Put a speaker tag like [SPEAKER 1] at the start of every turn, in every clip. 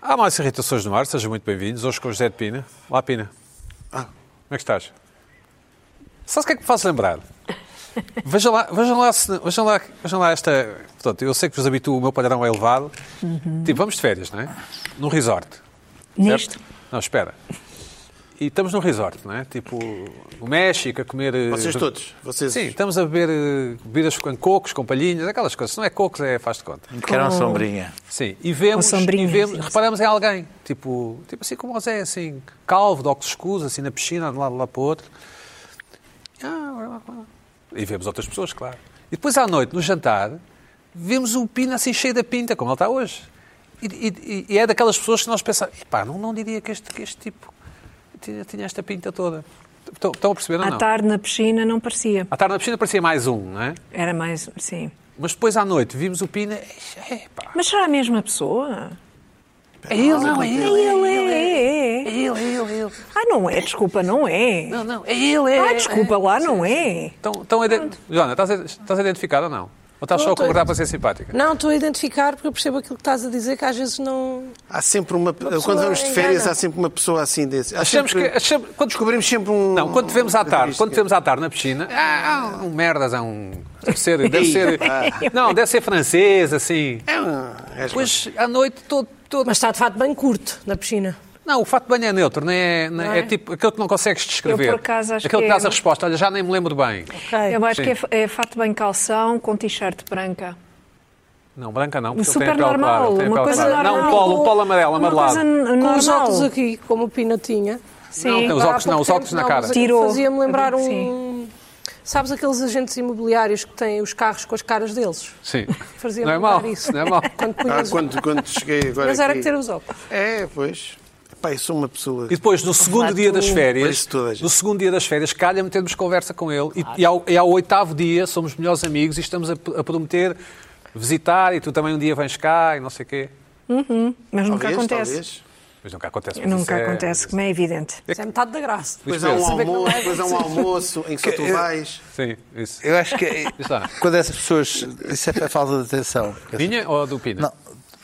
[SPEAKER 1] Há mais irritações no ar, sejam muito bem-vindos. Hoje com o José de Pina. Olá, Pina.
[SPEAKER 2] Ah.
[SPEAKER 1] Como é que estás? Sabe o que é que me faz lembrar? Vejam lá, vejam lá, se- vejam lá, vejam lá esta. Portanto, eu sei que vos habituo, o meu padrão é elevado.
[SPEAKER 2] Uhum.
[SPEAKER 1] Tipo, vamos de férias, não é? Num resort.
[SPEAKER 3] Neste.
[SPEAKER 1] certo? Não, espera. E estamos num resort, não é? Tipo, o México a comer. eh,
[SPEAKER 2] Vocês
[SPEAKER 1] be-
[SPEAKER 2] todos? Vocês?
[SPEAKER 1] Sim, estamos a beber eh, bebidas com cocos, com palhinhas, aquelas coisas. Se não é cocos, é faz de conta.
[SPEAKER 2] Que era uma sombrinha.
[SPEAKER 1] Sim, e vemos,
[SPEAKER 3] Com sombrinhas,
[SPEAKER 1] e vemos-
[SPEAKER 3] sim, sim.
[SPEAKER 1] reparamos em alguém, tipo, tipo assim como o Zé, assim, calvo, de óculos escuros, assim na piscina, de um lado lá para o outro. Ah, blá, blá, blá. E vemos outras pessoas, claro. E depois à noite, no jantar, vemos um pino assim cheio da pinta, como ele está hoje. E, e- e é daquelas pessoas que nós pensamos, epá, não, não diria que este, que este tipo tinha, tinha esta pinta toda. Estão, estão a perceber ou
[SPEAKER 3] À
[SPEAKER 1] não?
[SPEAKER 3] tarde na piscina não parecia.
[SPEAKER 1] À tarde na piscina parecia mais um, não é?
[SPEAKER 3] Era mais. Sim.
[SPEAKER 1] Mas depois à noite vimos o Pina, epá,
[SPEAKER 3] Mas será a mesma pessoa?
[SPEAKER 1] é ele, não é
[SPEAKER 3] É
[SPEAKER 1] ele.
[SPEAKER 3] ele, é,
[SPEAKER 1] É
[SPEAKER 3] é, é.
[SPEAKER 1] ele, é ele, é ele.
[SPEAKER 3] Ah, não é, desculpa, não é.
[SPEAKER 1] Não, não, é ele, é.
[SPEAKER 3] Ah, desculpa, lá não é.
[SPEAKER 1] Então, então ide- Joana, estás, estás identificada ou não? Ou estás só a
[SPEAKER 4] Estou,
[SPEAKER 1] concordar para ser simpática?
[SPEAKER 4] Não, estou a identificar porque eu percebo aquilo que estás a dizer, que às vezes não.
[SPEAKER 2] Há sempre uma.
[SPEAKER 4] pessoa
[SPEAKER 2] quando vamos de férias,
[SPEAKER 4] engana.
[SPEAKER 2] há sempre uma pessoa assim desse. Há
[SPEAKER 1] Achamos
[SPEAKER 2] sempre-
[SPEAKER 1] que- achamos- quando-
[SPEAKER 2] Descobrimos sempre um.
[SPEAKER 1] Não, quando te vemos à tarde,
[SPEAKER 2] um-
[SPEAKER 1] quando te vemos à tarde na piscina, ah, um merdas, é um. Deve ser. Deve ser não, deve ser francês, assim.
[SPEAKER 2] É um- é
[SPEAKER 1] Depois, à noite, todo. todo
[SPEAKER 4] Mas está de fato bem curto na piscina.
[SPEAKER 1] não, o fato de banho é neutro, nem é, nem-
[SPEAKER 4] Não
[SPEAKER 1] é
[SPEAKER 4] é?
[SPEAKER 1] tipo aquele que não consegues descrever.
[SPEAKER 3] Eu, por acaso, acho
[SPEAKER 1] aquele
[SPEAKER 3] que
[SPEAKER 1] que dás
[SPEAKER 3] é-
[SPEAKER 1] a resposta, olha, já nem me lembro bem.
[SPEAKER 4] Ok.
[SPEAKER 3] Eu acho
[SPEAKER 1] Sim.
[SPEAKER 3] que é fa- é, fato bem calção com t-shirt branca.
[SPEAKER 1] Não, branca não, porque ele
[SPEAKER 3] Super
[SPEAKER 1] tem a pele clara.
[SPEAKER 3] normal,
[SPEAKER 1] tem a
[SPEAKER 3] uma
[SPEAKER 1] pele
[SPEAKER 3] coisa
[SPEAKER 1] clara.
[SPEAKER 3] normal.
[SPEAKER 1] Não, um polo, um polo amarelo,
[SPEAKER 3] Uma
[SPEAKER 1] amarelado.
[SPEAKER 3] coisa n-
[SPEAKER 4] Com os
[SPEAKER 3] normal.
[SPEAKER 4] óculos aqui, como o Pina tinha.
[SPEAKER 3] Sim.
[SPEAKER 1] Não, Os óculos
[SPEAKER 4] Há pouco
[SPEAKER 1] não, os óculos
[SPEAKER 4] tempo,
[SPEAKER 1] na
[SPEAKER 4] não,
[SPEAKER 1] cara.
[SPEAKER 4] mas
[SPEAKER 3] Tirou.
[SPEAKER 4] Fazia-me lembrar um.
[SPEAKER 3] Sim.
[SPEAKER 4] Sabes aqueles agentes imobiliários que têm os carros com as caras deles?
[SPEAKER 1] Sim.
[SPEAKER 4] Fazia-me
[SPEAKER 1] não é mal,
[SPEAKER 4] lembrar isso.
[SPEAKER 1] não é mal.
[SPEAKER 4] Quando
[SPEAKER 2] Ah,
[SPEAKER 4] punhas...
[SPEAKER 2] quando, quando cheguei agora.
[SPEAKER 4] Mas era
[SPEAKER 2] aqui-
[SPEAKER 4] que ter os óculos.
[SPEAKER 2] É, pois. Pai, eu sou uma pessoa.
[SPEAKER 1] E depois, no segundo dia das
[SPEAKER 4] tudo.
[SPEAKER 1] férias,
[SPEAKER 2] Parece toda a gente.
[SPEAKER 1] no segundo dia das férias, calha-me termos conversa com ele e, e ao, e ao oitavo dia somos melhores amigos e estamos a, a prometer visitar e tu também um dia vens cá e não sei o quê.
[SPEAKER 3] Mas nunca
[SPEAKER 2] Talvez,
[SPEAKER 3] acontece.
[SPEAKER 2] talvez.
[SPEAKER 1] Mas nunca acontece. mas isso
[SPEAKER 3] Nunca
[SPEAKER 1] é-
[SPEAKER 3] acontece, como é evidente.
[SPEAKER 4] Isso é metade da graça.
[SPEAKER 2] Depois há um
[SPEAKER 1] mesmo.
[SPEAKER 2] almoço, depois há um almoço em que só tu vais.
[SPEAKER 1] Sim, é isso. é.
[SPEAKER 5] Eu acho que é-
[SPEAKER 1] Está.
[SPEAKER 5] quando essas pessoas. Isso é falta de atenção.
[SPEAKER 1] Minha ou do Pina?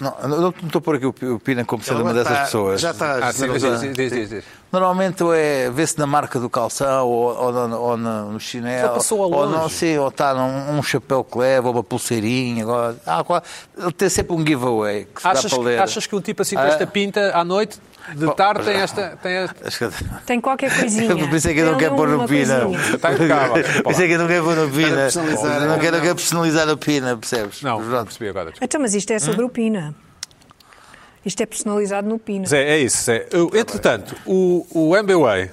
[SPEAKER 5] Não, não, eu não estou por aqui o Pi- o Pina como sendo uma
[SPEAKER 2] Agora
[SPEAKER 5] dessas
[SPEAKER 2] está-
[SPEAKER 5] pessoas.
[SPEAKER 2] Já tá está.
[SPEAKER 1] Ah, sim,
[SPEAKER 2] já
[SPEAKER 1] diz,
[SPEAKER 2] está.
[SPEAKER 1] diz, diz, diz, diz.
[SPEAKER 5] Normalmente é vê-se na marca do calção ou, ou na- ou na- no
[SPEAKER 1] Já
[SPEAKER 5] chinelo.
[SPEAKER 1] passou ao
[SPEAKER 5] ou
[SPEAKER 1] longe.
[SPEAKER 5] não sei, ou está num um chapéu que leva, ou uma pulseirinha. Ou, ah, qual- ele tem sempre um giveaway que se
[SPEAKER 1] Achas,
[SPEAKER 5] dá para ler.
[SPEAKER 1] achas que um tipo assim com
[SPEAKER 5] Ah.
[SPEAKER 1] esta pinta à noite, de
[SPEAKER 5] Bom,
[SPEAKER 1] tarde, tem
[SPEAKER 5] já.
[SPEAKER 1] esta. Tem esta...
[SPEAKER 5] Ah, Acho que-
[SPEAKER 3] Tem qualquer coisinha.
[SPEAKER 5] Eu pensei que eu não
[SPEAKER 3] Tem
[SPEAKER 5] quero
[SPEAKER 3] ali
[SPEAKER 5] pôr no
[SPEAKER 3] uma
[SPEAKER 5] Pina.
[SPEAKER 3] coisinha.
[SPEAKER 1] Está impecável, desculpa lá.
[SPEAKER 5] Pensei que eu não quero pôr no Pina.
[SPEAKER 2] personalizar,
[SPEAKER 5] Não
[SPEAKER 2] é,
[SPEAKER 5] quero,
[SPEAKER 2] não.
[SPEAKER 5] quero personalizar o Pina, percebes?
[SPEAKER 1] Não, não
[SPEAKER 5] Pronto.
[SPEAKER 1] percebi agora. desculpa.
[SPEAKER 3] Então, mas isto é sobre o Pina. Isto é personalizado no Pina.
[SPEAKER 1] Zé, é isso, Zé. Eu, entretanto, o, o MBWay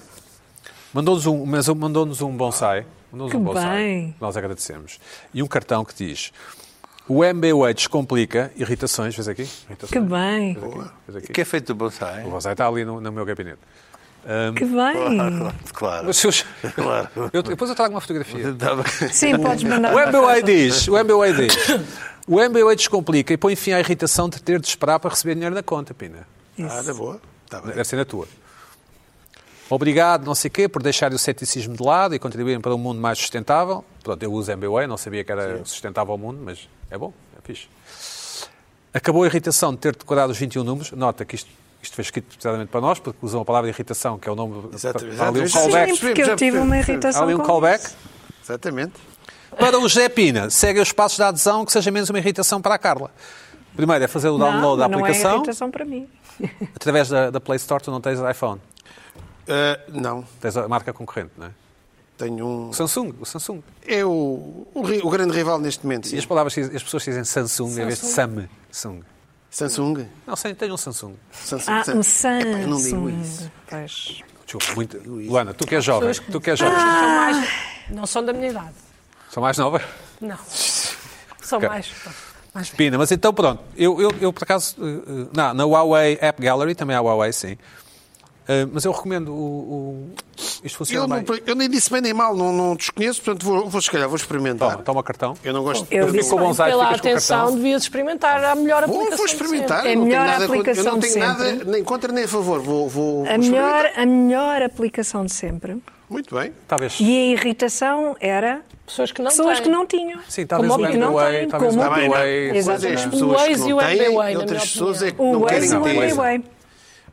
[SPEAKER 1] mandou-nos um, mas mandou-nos um bonsai. Mandou-nos
[SPEAKER 3] Que
[SPEAKER 1] um bonsai.
[SPEAKER 3] bem.
[SPEAKER 1] Nós agradecemos. E um cartão que diz: O MBWay descomplica irritações. Vês aqui? Irritações.
[SPEAKER 3] Que bem,
[SPEAKER 1] Vês aqui?
[SPEAKER 5] O que é feito do bonsai?
[SPEAKER 1] O bonsai está ali no, no meu gabinete.
[SPEAKER 3] que bem.
[SPEAKER 5] Claro, claro.
[SPEAKER 1] Mas se eu-
[SPEAKER 5] Claro.
[SPEAKER 1] eu- depois eu trago uma fotografia.
[SPEAKER 5] Tá bem.
[SPEAKER 3] Sim, podes mandar.
[SPEAKER 1] O
[SPEAKER 3] para
[SPEAKER 1] MBA
[SPEAKER 3] casa.
[SPEAKER 1] diz, o MBA diz, o MBA descomplica e põe fim à irritação de ter de esperar para receber dinheiro na conta, Pina.
[SPEAKER 2] Ah, da boa. Está bem.
[SPEAKER 1] Deve ser na tua. Obrigado, não sei quê, por deixarem o ceticismo de lado e contribuírem para um mundo mais sustentável. Pronto, eu uso MBWay, não sabia que era sustentável ao mundo, mas é bom, é fixe. Acabou a irritação de ter decorado os 21 números. Nota que isto, isto foi escrito precisamente para nós, porque usam a palavra irritação, que é o nome...
[SPEAKER 2] Exatamente,
[SPEAKER 1] Há ali um
[SPEAKER 2] exatamente.
[SPEAKER 1] callback.
[SPEAKER 3] Sim, porque eu tive uma irritação.
[SPEAKER 1] Há ali um
[SPEAKER 3] com
[SPEAKER 1] callback.
[SPEAKER 2] Exatamente.
[SPEAKER 1] Para o José Pina, segue os passos da adesão, que seja menos uma irritação para a Carla. Primeiro é fazer o
[SPEAKER 3] Não,
[SPEAKER 1] download da
[SPEAKER 3] não é
[SPEAKER 1] aplicação.
[SPEAKER 3] irritação para mim.
[SPEAKER 1] Através da, da Play Store tu não tens iPhone.
[SPEAKER 2] Ah, não,
[SPEAKER 1] Tens a marca concorrente, não é?
[SPEAKER 2] tenho um.
[SPEAKER 1] O Samsung, o Samsung.
[SPEAKER 2] É o, o, ri- o grande rival neste momento.
[SPEAKER 1] E
[SPEAKER 2] Sim.
[SPEAKER 1] as palavras, as pessoas dizem Samsung em vez de Samsung.
[SPEAKER 2] Samsung.
[SPEAKER 1] Não sei, tenho um Samsung.
[SPEAKER 2] Samsung.
[SPEAKER 3] Ah, um
[SPEAKER 2] Samsung. Epá, eu não digo
[SPEAKER 3] Samsung.
[SPEAKER 2] isso.
[SPEAKER 3] Pois.
[SPEAKER 1] Desculpa, muito... Luana, tu que és jovem, tu que és jovem.
[SPEAKER 4] São mais... Não são da minha idade.
[SPEAKER 1] Sou mais nova.
[SPEAKER 4] Não. São
[SPEAKER 1] Ok.
[SPEAKER 4] mais. mais velhos.
[SPEAKER 1] Pina, mas então pronto, eu, eu, eu por acaso, eh, eh, na, na Huawei App Gallery, também há Huawei, sim, Eh, mas eu recomendo o, o- isto funciona
[SPEAKER 2] Eu, não-
[SPEAKER 1] bem.
[SPEAKER 2] eu nem disse bem nem mal, não, não desconheço, portanto vou, vou se calhar, vou experimentar.
[SPEAKER 1] Toma, toma cartão.
[SPEAKER 2] Eu não gosto
[SPEAKER 3] Eu
[SPEAKER 2] de
[SPEAKER 3] disse
[SPEAKER 1] com o bonsai,
[SPEAKER 4] Pela
[SPEAKER 1] ficas com o
[SPEAKER 4] atenção,
[SPEAKER 1] cartão.
[SPEAKER 4] devias experimentar a melhor
[SPEAKER 2] Vou,
[SPEAKER 4] aplicação.
[SPEAKER 2] vou
[SPEAKER 4] de sempre.
[SPEAKER 2] experimentar.
[SPEAKER 3] É
[SPEAKER 2] não tenho
[SPEAKER 3] melhor a
[SPEAKER 2] nada contra- eu
[SPEAKER 3] aplicação
[SPEAKER 2] não
[SPEAKER 3] de
[SPEAKER 2] tenho nada
[SPEAKER 3] sempre.
[SPEAKER 2] nem contra nem a favor. Vou, vou, vou
[SPEAKER 3] A melhor,
[SPEAKER 2] experimentar.
[SPEAKER 3] a melhor aplicação de sempre.
[SPEAKER 2] Muito bem.
[SPEAKER 1] Talvez.
[SPEAKER 3] E a irritação era
[SPEAKER 4] Pessoas que não
[SPEAKER 3] pessoas
[SPEAKER 4] têm.
[SPEAKER 3] que não tinham.
[SPEAKER 1] Sim, talvez
[SPEAKER 3] Como
[SPEAKER 1] o
[SPEAKER 3] e que não
[SPEAKER 1] MBWay,
[SPEAKER 3] têm,
[SPEAKER 1] talvez
[SPEAKER 3] como
[SPEAKER 1] o
[SPEAKER 3] o
[SPEAKER 1] Tá bem, não.
[SPEAKER 3] MBWay,
[SPEAKER 2] Mas
[SPEAKER 3] exatamente.
[SPEAKER 2] as
[SPEAKER 4] O
[SPEAKER 2] pessoas
[SPEAKER 4] Um Waze
[SPEAKER 2] que
[SPEAKER 4] e o
[SPEAKER 2] não têm,
[SPEAKER 4] MBWay,
[SPEAKER 2] e outras
[SPEAKER 4] na minha Um
[SPEAKER 2] pessoas é que
[SPEAKER 3] O
[SPEAKER 2] não querem
[SPEAKER 3] Waze e o
[SPEAKER 2] ter.
[SPEAKER 3] MBWay.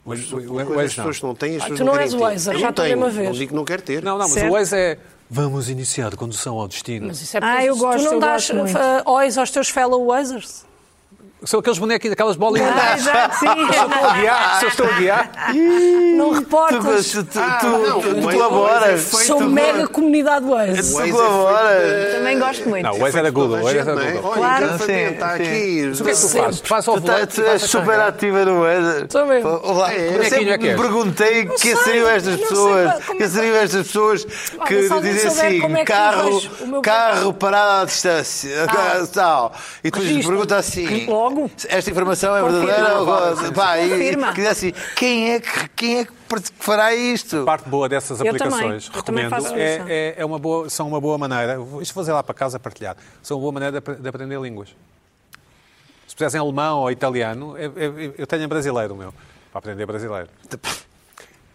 [SPEAKER 1] Mas o- o-
[SPEAKER 2] Uma
[SPEAKER 1] o
[SPEAKER 2] coisa
[SPEAKER 1] Waze
[SPEAKER 2] As pessoas que
[SPEAKER 1] não.
[SPEAKER 2] não têm, as
[SPEAKER 4] Ah,
[SPEAKER 2] pessoas
[SPEAKER 4] tu
[SPEAKER 2] não
[SPEAKER 4] não
[SPEAKER 2] querem
[SPEAKER 4] és
[SPEAKER 2] ter.
[SPEAKER 4] Waze,
[SPEAKER 2] Eu
[SPEAKER 4] já
[SPEAKER 2] não
[SPEAKER 4] tenho
[SPEAKER 2] tenho,
[SPEAKER 4] uma
[SPEAKER 2] Não
[SPEAKER 4] vez.
[SPEAKER 2] digo que não quero ter.
[SPEAKER 1] Não, não, mas
[SPEAKER 3] Certo.
[SPEAKER 1] o Waze é vamos iniciar condução ao destino.
[SPEAKER 4] Mas isso é
[SPEAKER 3] Ah,
[SPEAKER 4] preciso.
[SPEAKER 3] eu gosto,
[SPEAKER 4] tu não
[SPEAKER 3] eu
[SPEAKER 4] dás
[SPEAKER 3] gosto muito.
[SPEAKER 4] uh, ois aos teus fellow Wazers?
[SPEAKER 1] São aqueles bonequinhos, aquelas bolinhas.
[SPEAKER 3] Ah, exato, sim.
[SPEAKER 1] guiar, se eu estou a guiar.
[SPEAKER 4] Não
[SPEAKER 5] Tu,
[SPEAKER 4] reportas.
[SPEAKER 5] tu, tu,
[SPEAKER 2] não,
[SPEAKER 5] tu-
[SPEAKER 2] o
[SPEAKER 5] tu
[SPEAKER 2] Waze-
[SPEAKER 5] colaboras.
[SPEAKER 2] o Waze é
[SPEAKER 4] Sou
[SPEAKER 2] feito
[SPEAKER 4] mega comunidade Waze.
[SPEAKER 5] Tu
[SPEAKER 2] Waze é
[SPEAKER 5] colaboras.
[SPEAKER 3] Também gosto muito.
[SPEAKER 1] Não, o Waze era Google. O Waze era
[SPEAKER 2] Não é?
[SPEAKER 1] Google.
[SPEAKER 2] Olha,
[SPEAKER 3] Claro.
[SPEAKER 2] quero fazer,
[SPEAKER 5] Sim,
[SPEAKER 2] está aqui.
[SPEAKER 5] sim.
[SPEAKER 1] O que é que tu fazes? Fazes ao
[SPEAKER 5] Tu, tá,
[SPEAKER 1] volante.
[SPEAKER 5] tu és super ativa no Waze.
[SPEAKER 4] Sou mesmo.
[SPEAKER 5] Olá,
[SPEAKER 2] É,
[SPEAKER 5] eu
[SPEAKER 1] é.
[SPEAKER 5] sempre
[SPEAKER 1] Quem é que
[SPEAKER 5] me
[SPEAKER 1] és?
[SPEAKER 5] perguntei
[SPEAKER 4] Não
[SPEAKER 5] quem
[SPEAKER 4] sei,
[SPEAKER 5] seriam estas
[SPEAKER 4] não sei
[SPEAKER 5] pessoas.
[SPEAKER 4] qual- como é
[SPEAKER 5] Quem
[SPEAKER 4] que-
[SPEAKER 5] seriam estas pessoas que
[SPEAKER 4] se alguém
[SPEAKER 5] dizem
[SPEAKER 4] souber como é
[SPEAKER 5] assim:
[SPEAKER 4] que tu
[SPEAKER 5] carro,
[SPEAKER 4] vais- o meu-
[SPEAKER 5] carro parado à distância.
[SPEAKER 4] Ah.
[SPEAKER 5] Tal. E tu lhes
[SPEAKER 4] Registro.
[SPEAKER 5] perguntas assim:
[SPEAKER 3] Logo.
[SPEAKER 5] esta informação é verdadeira?
[SPEAKER 3] Confirma.
[SPEAKER 5] Ou- Pá, e-
[SPEAKER 3] Confirma.
[SPEAKER 5] e diz assim: quem é que quem é que fará isto?
[SPEAKER 1] parte boa dessas
[SPEAKER 3] Eu
[SPEAKER 1] aplicações,
[SPEAKER 3] também. Eu também
[SPEAKER 1] recomendo,
[SPEAKER 3] faço isso.
[SPEAKER 1] é, é, é uma boa, são uma boa maneira, isto vou fazer lá para casa partilhar, são uma boa maneira de, apre- de aprender línguas. Se fizessem alemão ou italiano, é- é- eu tenho em brasileiro o meu, para aprender brasileiro.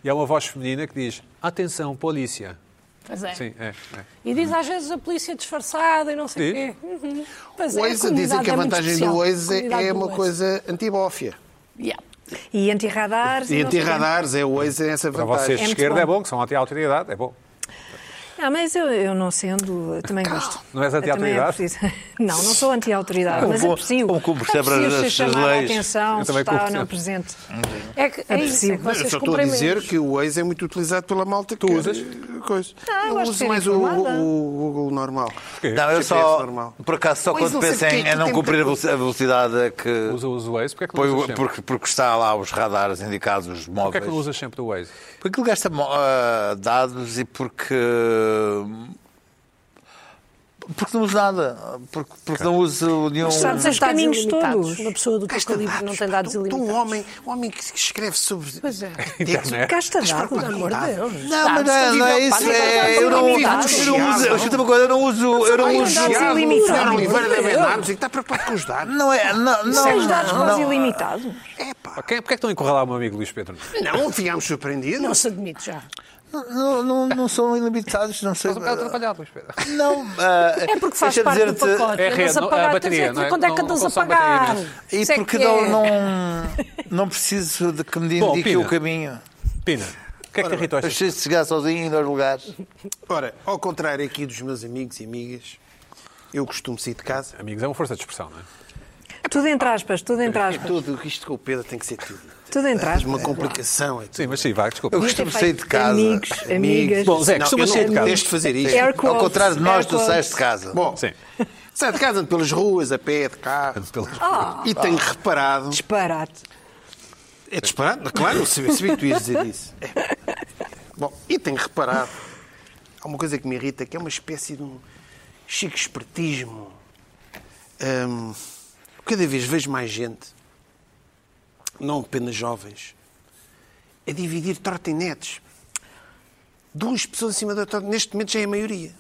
[SPEAKER 1] E há uma voz feminina que diz, atenção, polícia.
[SPEAKER 4] Pois é.
[SPEAKER 1] Sim, é, é.
[SPEAKER 4] E diz às vezes a polícia disfarçada e não sei o
[SPEAKER 1] Diz?
[SPEAKER 4] quê. Uhum. Pois
[SPEAKER 2] O
[SPEAKER 4] é, a
[SPEAKER 2] Waze dizem
[SPEAKER 4] comunidade
[SPEAKER 2] que a
[SPEAKER 4] é muito
[SPEAKER 2] vantagem do
[SPEAKER 4] especial. A
[SPEAKER 2] Waze
[SPEAKER 4] comunidade
[SPEAKER 2] é
[SPEAKER 4] do
[SPEAKER 2] uma
[SPEAKER 4] Waze.
[SPEAKER 2] coisa antibófia.
[SPEAKER 4] Yeah.
[SPEAKER 3] E antirradares.
[SPEAKER 2] E
[SPEAKER 3] não sei o quê.
[SPEAKER 2] antirradares é o Waze, é essa
[SPEAKER 1] Para
[SPEAKER 2] vantagem.
[SPEAKER 1] vocês
[SPEAKER 3] É
[SPEAKER 1] de
[SPEAKER 3] muito
[SPEAKER 1] esquerda
[SPEAKER 3] bom.
[SPEAKER 1] é bom, que são anti-autoridade, é bom.
[SPEAKER 3] Ah, mas eu, eu não sendo, eu também gosto.
[SPEAKER 1] Não és
[SPEAKER 3] Eu também
[SPEAKER 1] anti-autoridade?
[SPEAKER 3] aprecio- Não, não sou anti-autoridade,
[SPEAKER 5] Como-
[SPEAKER 3] mas aprecio.
[SPEAKER 5] como cumpre sempre
[SPEAKER 3] Aprecio
[SPEAKER 5] as-
[SPEAKER 3] ser
[SPEAKER 5] as
[SPEAKER 3] chamada a
[SPEAKER 5] leis.
[SPEAKER 3] atenção,
[SPEAKER 1] Eu
[SPEAKER 3] se
[SPEAKER 1] também
[SPEAKER 3] está
[SPEAKER 1] cumpro
[SPEAKER 3] ou não
[SPEAKER 1] sempre.
[SPEAKER 3] presente.
[SPEAKER 4] É que é isso, é que
[SPEAKER 3] possível.
[SPEAKER 2] Eu
[SPEAKER 4] vocês
[SPEAKER 2] só estou a
[SPEAKER 4] cumprem
[SPEAKER 2] dizer
[SPEAKER 4] menos.
[SPEAKER 2] que o Waze é muito utilizado pela malta que
[SPEAKER 1] Tu
[SPEAKER 2] quer
[SPEAKER 1] usas?
[SPEAKER 2] Coisa.
[SPEAKER 3] Ah, eu
[SPEAKER 2] eu
[SPEAKER 3] gosto de
[SPEAKER 2] uso
[SPEAKER 3] ser
[SPEAKER 2] mais o,
[SPEAKER 3] informada.
[SPEAKER 2] o Google normal.
[SPEAKER 1] É
[SPEAKER 5] Não, eu
[SPEAKER 2] GPS
[SPEAKER 5] só,
[SPEAKER 2] normal.
[SPEAKER 5] por acaso, só
[SPEAKER 2] Pois
[SPEAKER 5] quando
[SPEAKER 2] não sei
[SPEAKER 5] penso
[SPEAKER 2] porque é
[SPEAKER 5] em,
[SPEAKER 2] que
[SPEAKER 5] em não
[SPEAKER 2] tem
[SPEAKER 5] cumprir a
[SPEAKER 2] muita
[SPEAKER 5] veloci- a velocidade a que.
[SPEAKER 1] Usa, usa o Waze, porque é que não
[SPEAKER 5] Põe o-
[SPEAKER 1] usas sempre?
[SPEAKER 5] porque, porque está lá os radares indicados, os móveis.
[SPEAKER 1] Porque é que não usas sempre o Waze?
[SPEAKER 5] Porque aquilo gasta mo- ah, dados e porque. Porque não uso nada. Porque, porque não uso nenhum.
[SPEAKER 3] sabes
[SPEAKER 4] Não
[SPEAKER 3] os
[SPEAKER 4] tem dados
[SPEAKER 3] caminhos
[SPEAKER 4] ilimitados.
[SPEAKER 3] todos.
[SPEAKER 4] Uma pessoa do teu calibre não tem dados
[SPEAKER 2] Tu,
[SPEAKER 4] ilimitados.
[SPEAKER 2] um homem, um homem que escreve sobre.
[SPEAKER 4] Pois é.
[SPEAKER 1] Internet.
[SPEAKER 3] Gasta
[SPEAKER 2] Mas
[SPEAKER 3] dados.
[SPEAKER 2] por
[SPEAKER 4] Pelo amor de Deus.
[SPEAKER 5] Não, mas não, não é isso. é- eu, não, eu não
[SPEAKER 4] Dados.
[SPEAKER 5] uso. Eu escuta uma coisa, eu não uso. Eu não
[SPEAKER 3] Ai,
[SPEAKER 5] uso.
[SPEAKER 3] dados
[SPEAKER 2] Tiago,
[SPEAKER 3] ilimitados.
[SPEAKER 2] Tiago Oliveira da
[SPEAKER 4] Meu
[SPEAKER 2] Bernardes, que está preocupado com os dados.
[SPEAKER 5] Não é. Não, não,
[SPEAKER 3] Sem os dados
[SPEAKER 5] não,
[SPEAKER 3] quase ilimitados.
[SPEAKER 2] É pá.
[SPEAKER 1] Quem, porque é que estão a encurralar o meu amigo Luís Pedro?
[SPEAKER 2] Não, ficámos
[SPEAKER 4] Não
[SPEAKER 2] surpreendidos.
[SPEAKER 4] se admite já.
[SPEAKER 5] não, não, não são ilimitados, não sei.
[SPEAKER 1] Estás um bocado atrapalhado, Luís Pedro.
[SPEAKER 5] Não, ah,
[SPEAKER 4] É porque faz
[SPEAKER 5] deixa-me
[SPEAKER 4] parte do
[SPEAKER 5] dizer-te-
[SPEAKER 4] pacote.
[SPEAKER 1] É rede,
[SPEAKER 4] Andas a
[SPEAKER 1] não- a
[SPEAKER 4] pagar,
[SPEAKER 1] bateria,
[SPEAKER 4] tens-
[SPEAKER 1] não é?
[SPEAKER 4] Quanto é
[SPEAKER 1] Não-
[SPEAKER 4] que andas
[SPEAKER 1] não
[SPEAKER 4] a
[SPEAKER 1] consome
[SPEAKER 4] pagar?
[SPEAKER 1] bateria, não.
[SPEAKER 5] E
[SPEAKER 4] Isso é
[SPEAKER 5] porque
[SPEAKER 4] que
[SPEAKER 5] não,
[SPEAKER 4] é.
[SPEAKER 5] não, não preciso de que me
[SPEAKER 1] Bom,
[SPEAKER 5] indique
[SPEAKER 1] Pina.
[SPEAKER 5] o caminho.
[SPEAKER 1] Pina, o que é que te irritou
[SPEAKER 5] Eu
[SPEAKER 1] esta
[SPEAKER 5] preciso de chegar sozinho aos lugares.
[SPEAKER 2] Ora, ao contrário aqui dos meus amigos e amigas, eu costumo sair de casa.
[SPEAKER 1] Amigos, é uma força de expressão, não é?
[SPEAKER 3] Tudo entre aspas, tudo entre aspas.
[SPEAKER 2] Tudo isto com o Pedro tem que ser tudo. É
[SPEAKER 3] Tudo entre aspas.
[SPEAKER 2] Uma complicação é tudo.
[SPEAKER 1] Sim, mas sim, vai, desculpa.
[SPEAKER 5] Eu costumo
[SPEAKER 3] Tem
[SPEAKER 5] sair
[SPEAKER 3] feito
[SPEAKER 5] de casa.
[SPEAKER 3] Amigos, amigas.
[SPEAKER 1] Bom, Zé,
[SPEAKER 2] Não,
[SPEAKER 1] costumas
[SPEAKER 2] eu
[SPEAKER 1] sair de
[SPEAKER 2] não
[SPEAKER 1] casa.
[SPEAKER 2] tens de fazer isto.
[SPEAKER 3] Air quotes,
[SPEAKER 5] Ao contrário de nós,
[SPEAKER 3] air
[SPEAKER 5] tu sais
[SPEAKER 3] quotes.
[SPEAKER 5] de casa.
[SPEAKER 2] Bom,
[SPEAKER 1] Sim.
[SPEAKER 2] saio de casa ando pelas ruas, a pé, de carro.
[SPEAKER 5] Ah.
[SPEAKER 2] E tenho reparado.
[SPEAKER 3] Disparate.
[SPEAKER 2] É disparado? Claro, eu sabia, sabia que tu ias dizer isso. É. Bom, e tenho reparado. Há uma coisa que me irrita, que é uma espécie de um chico espertismo. Hum, cada vez vejo mais gente, não apenas jovens, a dividir trotinetes. Duas pessoas em cima da trotinete, neste momento já é a maioria.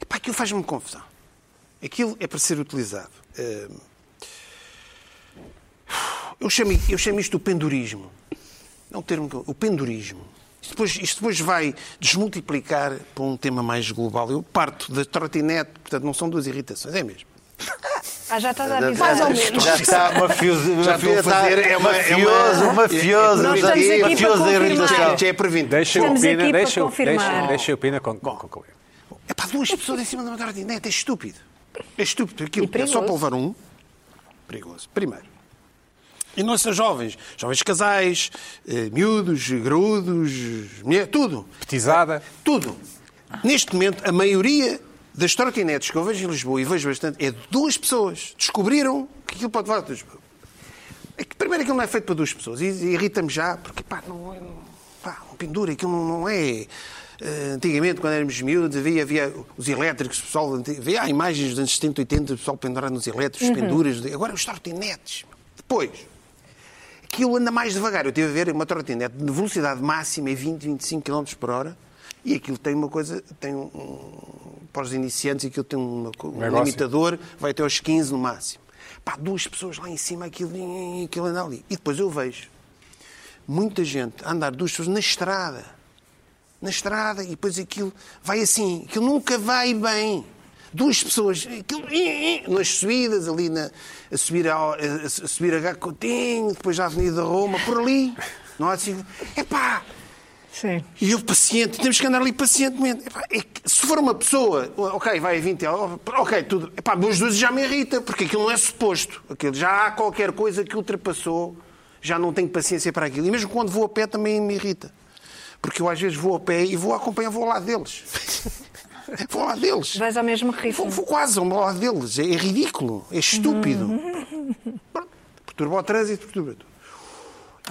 [SPEAKER 2] Epá, aquilo faz-me confusão. Aquilo é para ser utilizado. Hum, eu chamo, eu chamo isto o pendurismo. É um termo que eu- o pendurismo. Isto depois, isto depois vai desmultiplicar para um tema mais global. Eu parto da trotinete, portanto não são duas irritações, é mesmo.
[SPEAKER 3] Ah, já estás a avisar.
[SPEAKER 4] Mais
[SPEAKER 5] é-
[SPEAKER 4] ou menos.
[SPEAKER 5] Já está mafioso.
[SPEAKER 2] Já estou a fazer, é uma- é uma-
[SPEAKER 5] mafioso, mafioso.
[SPEAKER 3] Nós estamos aqui para
[SPEAKER 5] mafioso da
[SPEAKER 3] confirmar.
[SPEAKER 5] irritação.
[SPEAKER 2] é prevenido.
[SPEAKER 1] Deixa o
[SPEAKER 3] Estamos
[SPEAKER 1] Pina,
[SPEAKER 3] aqui para
[SPEAKER 1] deixa, o-
[SPEAKER 3] confirmar.
[SPEAKER 1] deixa, deixa o Pina con- con- concluir.
[SPEAKER 2] É para duas pessoas em cima de uma trotinete, é estúpido. É estúpido aquilo.
[SPEAKER 3] E
[SPEAKER 2] É
[SPEAKER 3] perigoso.
[SPEAKER 2] só para levar um. Perigoso. Primeiro. E não são jovens. Jovens casais, eh, miúdos, graúdos, mulher, tudo.
[SPEAKER 1] Petizada.
[SPEAKER 2] Tudo. Neste momento, a maioria das trotinetes que eu vejo em Lisboa, e vejo bastante, é de duas pessoas. Descobriram que aquilo pode levar a duas pessoas. É que, primeiro, aquilo não é feito para duas pessoas. E e irrita-me já, porque, pá, não, é- não- pá, não pendura, aquilo não, não é... Eh, antigamente, quando éramos miúdos, havia, havia os elétricos, o pessoal, anti- havia há imagens dos anos 70, 80, o pessoal pendurado nos elétricos, penduras. Agora, os trotinetes. Depois, aquilo anda mais devagar. Eu estive a ver uma trotinete de velocidade máxima é 20, 25 km por hora e aquilo tem uma coisa, tem um, um- para os iniciantes, aquilo tem uma co- um
[SPEAKER 1] Negócio.
[SPEAKER 2] limitador, vai até aos 15 no máximo. Pá, duas pessoas lá em cima, aquilo, e- e- aquilo anda ali. E depois eu vejo muita gente a andar duas pessoas na estrada. Na estrada, e depois aquilo vai assim, aquilo nunca vai bem. Duas pessoas, aquilo, ih, ih, nas subidas, ali na, a subir a, a subir a Gacotinho, depois à Avenida da Roma, por ali. Não há assim, epá,
[SPEAKER 6] Sim.
[SPEAKER 2] e eu paciente, temos que andar ali pacientemente. Epá, é que se for uma pessoa, ok, vai a 20, oh, ok, tudo. Epá, meus 12 já me irrita, porque aquilo não é suposto. Aquilo, já há qualquer coisa que ultrapassou, já não tenho paciência para aquilo. E mesmo quando vou a pé também me irrita. Porque eu às vezes vou a pé e vou acompanhar, vou lá deles. vou lá deles.
[SPEAKER 6] Vais ao mesmo ritmo.
[SPEAKER 2] Vou, vou quase ao lado deles. É, é ridículo. É estúpido. Pronto. Perturba o trânsito, perturba tudo.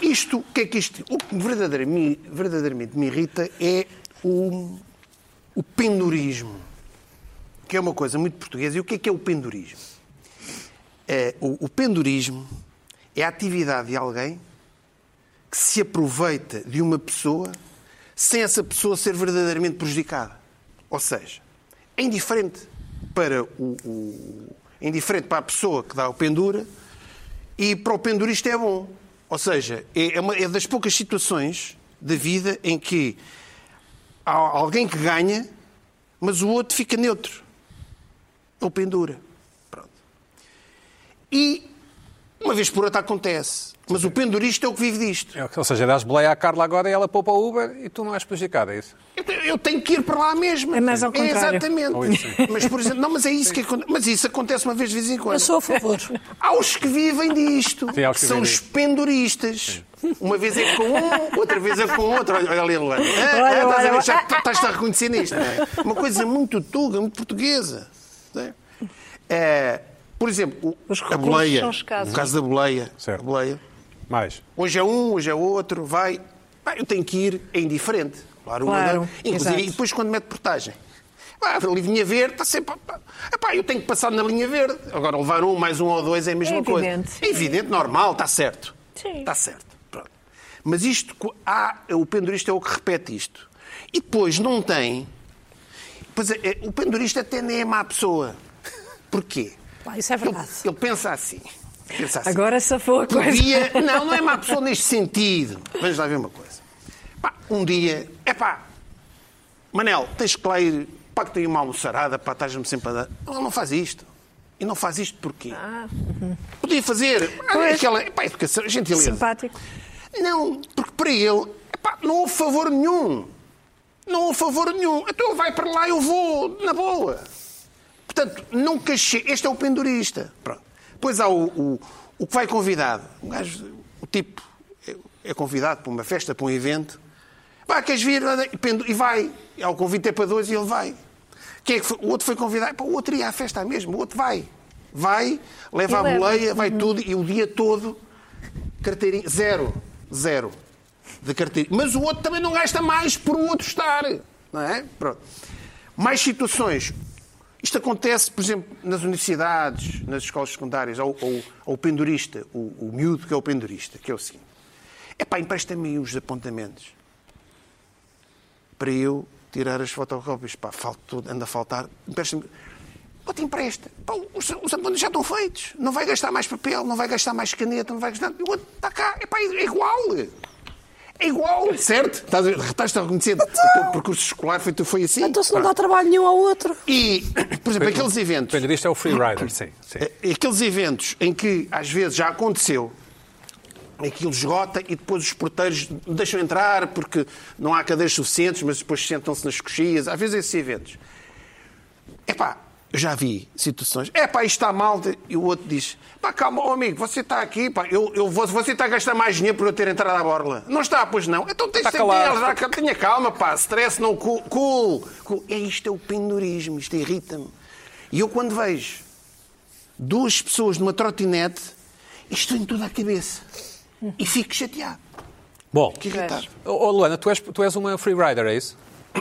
[SPEAKER 2] Isto, o que é que isto. O que verdadeira- me- verdadeiramente, me irrita é o, o pendurismo. Que é uma coisa muito portuguesa. E o que é que é o pendurismo? É, o, o pendurismo é a atividade de alguém que se aproveita de uma pessoa sem essa pessoa ser verdadeiramente prejudicada. Ou seja, é indiferente para o, o- é indiferente para a pessoa que dá o pendura e para o pendurista é bom. Ou seja, é, é uma- é das poucas situações da vida em que há alguém que ganha, mas o outro fica neutro. Ou pendura. Pronto. E uma vez por outra acontece. Mas o pendurista é o que vive disto.
[SPEAKER 1] É, Ou seja, dás boleia à Carla agora e ela poupa o Uber e tu não és prejudicado, é isso?
[SPEAKER 2] Eu te- Eu tenho que ir para lá mesmo.
[SPEAKER 6] É mais ao contrário.
[SPEAKER 2] exatamente.
[SPEAKER 1] Ou isso, sim.
[SPEAKER 2] mas, por exemplo, não, mas é isso que acontece. Mas isso acontece uma vez de vez em quando.
[SPEAKER 4] Eu sou a favor.
[SPEAKER 2] Há os que vivem disto.
[SPEAKER 1] Sim, há os que
[SPEAKER 2] são
[SPEAKER 1] vivem
[SPEAKER 2] os penduristas. Uma vez é com um, outra vez é com outro. Olha, olha ali, Luana. Ah, ah,
[SPEAKER 6] Olha,
[SPEAKER 2] estás a
[SPEAKER 6] olha,
[SPEAKER 2] ver? Já
[SPEAKER 6] olha.
[SPEAKER 2] tu estás a reconhecer nisto. não é? Uma coisa muito tuga, muito portuguesa. não é? É, por exemplo, o-
[SPEAKER 6] Os
[SPEAKER 2] a
[SPEAKER 6] recursos
[SPEAKER 2] boleia.
[SPEAKER 6] são escassos.
[SPEAKER 2] O caso da boleia.
[SPEAKER 1] Certo.
[SPEAKER 2] A boleia.
[SPEAKER 1] Mais.
[SPEAKER 2] Hoje é um, hoje é outro, vai. Pá, eu tenho que ir, é indiferente. Claro,
[SPEAKER 6] Claro,
[SPEAKER 2] uma- Inclusive,
[SPEAKER 6] exato.
[SPEAKER 2] e depois quando mete portagem. Pá, a linha verde está sempre. Pá, epá, eu tenho que passar na linha verde. Agora levar um, mais um ou dois é a mesma
[SPEAKER 6] É
[SPEAKER 2] coisa.
[SPEAKER 6] evidente.
[SPEAKER 2] É evidente, normal, está certo.
[SPEAKER 6] Sim.
[SPEAKER 2] Está certo. Pronto. Mas isto, co- há, o pendurista é o que repete isto. E depois não tem. Pois é, é, o pendurista até nem é má pessoa. Porquê?
[SPEAKER 4] Pá, isso é verdade.
[SPEAKER 2] Ele pensa assim. Pensa assim
[SPEAKER 6] Agora safou a coisa.
[SPEAKER 2] dia- Não, não é má pessoa neste sentido. Vamos lá ver uma coisa. Pá, um dia. É pá. Manel, tens que lá ir. Pá, que tenho uma almoçarada, pá, estás-me sempre a dar. Ele não faz isto. E não faz isto porquê? Podia fazer. Ah, Aquela. Epá, educação, gentileza.
[SPEAKER 6] Simpático.
[SPEAKER 2] Não, porque para ele epá, não houve favor nenhum. Não houve favor nenhum. Então ele vai para lá, eu vou, na boa. Portanto, nunca chega. Este é o pendurista. Pronto. Depois há o, o, o que vai convidado. Um gajo, o tipo, é, é convidado para uma festa, para um evento. Vá, queres vir? Anda, E pendu- e vai. Há o convite é para dois e ele vai. Quem é que foi? O outro foi convidado. Epá, o outro ia à festa mesmo. O outro vai. Vai, leva
[SPEAKER 6] E
[SPEAKER 2] a
[SPEAKER 6] leva. Uhum.
[SPEAKER 2] boleia, vai tudo e o dia todo carteirinha. Zero. Zero. De carteirinha. Mas o outro também não gasta mais por o outro estar. Não é? Pronto. Mais situações. Isto acontece, por exemplo, nas universidades, nas escolas secundárias, ao, ao, ao pendurista, o, o miúdo que é o pendurista, que é o seguinte. É pá, empresta-me aí os apontamentos para eu tirar as fotocópias. Pá, falta tudo, anda a faltar. Empresta-me. Pô, te empresta. Pá, os, os apontes já estão feitos. Não vai gastar mais papel, não vai gastar mais caneta, não vai gastar. E O outro está cá. É, pá, é igual. É igual, Tá, certo? Estás, a- estás a reconhecer. O teu percurso escolar foi, foi assim.
[SPEAKER 4] Então se não dá trabalho nenhum ao outro.
[SPEAKER 2] E, por exemplo, aqueles
[SPEAKER 1] O
[SPEAKER 2] eventos.
[SPEAKER 1] pendurista é o freerider, sim. sim.
[SPEAKER 2] É, Aqueles eventos em que às vezes já aconteceu, aquilo esgota e depois os porteiros deixam entrar porque não há cadeiras suficientes, mas depois sentam-se nas coxias. Às vezes esses eventos. Epá, eu já vi situações. Epá, isto está mal. de- E o outro diz: pá, calma, ó amigo, você está aqui, pá, eu, eu, vou- você está a gastar mais dinheiro por eu ter entrado à borla. Não está, pois não. Então tens
[SPEAKER 1] Está
[SPEAKER 2] sempre
[SPEAKER 1] calado.
[SPEAKER 2] de- Pá, Tenha calma, pá, stress não cool, cool, cool. É isto é o pendurismo, isto irrita-me. E eu quando vejo duas pessoas numa trotinete, isto em tudo à cabeça. E fico chateado,
[SPEAKER 1] Bom,
[SPEAKER 2] fico irritado.
[SPEAKER 1] Ô, ô, Luana, tu és, tu és uma freerider, é isso?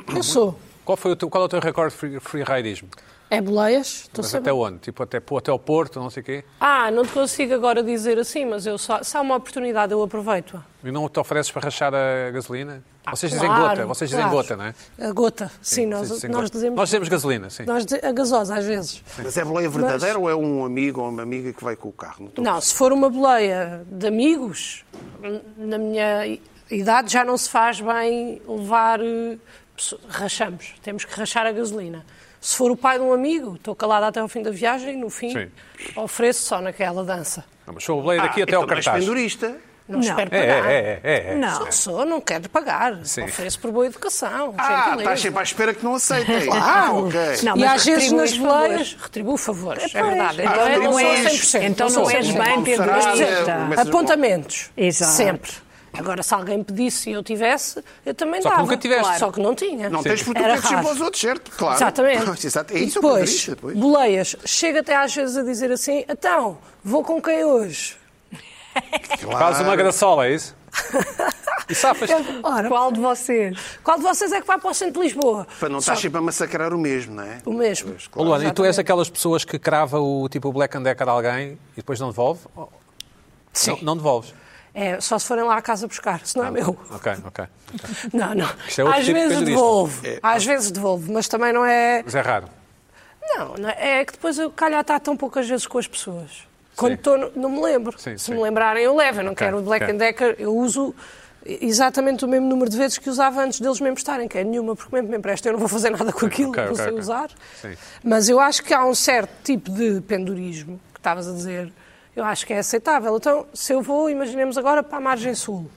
[SPEAKER 4] Eu sou.
[SPEAKER 1] Qual, foi o teu, qual é o teu recorde de free- freeridismo?
[SPEAKER 4] É boleias? Estou
[SPEAKER 1] Mas
[SPEAKER 4] sabendo.
[SPEAKER 1] até onde? Tipo, até, po- até ao Porto, não sei o quê?
[SPEAKER 4] Ah, não te consigo agora dizer assim, mas eu só, se há uma oportunidade, eu aproveito-a.
[SPEAKER 1] E não te ofereces para rachar a gasolina? vocês dizem
[SPEAKER 4] Ah, Claro,
[SPEAKER 1] gota, vocês
[SPEAKER 4] claro.
[SPEAKER 1] dizem gota, não é?
[SPEAKER 4] A gota, sim, nós,
[SPEAKER 1] Vocês dizem
[SPEAKER 4] nós
[SPEAKER 1] gota.
[SPEAKER 4] dizemos.
[SPEAKER 1] Nós dizemos gasolina, sim.
[SPEAKER 4] nós dize- a gasosa, às vezes.
[SPEAKER 2] Mas é boleia verdadeira ou é um amigo ou uma amiga que vai com o carro? estou-
[SPEAKER 4] Não, se for uma boleia de amigos, n- na minha i- idade já não se faz bem levar. eh, pesso- Rachamos, temos que rachar a gasolina. Se for o pai de um amigo, estou calada até ao fim da viagem, no fim,
[SPEAKER 1] Sim.
[SPEAKER 4] ofereço só naquela dança.
[SPEAKER 1] Não, mas sou o boleiro daqui até
[SPEAKER 2] então
[SPEAKER 1] ao
[SPEAKER 2] não és
[SPEAKER 1] cartaz.
[SPEAKER 2] pendurista.
[SPEAKER 4] Não,
[SPEAKER 6] Não.
[SPEAKER 4] espero
[SPEAKER 1] É, é,
[SPEAKER 4] pagar.
[SPEAKER 1] é, é, é.
[SPEAKER 6] Não.
[SPEAKER 4] Não sou, não quero pagar.
[SPEAKER 1] Sim.
[SPEAKER 4] Ofereço por boa educação.
[SPEAKER 2] Ah,
[SPEAKER 4] gentileza.
[SPEAKER 2] estás sempre à espera que não aceitem.
[SPEAKER 4] Claro.
[SPEAKER 2] Ah, Ok.
[SPEAKER 6] é Não,
[SPEAKER 4] e
[SPEAKER 6] mas
[SPEAKER 4] às vezes
[SPEAKER 6] retribui
[SPEAKER 4] nas
[SPEAKER 6] os favores.
[SPEAKER 4] boleias retribuo favores, é
[SPEAKER 6] Pois,
[SPEAKER 4] verdade.
[SPEAKER 6] então
[SPEAKER 4] Então, eu
[SPEAKER 6] não
[SPEAKER 4] não sou
[SPEAKER 6] és-
[SPEAKER 4] 100%.
[SPEAKER 6] então
[SPEAKER 4] sou
[SPEAKER 6] não és
[SPEAKER 4] 100%.
[SPEAKER 6] bem
[SPEAKER 4] Mas, por
[SPEAKER 2] é
[SPEAKER 6] pendurista.
[SPEAKER 4] exemplo,
[SPEAKER 2] Mas-
[SPEAKER 4] Apontamentos.
[SPEAKER 6] Exato.
[SPEAKER 4] Sempre. Agora, se alguém pedisse e eu tivesse, eu também
[SPEAKER 1] Só que
[SPEAKER 4] dava.
[SPEAKER 1] nunca tiveste.
[SPEAKER 4] Claro. Só que não tinha.
[SPEAKER 2] Não tens porque tu
[SPEAKER 4] Era
[SPEAKER 2] queres sempre
[SPEAKER 4] raro.
[SPEAKER 2] aos outros, certo? Claro.
[SPEAKER 4] Exatamente.
[SPEAKER 2] Exato. É
[SPEAKER 4] E
[SPEAKER 2] isso é o
[SPEAKER 4] depois,
[SPEAKER 2] pendurista. Depois.
[SPEAKER 4] boleias. Chega até às vezes a dizer assim, então, vou com quem hoje?
[SPEAKER 1] Faz uma graçola, é isso? E safas
[SPEAKER 6] Ora, qual de vocês?
[SPEAKER 4] Qual de vocês é que vai para o centro de Lisboa?
[SPEAKER 2] Para não
[SPEAKER 4] Só
[SPEAKER 2] estar sempre a massacrar o mesmo, não é?
[SPEAKER 4] O mesmo.
[SPEAKER 1] Ô, Luana, e tu és daquelas pessoas que crava o tipo o Black and Decker a alguém e depois não devolve? Ou-
[SPEAKER 4] Sim.
[SPEAKER 1] Não, não devolves?
[SPEAKER 4] É, só se forem lá à casa buscar, senão
[SPEAKER 2] Ah.
[SPEAKER 4] é meu.
[SPEAKER 1] Ok, ok.
[SPEAKER 4] Não, não.
[SPEAKER 1] Isto é outro
[SPEAKER 4] Às
[SPEAKER 1] tipo de
[SPEAKER 4] vezes
[SPEAKER 1] pendurista.
[SPEAKER 4] devolvo.
[SPEAKER 2] É.
[SPEAKER 4] Às vezes devolvo, mas também não é.
[SPEAKER 1] Mas é raro.
[SPEAKER 4] Não, não é É que depois eu calhar está tão poucas vezes com as pessoas. Quando estou, no- não me lembro.
[SPEAKER 1] Sim,
[SPEAKER 4] Se
[SPEAKER 1] sim.
[SPEAKER 4] me lembrarem, eu levo. Eu não
[SPEAKER 1] Ok,
[SPEAKER 4] quero o Black
[SPEAKER 1] ok.
[SPEAKER 4] and Decker. Eu uso exatamente o mesmo número de vezes que usava antes deles mesmo estarem, que é nenhuma, porque mesmo me empresta. Eu não vou fazer nada com aquilo,
[SPEAKER 1] ok,
[SPEAKER 4] não sei
[SPEAKER 1] ok.
[SPEAKER 4] usar.
[SPEAKER 1] Sim.
[SPEAKER 4] Mas eu acho que há um certo tipo de pendurismo que estavas a dizer. Eu acho que é aceitável. Então, se eu vou, imaginemos agora, para a margem sul.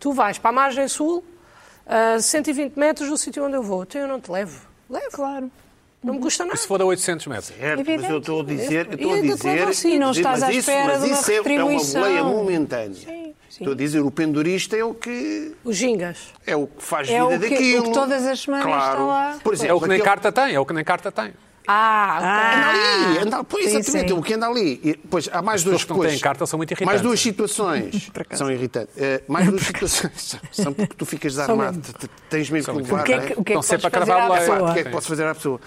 [SPEAKER 4] Tu vais para a margem sul, a 120 metros do sítio onde eu vou. Então eu não te levo. Levo.
[SPEAKER 6] Claro.
[SPEAKER 4] Não me custa nada.
[SPEAKER 1] E se for a 800 metros?
[SPEAKER 2] Certo, mas eu estou a dizer, eu estou
[SPEAKER 4] E
[SPEAKER 2] a
[SPEAKER 4] ainda te
[SPEAKER 2] dizer,
[SPEAKER 4] levam assim, não
[SPEAKER 2] mas
[SPEAKER 6] estás à
[SPEAKER 2] isso-
[SPEAKER 6] espera
[SPEAKER 2] mas
[SPEAKER 6] de uma
[SPEAKER 2] isso é-
[SPEAKER 6] retribuição.
[SPEAKER 2] É uma boleia momentânea. Estou a dizer, o pendurista é o que
[SPEAKER 4] Os gingas.
[SPEAKER 2] é o que faz
[SPEAKER 6] É
[SPEAKER 2] vida
[SPEAKER 6] o que-
[SPEAKER 2] daquilo.
[SPEAKER 6] o que todas as semanas
[SPEAKER 2] claro.
[SPEAKER 6] está lá.
[SPEAKER 2] Por
[SPEAKER 1] É
[SPEAKER 2] exemplo,
[SPEAKER 1] o que nem
[SPEAKER 2] aquele-
[SPEAKER 1] carta tem, é o que nem carta tem.
[SPEAKER 4] Ah,
[SPEAKER 2] Anda ali, anda ali. Pois,
[SPEAKER 6] Sim,
[SPEAKER 2] exatamente,
[SPEAKER 6] sim.
[SPEAKER 2] o que anda ali. E, pois, há mais duas
[SPEAKER 1] pessoas que não têm
[SPEAKER 2] coisas.
[SPEAKER 1] carta são muito
[SPEAKER 2] Mais
[SPEAKER 1] irritantes. é?
[SPEAKER 2] duas situações são irritantes. Eh, mais duduas situações são porque tu ficas desarmado. Te- te- Tens mesmo que levar.
[SPEAKER 6] O que é
[SPEAKER 2] não
[SPEAKER 6] que,
[SPEAKER 2] é?
[SPEAKER 6] o que é
[SPEAKER 1] Estão
[SPEAKER 6] que
[SPEAKER 1] sempre
[SPEAKER 6] podes
[SPEAKER 1] a cravar
[SPEAKER 6] fazer à
[SPEAKER 1] boleias.
[SPEAKER 2] Pá,
[SPEAKER 6] pessoa?
[SPEAKER 2] o que é que posso fazer à pessoa?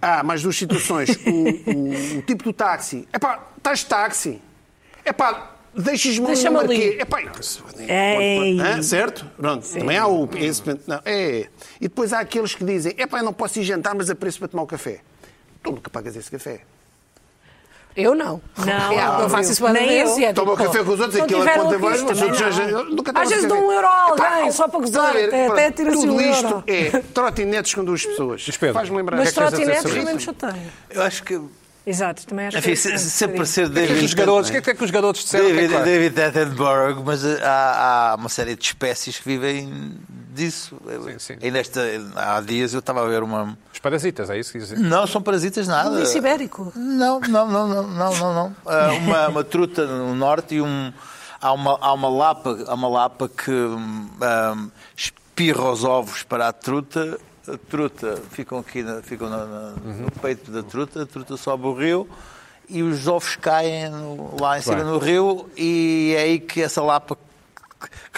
[SPEAKER 2] Há mais duas situações. O, o- o tipo do táxi. É pá, estás de táxi. É pá, deixas-me ali.
[SPEAKER 4] Deixa-me ali.
[SPEAKER 2] É pá, isso-
[SPEAKER 6] Ei.
[SPEAKER 2] Hã? é? certo? Pronto, também há o. Esse, não, é. E depois há aqueles que dizem: é pá, eu não posso ir jantar, mas apreço para tomar o café. Tu nunca pagas esse café.
[SPEAKER 4] eu não. Ah,
[SPEAKER 6] Não,
[SPEAKER 4] eu não faço isso uma
[SPEAKER 6] nem
[SPEAKER 4] vez
[SPEAKER 6] eu.
[SPEAKER 4] e é
[SPEAKER 2] Toma o
[SPEAKER 4] tipo,
[SPEAKER 2] café com os outros,
[SPEAKER 4] não
[SPEAKER 2] aquilo
[SPEAKER 4] tiveram
[SPEAKER 2] conta
[SPEAKER 4] o que
[SPEAKER 2] mais,
[SPEAKER 4] isto,
[SPEAKER 2] mas os outros já-
[SPEAKER 4] não.
[SPEAKER 2] já- nunca tomas
[SPEAKER 4] Às vezes
[SPEAKER 2] café.
[SPEAKER 4] dão um euro a
[SPEAKER 2] Epá,
[SPEAKER 4] alguém,
[SPEAKER 2] ao-
[SPEAKER 4] só para gozar,
[SPEAKER 2] Está a ver?
[SPEAKER 4] até- até
[SPEAKER 2] Pronto,
[SPEAKER 4] tira-se
[SPEAKER 2] Tudo
[SPEAKER 4] o
[SPEAKER 2] isto
[SPEAKER 4] euro.
[SPEAKER 2] é trotinetes com duas pessoas.
[SPEAKER 1] Mas Pedro,
[SPEAKER 2] Faz-me lembrar.
[SPEAKER 4] Mas
[SPEAKER 1] que é que tens a dizer
[SPEAKER 4] trotinetes
[SPEAKER 1] sobre
[SPEAKER 4] também me
[SPEAKER 1] isso?
[SPEAKER 4] chateiam.
[SPEAKER 5] Eu acho que.
[SPEAKER 6] Exato, também acho
[SPEAKER 5] Enfim,
[SPEAKER 6] que é
[SPEAKER 5] se-
[SPEAKER 3] um
[SPEAKER 5] sempre
[SPEAKER 6] interessante.
[SPEAKER 5] ser
[SPEAKER 1] O que é que os
[SPEAKER 5] David.
[SPEAKER 1] garotos, o que é que, é que os garotos disseram? O que é que
[SPEAKER 5] David,
[SPEAKER 1] lá-
[SPEAKER 5] David Attenborough, mas eh, há, há uma série de espécies que vivem disso.
[SPEAKER 1] Sim, sim.
[SPEAKER 5] E nesta, há dias eu estava a ver uma.
[SPEAKER 1] Os parasitas, é isso que dizem?
[SPEAKER 5] Não são parasitas nada.
[SPEAKER 4] Isso é ibérico.
[SPEAKER 5] Não, não, não, não, não, não. não. Ah, uma, uma truta no norte e um, há, uma, há uma lapa, há uma lapa que hum, hum, espirra os ovos para a truta, a truta ficam aqui na- ficam na- na-
[SPEAKER 1] Uhum.
[SPEAKER 5] no peito da truta, a truta sobe o rio e os ovos caem no- lá em cima
[SPEAKER 1] Bem.
[SPEAKER 5] no rio e é aí que essa lapa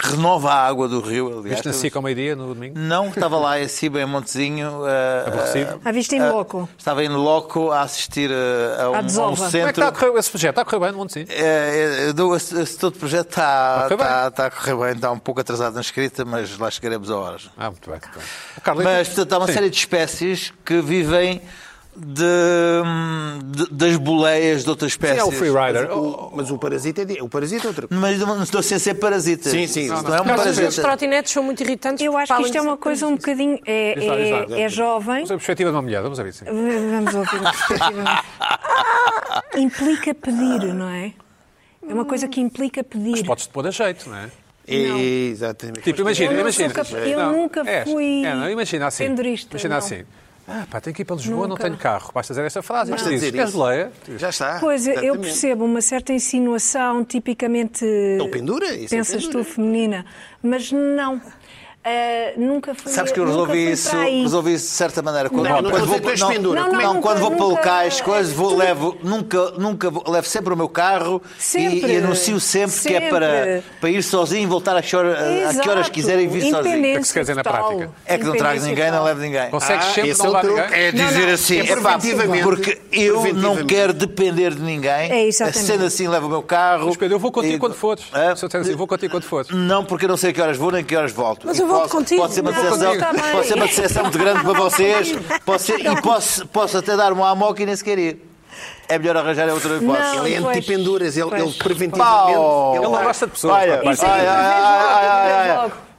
[SPEAKER 5] que renova a água do rio, aliás.
[SPEAKER 1] Viste na SIC ao meio-dia, no domingo?
[SPEAKER 5] Não, estava lá em cima, em Montezinho, ah,
[SPEAKER 1] É Aborrecido?
[SPEAKER 6] À vista em
[SPEAKER 5] ah,
[SPEAKER 6] loco.
[SPEAKER 5] Estava em loco a assistir eh, a um,
[SPEAKER 6] À
[SPEAKER 5] a um
[SPEAKER 6] desova.
[SPEAKER 1] Como é que
[SPEAKER 5] centro.
[SPEAKER 1] está a correr esse projeto? Está a correr bem, no Monte Sim?
[SPEAKER 5] Eh, eh, do- esse, esse todo projeto está,
[SPEAKER 1] correr Ah, bem.
[SPEAKER 5] está, está a correr bem, está um pouco atrasado na escrita, mas lá chegaremos a horas.
[SPEAKER 1] Ah, muito bem. muito bem. O Carlito-
[SPEAKER 5] Mas, portanto, há uma
[SPEAKER 1] Sim.
[SPEAKER 5] série de espécies que vivem de- de- das boleias de outras
[SPEAKER 1] Quem
[SPEAKER 5] espécies.
[SPEAKER 1] é o freerider?
[SPEAKER 2] O- Mas o parasita é. di- O parasita é outra coisa.
[SPEAKER 5] Mas não estou sem ser parasita.
[SPEAKER 2] Sim, sim.
[SPEAKER 5] Não,
[SPEAKER 2] Não, não.
[SPEAKER 5] é um
[SPEAKER 4] Às vezes os
[SPEAKER 5] parasita.
[SPEAKER 4] trotinetes são muito irritantes.
[SPEAKER 6] Eu acho que isto é uma
[SPEAKER 4] Falam-lhe-
[SPEAKER 6] coisa um bocadinho. É,
[SPEAKER 1] Exato,
[SPEAKER 6] é-
[SPEAKER 1] exato.
[SPEAKER 6] é jovem.
[SPEAKER 1] Vamos a perspectiva de uma mulher, vamos a ver. Sim.
[SPEAKER 6] Vamos ouvir a perspectiva. Implica pedir, não é? É uma coisa que implica pedir.
[SPEAKER 1] Podes-te pôr a jeito, não é?
[SPEAKER 2] Exatamente.
[SPEAKER 1] Tipo, imagina,
[SPEAKER 6] Eu não
[SPEAKER 1] imagina.
[SPEAKER 6] sou cap- eu nunca
[SPEAKER 1] é,
[SPEAKER 6] fui
[SPEAKER 1] É, não, imagina assim.
[SPEAKER 6] pendurista,
[SPEAKER 1] imagina
[SPEAKER 6] não.
[SPEAKER 1] assim. Ah, pá, tenho que ir para
[SPEAKER 6] Nunca.
[SPEAKER 1] Lisboa, não tenho carro. Basta dizer esta frase.
[SPEAKER 2] Basta
[SPEAKER 1] Basta dizes,
[SPEAKER 2] dizer
[SPEAKER 1] queres
[SPEAKER 2] isso.
[SPEAKER 1] leia?
[SPEAKER 2] Já está.
[SPEAKER 6] Pois, eu
[SPEAKER 2] Exatamente.
[SPEAKER 6] percebo uma certa insinuação tipicamente.
[SPEAKER 5] Então
[SPEAKER 2] pendura, isso é
[SPEAKER 6] Pensas tu
[SPEAKER 2] pendura.
[SPEAKER 6] feminina, mas não. Ah,
[SPEAKER 3] eh, nunca fui
[SPEAKER 5] Sabes que eu resolvi
[SPEAKER 3] nunca fui
[SPEAKER 5] isso,
[SPEAKER 3] para aí.
[SPEAKER 5] resolvi isso de certa maneira. Quando,
[SPEAKER 2] Não, não
[SPEAKER 5] quando
[SPEAKER 2] conceito és pendura.
[SPEAKER 5] não,
[SPEAKER 3] Não, não,
[SPEAKER 5] não,
[SPEAKER 3] nunca,
[SPEAKER 5] quando vou para
[SPEAKER 3] nunca-
[SPEAKER 5] locais, coisas, vou, levo, nunca, nunca vou- levo sempre o meu carro e-
[SPEAKER 3] Sempre.
[SPEAKER 5] e, anuncio sempre, que é para,
[SPEAKER 3] Sempre.
[SPEAKER 5] para ir sozinho, voltar a, chora, a que horas
[SPEAKER 3] Exato.
[SPEAKER 5] quiserem vir sozinho.
[SPEAKER 3] Independência
[SPEAKER 1] É que se quer dizer na
[SPEAKER 3] total.
[SPEAKER 1] prática.
[SPEAKER 5] É que não trago
[SPEAKER 3] Independência
[SPEAKER 5] ninguém, não
[SPEAKER 3] total.
[SPEAKER 5] levo ninguém.
[SPEAKER 1] Consegues
[SPEAKER 2] Ah,
[SPEAKER 1] sempre
[SPEAKER 2] esse
[SPEAKER 1] não
[SPEAKER 2] é o
[SPEAKER 1] levar
[SPEAKER 2] truque.
[SPEAKER 1] ninguém?
[SPEAKER 7] É dizer assim,
[SPEAKER 2] é
[SPEAKER 7] é pá,
[SPEAKER 2] preventivamente.
[SPEAKER 5] porque eu não
[SPEAKER 2] Preventivamente.
[SPEAKER 5] quero depender de ninguém.
[SPEAKER 3] É, exatamente.
[SPEAKER 5] Sendo assim, levo o meu carro.
[SPEAKER 1] Mas Pedro, eu vou contigo
[SPEAKER 5] E-
[SPEAKER 1] quando fores.
[SPEAKER 5] É?
[SPEAKER 1] Se eu disser assim, eu vou contigo quando fores.
[SPEAKER 3] Hum.
[SPEAKER 5] Não, porque eu não sei a que horas vou nem a que horas volto.
[SPEAKER 4] Mas
[SPEAKER 5] E
[SPEAKER 4] eu volto contigo.
[SPEAKER 5] Pode ser uma
[SPEAKER 4] Não,
[SPEAKER 5] decepção,
[SPEAKER 3] contigo também.
[SPEAKER 5] pode ser uma decepção muito grande para vocês. Pode ser- e posso, posso até dar uma à moca e nem sequer ir. É melhor arranjar outra hipótese.
[SPEAKER 3] Não,
[SPEAKER 2] Ele é
[SPEAKER 3] pois,
[SPEAKER 2] anti-penduras, ele,
[SPEAKER 3] pois.
[SPEAKER 2] ele preventivamente.
[SPEAKER 5] Pau!
[SPEAKER 1] Ele não gosta de pessoas.
[SPEAKER 5] Olha,
[SPEAKER 1] rapaz.
[SPEAKER 3] Isso é
[SPEAKER 5] Ai,
[SPEAKER 3] que
[SPEAKER 5] ai,
[SPEAKER 3] vês
[SPEAKER 5] ai,
[SPEAKER 3] logo,
[SPEAKER 5] ai,
[SPEAKER 3] vês
[SPEAKER 5] ai, ai.
[SPEAKER 3] logo.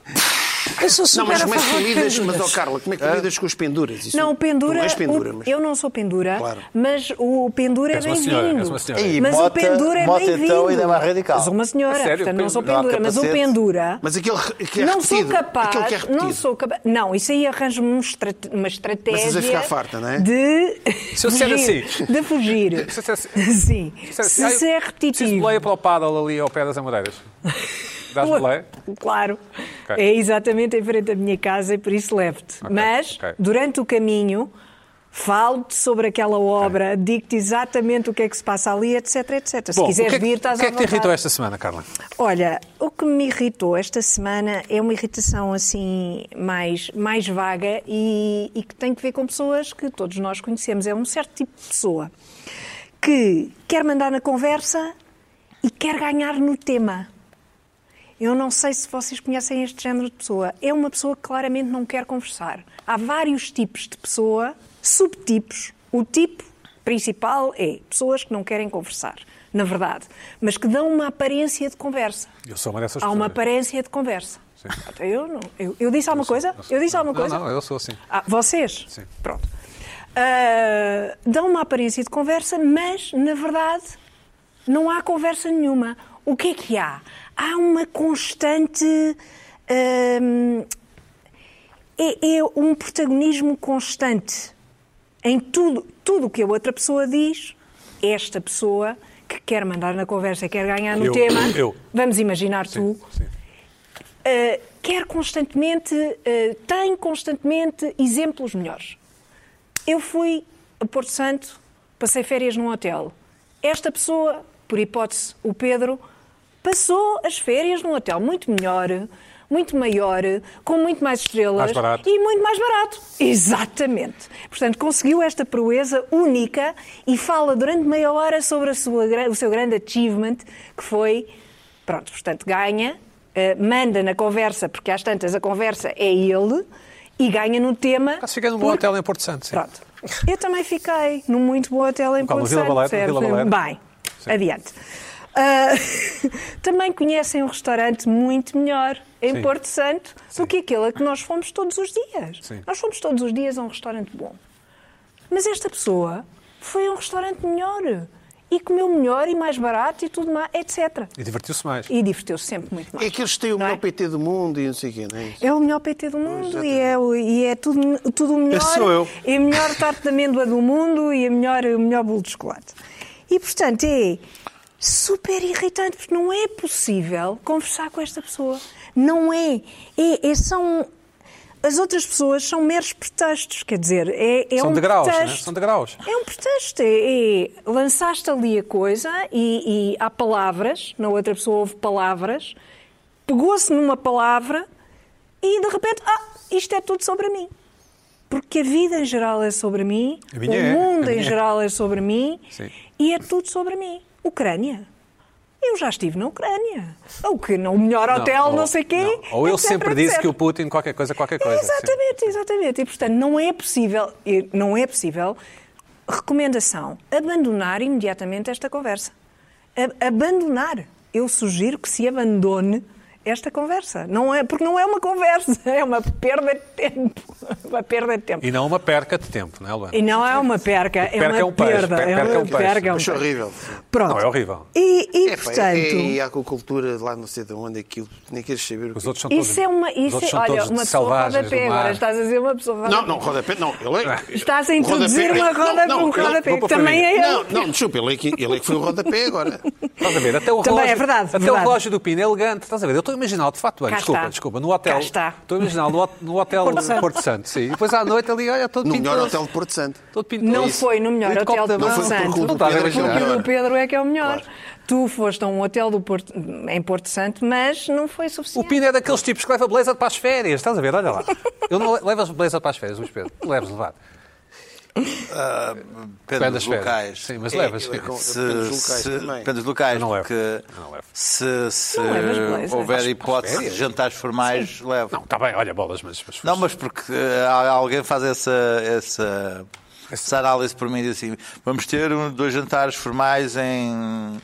[SPEAKER 4] Eu sou
[SPEAKER 2] Não,
[SPEAKER 4] super
[SPEAKER 2] mas
[SPEAKER 4] a
[SPEAKER 2] como é que tu
[SPEAKER 4] favor de
[SPEAKER 2] lidas,
[SPEAKER 4] penduras.
[SPEAKER 2] mas, ó Carla, como é que tu lidas com os penduras? Isso-
[SPEAKER 3] Não, o
[SPEAKER 2] Tu
[SPEAKER 3] pendura.
[SPEAKER 2] não és pendura,
[SPEAKER 3] o-
[SPEAKER 2] mas.
[SPEAKER 3] eu não sou pendura,
[SPEAKER 2] Claro.
[SPEAKER 3] mas o pendura é
[SPEAKER 1] És uma senhora, és
[SPEAKER 3] bem-vindo.
[SPEAKER 1] uma senhora.
[SPEAKER 5] E
[SPEAKER 3] Mas o
[SPEAKER 5] Mota-
[SPEAKER 3] pendura é
[SPEAKER 5] Mota,
[SPEAKER 3] bem-vindo.
[SPEAKER 5] então, ainda é mais radical.
[SPEAKER 3] Mas uma senhora,
[SPEAKER 1] A sério,
[SPEAKER 3] portanto não sou
[SPEAKER 1] pendura.
[SPEAKER 5] Não há
[SPEAKER 3] pendura, mas o
[SPEAKER 5] capacete.
[SPEAKER 3] pendura.
[SPEAKER 2] Mas aquele re- que é
[SPEAKER 3] não
[SPEAKER 2] repetido.
[SPEAKER 3] sou capaz,
[SPEAKER 2] Aquele que é repetido.
[SPEAKER 3] não sou capaz. Não, isso aí arranjo-me um estrate- uma estratégia
[SPEAKER 2] vais ficar farta, não é?
[SPEAKER 3] de
[SPEAKER 1] Se eu disser
[SPEAKER 3] fugir,
[SPEAKER 1] assim.
[SPEAKER 3] de fugir.
[SPEAKER 1] Se eu disser assim.
[SPEAKER 3] Sim.
[SPEAKER 1] Disser assim,
[SPEAKER 3] Se,
[SPEAKER 1] ah, eu
[SPEAKER 3] se é
[SPEAKER 1] Preciso de
[SPEAKER 3] repetitivo.
[SPEAKER 1] boleia para o paddle ali ao pé das Amoreiras. Dás boleia?
[SPEAKER 3] Claro.
[SPEAKER 1] Ok.
[SPEAKER 3] É exatamente em frente à minha casa e por isso levo-te.
[SPEAKER 1] Ok,
[SPEAKER 3] Mas,
[SPEAKER 1] ok.
[SPEAKER 3] durante o caminho, falo-te sobre aquela obra, digo-te exatamente o que é que se passa ali, etc, etc. Se
[SPEAKER 1] Bom, o
[SPEAKER 3] quiseres
[SPEAKER 1] que é que,
[SPEAKER 3] vir, estás
[SPEAKER 1] o que é
[SPEAKER 3] à
[SPEAKER 1] que te irritou
[SPEAKER 3] vontade.
[SPEAKER 1] esta semana, Carla?
[SPEAKER 3] Olha, o que me irritou esta semana é uma irritação assim mais, mais vaga e, e que tem que ver com pessoas que todos nós conhecemos. É um certo tipo de pessoa que quer mandar na conversa e quer ganhar no tema. Eu não sei se vocês conhecem este género de pessoa. É uma pessoa que claramente não quer conversar. Há vários tipos de pessoa, subtipos. O tipo principal é pessoas que não querem conversar, na verdade, mas que dão uma aparência de conversa.
[SPEAKER 1] Eu sou uma dessas
[SPEAKER 3] Há uma
[SPEAKER 1] pessoas.
[SPEAKER 3] aparência de conversa. Eu, não, eu, eu disse alguma coisa? é, Eu disse alguma
[SPEAKER 1] Não,
[SPEAKER 3] coisa?
[SPEAKER 1] não, eu sou assim.
[SPEAKER 3] Ah, vocês?
[SPEAKER 1] Sim.
[SPEAKER 3] Pronto. Ah, dão uma aparência de conversa, mas, na verdade, não há conversa nenhuma. O que é que há? Há uma constante. ah, é, é um protagonismo constante em tudo tudo o que a outra pessoa diz. Esta pessoa que quer mandar na conversa, quer ganhar no
[SPEAKER 1] Eu,
[SPEAKER 3] tema,
[SPEAKER 1] eu.
[SPEAKER 3] vamos imaginar tu,
[SPEAKER 1] Sim.
[SPEAKER 3] Uh, quer constantemente, uh, tem constantemente exemplos melhores. Eu fui a Porto Santo, passei férias num hotel. Esta pessoa, por hipótese, o Pedro, passou as férias num hotel muito melhor, muito maior, com muito mais estrelas
[SPEAKER 1] Mais barato.
[SPEAKER 3] e muito mais barato. Exatamente. Portanto, conseguiu esta proeza única e fala durante meia hora sobre a sua gra- o seu grande achievement, que foi, pronto, portanto, ganha, eh, manda na conversa, porque às tantas a conversa é ele, e ganha no tema.
[SPEAKER 1] Cá fiquei num bom
[SPEAKER 3] porque-
[SPEAKER 1] hotel em Porto Santo. Sim.
[SPEAKER 3] Pronto. Eu também fiquei num muito bom hotel em
[SPEAKER 1] Local, no
[SPEAKER 3] Porto
[SPEAKER 1] Vila
[SPEAKER 3] Santo.
[SPEAKER 1] Balete, no
[SPEAKER 3] percebes?
[SPEAKER 1] Vila Balete.
[SPEAKER 3] Bem, adiante. Ah, também conhecem um restaurante muito melhor em
[SPEAKER 1] Sim.
[SPEAKER 3] Porto Santo do que aquele a que nós fomos todos os dias.
[SPEAKER 1] Sim.
[SPEAKER 3] Nós fomos todos os dias a um restaurante bom. Mas esta pessoa foi a um restaurante melhor e comeu melhor e mais barato e tudo mais, etc.
[SPEAKER 1] E divertiu-se mais.
[SPEAKER 3] E diverteu-se sempre muito mais.
[SPEAKER 2] É que eles têm o
[SPEAKER 3] Não é?
[SPEAKER 2] melhor PT do mundo e não sei o quê, não é isso?
[SPEAKER 3] É o melhor PT do mundo e é, o- e é tudo, tudo o melhor.
[SPEAKER 5] Esse sou eu.
[SPEAKER 3] É a melhor tarte de amêndoa do mundo e a melhor, o melhor bolo de chocolate. E, portanto, é super irritante, porque não é possível conversar com esta pessoa. Não é. é, é- são... As outras pessoas são meros pretextos, quer dizer, é, é
[SPEAKER 1] São
[SPEAKER 3] um
[SPEAKER 1] degraus, né?
[SPEAKER 3] pretexto.
[SPEAKER 1] São degraus.
[SPEAKER 3] É um pretexto. É, é, lançaste ali a coisa e, e há palavras, na outra pessoa houve palavras, pegou-se numa palavra e de repente, ah, isto é tudo sobre mim. Porque a vida em geral é sobre mim,
[SPEAKER 1] A
[SPEAKER 3] o
[SPEAKER 1] minha é,
[SPEAKER 3] mundo
[SPEAKER 1] a
[SPEAKER 3] em
[SPEAKER 1] minha é.
[SPEAKER 3] geral é sobre mim
[SPEAKER 1] Sim.
[SPEAKER 3] e é tudo sobre mim. Ucrânia. Eu já estive na Ucrânia. O que não, o melhor hotel, não,
[SPEAKER 1] ou-
[SPEAKER 3] sei quê.
[SPEAKER 1] não. Ou eu
[SPEAKER 3] etc,
[SPEAKER 1] sempre disse
[SPEAKER 3] etc.
[SPEAKER 1] que o Putin qualquer coisa, qualquer coisa. é sim.
[SPEAKER 3] Exatamente, exatamente. E portanto, não é possível, e não é possível, recomendação, abandonar imediatamente esta conversa. A- abandonar. Eu sugiro que se abandone esta conversa. Não é, porque não é uma conversa, é uma perda de tempo. Uma perda de tempo.
[SPEAKER 1] E não uma perca de tempo, não é, Luana?
[SPEAKER 3] E não é uma perca, é
[SPEAKER 1] Perca
[SPEAKER 3] uma
[SPEAKER 1] é um peixe,
[SPEAKER 3] perda.
[SPEAKER 1] perca é um peixe.
[SPEAKER 3] perca, é um
[SPEAKER 2] Acho
[SPEAKER 3] peixe.
[SPEAKER 2] horrível.
[SPEAKER 3] Pronto.
[SPEAKER 1] Não, é horrível.
[SPEAKER 3] E, e,
[SPEAKER 2] É, pá,
[SPEAKER 3] portanto...
[SPEAKER 2] é, é, e a aquacultura de lá não sei de onde, aquilo, nem queres saber o
[SPEAKER 1] Os
[SPEAKER 2] que
[SPEAKER 1] outros são todos,
[SPEAKER 3] Isso é uma.
[SPEAKER 1] os
[SPEAKER 3] Isso
[SPEAKER 1] outros
[SPEAKER 3] é,
[SPEAKER 1] são
[SPEAKER 3] olha,
[SPEAKER 1] todos
[SPEAKER 3] uma pessoa
[SPEAKER 1] selvagens do
[SPEAKER 3] rodapé.
[SPEAKER 1] mar.
[SPEAKER 3] Agora estás a dizer uma pessoa
[SPEAKER 2] Não,
[SPEAKER 3] rodapé.
[SPEAKER 2] não, rodapé, não. Ele
[SPEAKER 1] Ah.
[SPEAKER 2] é...
[SPEAKER 3] Estás a
[SPEAKER 2] o rodapé
[SPEAKER 3] introduzir
[SPEAKER 2] é-
[SPEAKER 3] uma roda-
[SPEAKER 2] Não, não,
[SPEAKER 3] um rodapé.
[SPEAKER 1] vou para
[SPEAKER 3] Também
[SPEAKER 1] mim.
[SPEAKER 3] é
[SPEAKER 2] ele-
[SPEAKER 3] ele.
[SPEAKER 2] Não, não, desculpa, ele é que, ele é que foi o rodapé agora.
[SPEAKER 1] Estás a ver? Até o
[SPEAKER 6] Também
[SPEAKER 1] relógio,
[SPEAKER 6] é verdade,
[SPEAKER 1] Até o
[SPEAKER 6] verdade.
[SPEAKER 1] relógio do Pino é elegante. Estás a ver? Eu estou a imaginar, de facto, bem,
[SPEAKER 6] Cá
[SPEAKER 1] desculpa,
[SPEAKER 6] está.
[SPEAKER 1] desculpa, no hotel.
[SPEAKER 6] Cá está.
[SPEAKER 1] Estou a imaginar no, no hotel Porto Santo. sim. E depois à noite ali, olha, todo
[SPEAKER 2] No
[SPEAKER 1] pintoso.
[SPEAKER 2] melhor hotel de Porto Santo.
[SPEAKER 1] Todo pintoso.
[SPEAKER 3] Não foi no melhor
[SPEAKER 1] Muito
[SPEAKER 3] hotel
[SPEAKER 1] copo da
[SPEAKER 3] do
[SPEAKER 1] mão.
[SPEAKER 3] Porto
[SPEAKER 2] Não foi
[SPEAKER 3] Santo.
[SPEAKER 2] porque o
[SPEAKER 1] Não estás a
[SPEAKER 2] Pedro é que
[SPEAKER 1] imaginar.
[SPEAKER 2] o melhor.
[SPEAKER 3] O Pedro é que é o melhor. Tu foste a um hotel do Porto, em Porto Santo, mas não foi
[SPEAKER 1] O
[SPEAKER 3] suficiente.
[SPEAKER 1] Pino é daqueles tipos que leva blazer para as férias. Estás a ver? Olha lá. Eu não le- levas blazer para as férias, Luís Pedro. Levas, levar.
[SPEAKER 5] Pedro dos
[SPEAKER 1] Pedras férias.
[SPEAKER 5] locais. É,
[SPEAKER 1] Sim, mas levas.
[SPEAKER 2] eu- eu-
[SPEAKER 5] Se,
[SPEAKER 2] Pedras locais
[SPEAKER 5] se,
[SPEAKER 2] também.
[SPEAKER 5] Pedras locais,
[SPEAKER 1] Eu não levo.
[SPEAKER 5] porque
[SPEAKER 1] Eu não levo.
[SPEAKER 5] se, se
[SPEAKER 3] Não levas blazer.
[SPEAKER 5] houver
[SPEAKER 3] Às-
[SPEAKER 5] hipótese de
[SPEAKER 1] férias?
[SPEAKER 5] jantares formais, levo.
[SPEAKER 1] Não, está bem, olha, bolas, mas. mas
[SPEAKER 5] Não, mas porque eh, há- alguém faz essa, essa, essa análise por mim e diz assim: vamos ter um, dois jantares formais em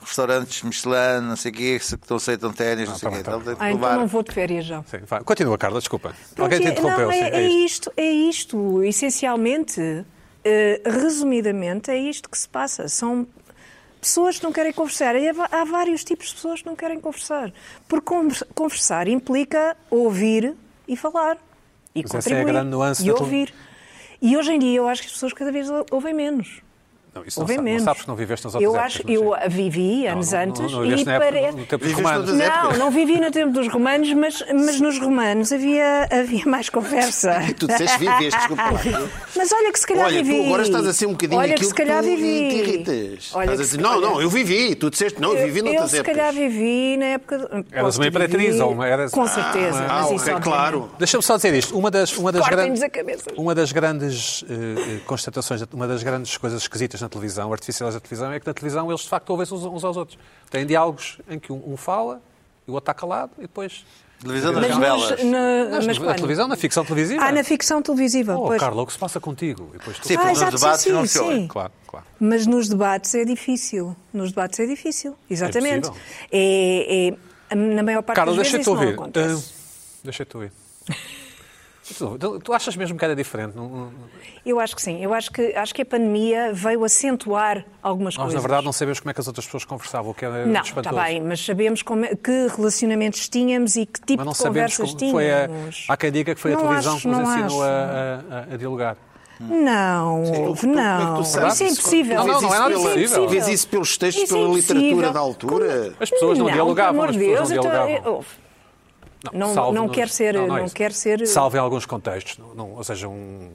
[SPEAKER 5] restaurantes Michelin, não sei o quê, que não aceitam ténis, não sei o
[SPEAKER 1] tá
[SPEAKER 5] quê.
[SPEAKER 1] bem, tá
[SPEAKER 5] Então tem que
[SPEAKER 3] Ah, então
[SPEAKER 5] levar.
[SPEAKER 3] não vou de férias já.
[SPEAKER 1] Sim, vá. Continua, Carla, desculpa.
[SPEAKER 3] Pronto,
[SPEAKER 1] Alguém te
[SPEAKER 3] é-
[SPEAKER 1] interrompeu.
[SPEAKER 3] não,
[SPEAKER 1] sim,
[SPEAKER 3] é,
[SPEAKER 1] é
[SPEAKER 3] é
[SPEAKER 1] isto.
[SPEAKER 3] isto, é isto. Essencialmente, eh, resumidamente, é isto que se passa. São pessoas que não querem conversar. E há há vários tipos de pessoas que não querem conversar. Porque conver- conversar implica ouvir e falar. E
[SPEAKER 1] Mas essa é a
[SPEAKER 3] contribuir.
[SPEAKER 1] grande nuance
[SPEAKER 3] e
[SPEAKER 1] da tele-
[SPEAKER 3] ouvir. E hoje em dia eu acho que as pessoas cada vez ouvem menos.
[SPEAKER 1] Não, isso não,
[SPEAKER 3] Ouvem
[SPEAKER 1] sa-
[SPEAKER 3] menos.
[SPEAKER 1] não sabes que não viveste nas outras
[SPEAKER 3] eu
[SPEAKER 1] épocas,
[SPEAKER 3] acho,
[SPEAKER 1] mas
[SPEAKER 3] Eu
[SPEAKER 1] sim.
[SPEAKER 3] a vivi anos
[SPEAKER 1] não, não,
[SPEAKER 3] antes
[SPEAKER 1] não
[SPEAKER 3] e
[SPEAKER 1] viveste na época-
[SPEAKER 3] para...
[SPEAKER 1] no tempo dos
[SPEAKER 2] Viveste
[SPEAKER 1] romanos.
[SPEAKER 2] todas as
[SPEAKER 3] Não,
[SPEAKER 2] épocas.
[SPEAKER 3] não vivi no tempo dos romanos, mas, mas nos romanos havia, havia mais conversa.
[SPEAKER 2] E tu disseste viveste, desculpa lá.
[SPEAKER 3] Mas olha que se calhar
[SPEAKER 2] Olha,
[SPEAKER 3] vivi.
[SPEAKER 2] tu agora estás a ser um bocadinho
[SPEAKER 3] olha
[SPEAKER 2] aquilo
[SPEAKER 3] que se calhar
[SPEAKER 2] tu
[SPEAKER 3] vivi.
[SPEAKER 2] te irritas.
[SPEAKER 3] Olha
[SPEAKER 2] Estás a
[SPEAKER 3] que
[SPEAKER 2] dizer,
[SPEAKER 3] se
[SPEAKER 2] não,
[SPEAKER 3] calhar-
[SPEAKER 2] não, eu vivi. Tu disseste, não, eu vivi
[SPEAKER 3] eu,
[SPEAKER 2] noutras
[SPEAKER 3] se
[SPEAKER 2] épocas.
[SPEAKER 3] calhar vivi na época. do-
[SPEAKER 1] Eras uma
[SPEAKER 3] Posso ter
[SPEAKER 1] imperatriz
[SPEAKER 3] vivido,
[SPEAKER 1] ou uma- eras-
[SPEAKER 3] Com certeza.
[SPEAKER 2] Ah,
[SPEAKER 3] mas isso
[SPEAKER 2] é
[SPEAKER 3] obviamente.
[SPEAKER 2] claro.
[SPEAKER 1] Deixa-me só dizer isto. Uma das, uma das
[SPEAKER 3] Cortem-nos
[SPEAKER 1] grandes,
[SPEAKER 3] a cabeça.
[SPEAKER 1] uma das grandes eh, eh, constatações, uma das grandes coisas esquisitas na televisão, artificiais da televisão, é que na televisão eles de facto ouvem-se uns, uns aos outros. Têm diálogos em que um, um fala e o outro está calado e depois.
[SPEAKER 5] Televisão das
[SPEAKER 3] Mas,
[SPEAKER 5] novelas.
[SPEAKER 3] nos, na,
[SPEAKER 1] Não,
[SPEAKER 3] mas
[SPEAKER 1] na
[SPEAKER 3] quando?
[SPEAKER 1] televisão, na ficção televisiva.
[SPEAKER 3] Ah, na ficção televisiva.
[SPEAKER 1] Oh,
[SPEAKER 3] pois.
[SPEAKER 1] Carla, o que se passa contigo? E depois tu...
[SPEAKER 5] Sim,
[SPEAKER 3] ah,
[SPEAKER 5] pelos
[SPEAKER 3] já
[SPEAKER 5] debates
[SPEAKER 3] sim,
[SPEAKER 5] não se
[SPEAKER 3] sim.
[SPEAKER 5] olha.
[SPEAKER 1] Claro, claro.
[SPEAKER 3] Mas nos debates é difícil. Nos debates é difícil. Exatamente.
[SPEAKER 1] possível.
[SPEAKER 3] É, é- na maior parte
[SPEAKER 1] Carla,
[SPEAKER 3] das
[SPEAKER 1] deixa-te
[SPEAKER 3] vezes isso não
[SPEAKER 1] ouvir.
[SPEAKER 3] acontece.
[SPEAKER 1] Ah, deixa-te ouvir. tu, tu- tu achas mesmo que era diferente? Não- não-
[SPEAKER 3] Eu acho que sim. Eu acho que, acho que a pandemia veio acentuar algumas
[SPEAKER 1] nós,
[SPEAKER 3] coisas.
[SPEAKER 1] na verdade, não sabemos como é que as outras pessoas conversavam, o que era
[SPEAKER 3] Não, está
[SPEAKER 1] espantoso.
[SPEAKER 3] bem, mas sabemos como é- que relacionamentos tínhamos e que tipo
[SPEAKER 1] Mas não
[SPEAKER 3] de
[SPEAKER 1] sabemos
[SPEAKER 3] conversas
[SPEAKER 1] como
[SPEAKER 3] tínhamos.
[SPEAKER 1] foi a, Há quem diga que foi a
[SPEAKER 3] Não
[SPEAKER 1] televisão
[SPEAKER 3] acho,
[SPEAKER 1] que nos
[SPEAKER 3] não
[SPEAKER 1] ensinou a,
[SPEAKER 3] acho.
[SPEAKER 1] a- a- a dialogar.
[SPEAKER 3] Não,
[SPEAKER 2] tu- como é que tu
[SPEAKER 3] não.
[SPEAKER 2] sabes
[SPEAKER 3] Isso é
[SPEAKER 2] isso?
[SPEAKER 3] impossível.
[SPEAKER 1] Não, não, não é nada
[SPEAKER 3] Isso
[SPEAKER 1] possível.
[SPEAKER 2] Vês isso pelos textos,
[SPEAKER 3] Isso é
[SPEAKER 2] pela
[SPEAKER 3] impossível.
[SPEAKER 2] literatura da altura?
[SPEAKER 1] As pessoas não,
[SPEAKER 3] não
[SPEAKER 1] dialogavam,
[SPEAKER 3] pelo amor
[SPEAKER 1] as
[SPEAKER 3] de
[SPEAKER 1] pessoas
[SPEAKER 3] Deus,
[SPEAKER 1] não
[SPEAKER 3] então,
[SPEAKER 1] dialogavam.
[SPEAKER 3] eu- não-
[SPEAKER 1] salvo
[SPEAKER 3] não
[SPEAKER 1] nos-
[SPEAKER 3] quer ser-
[SPEAKER 1] é
[SPEAKER 3] não
[SPEAKER 1] isso.
[SPEAKER 3] quer ser- eh,
[SPEAKER 1] Salvo em alguns contextos. não- não- ou seja, um,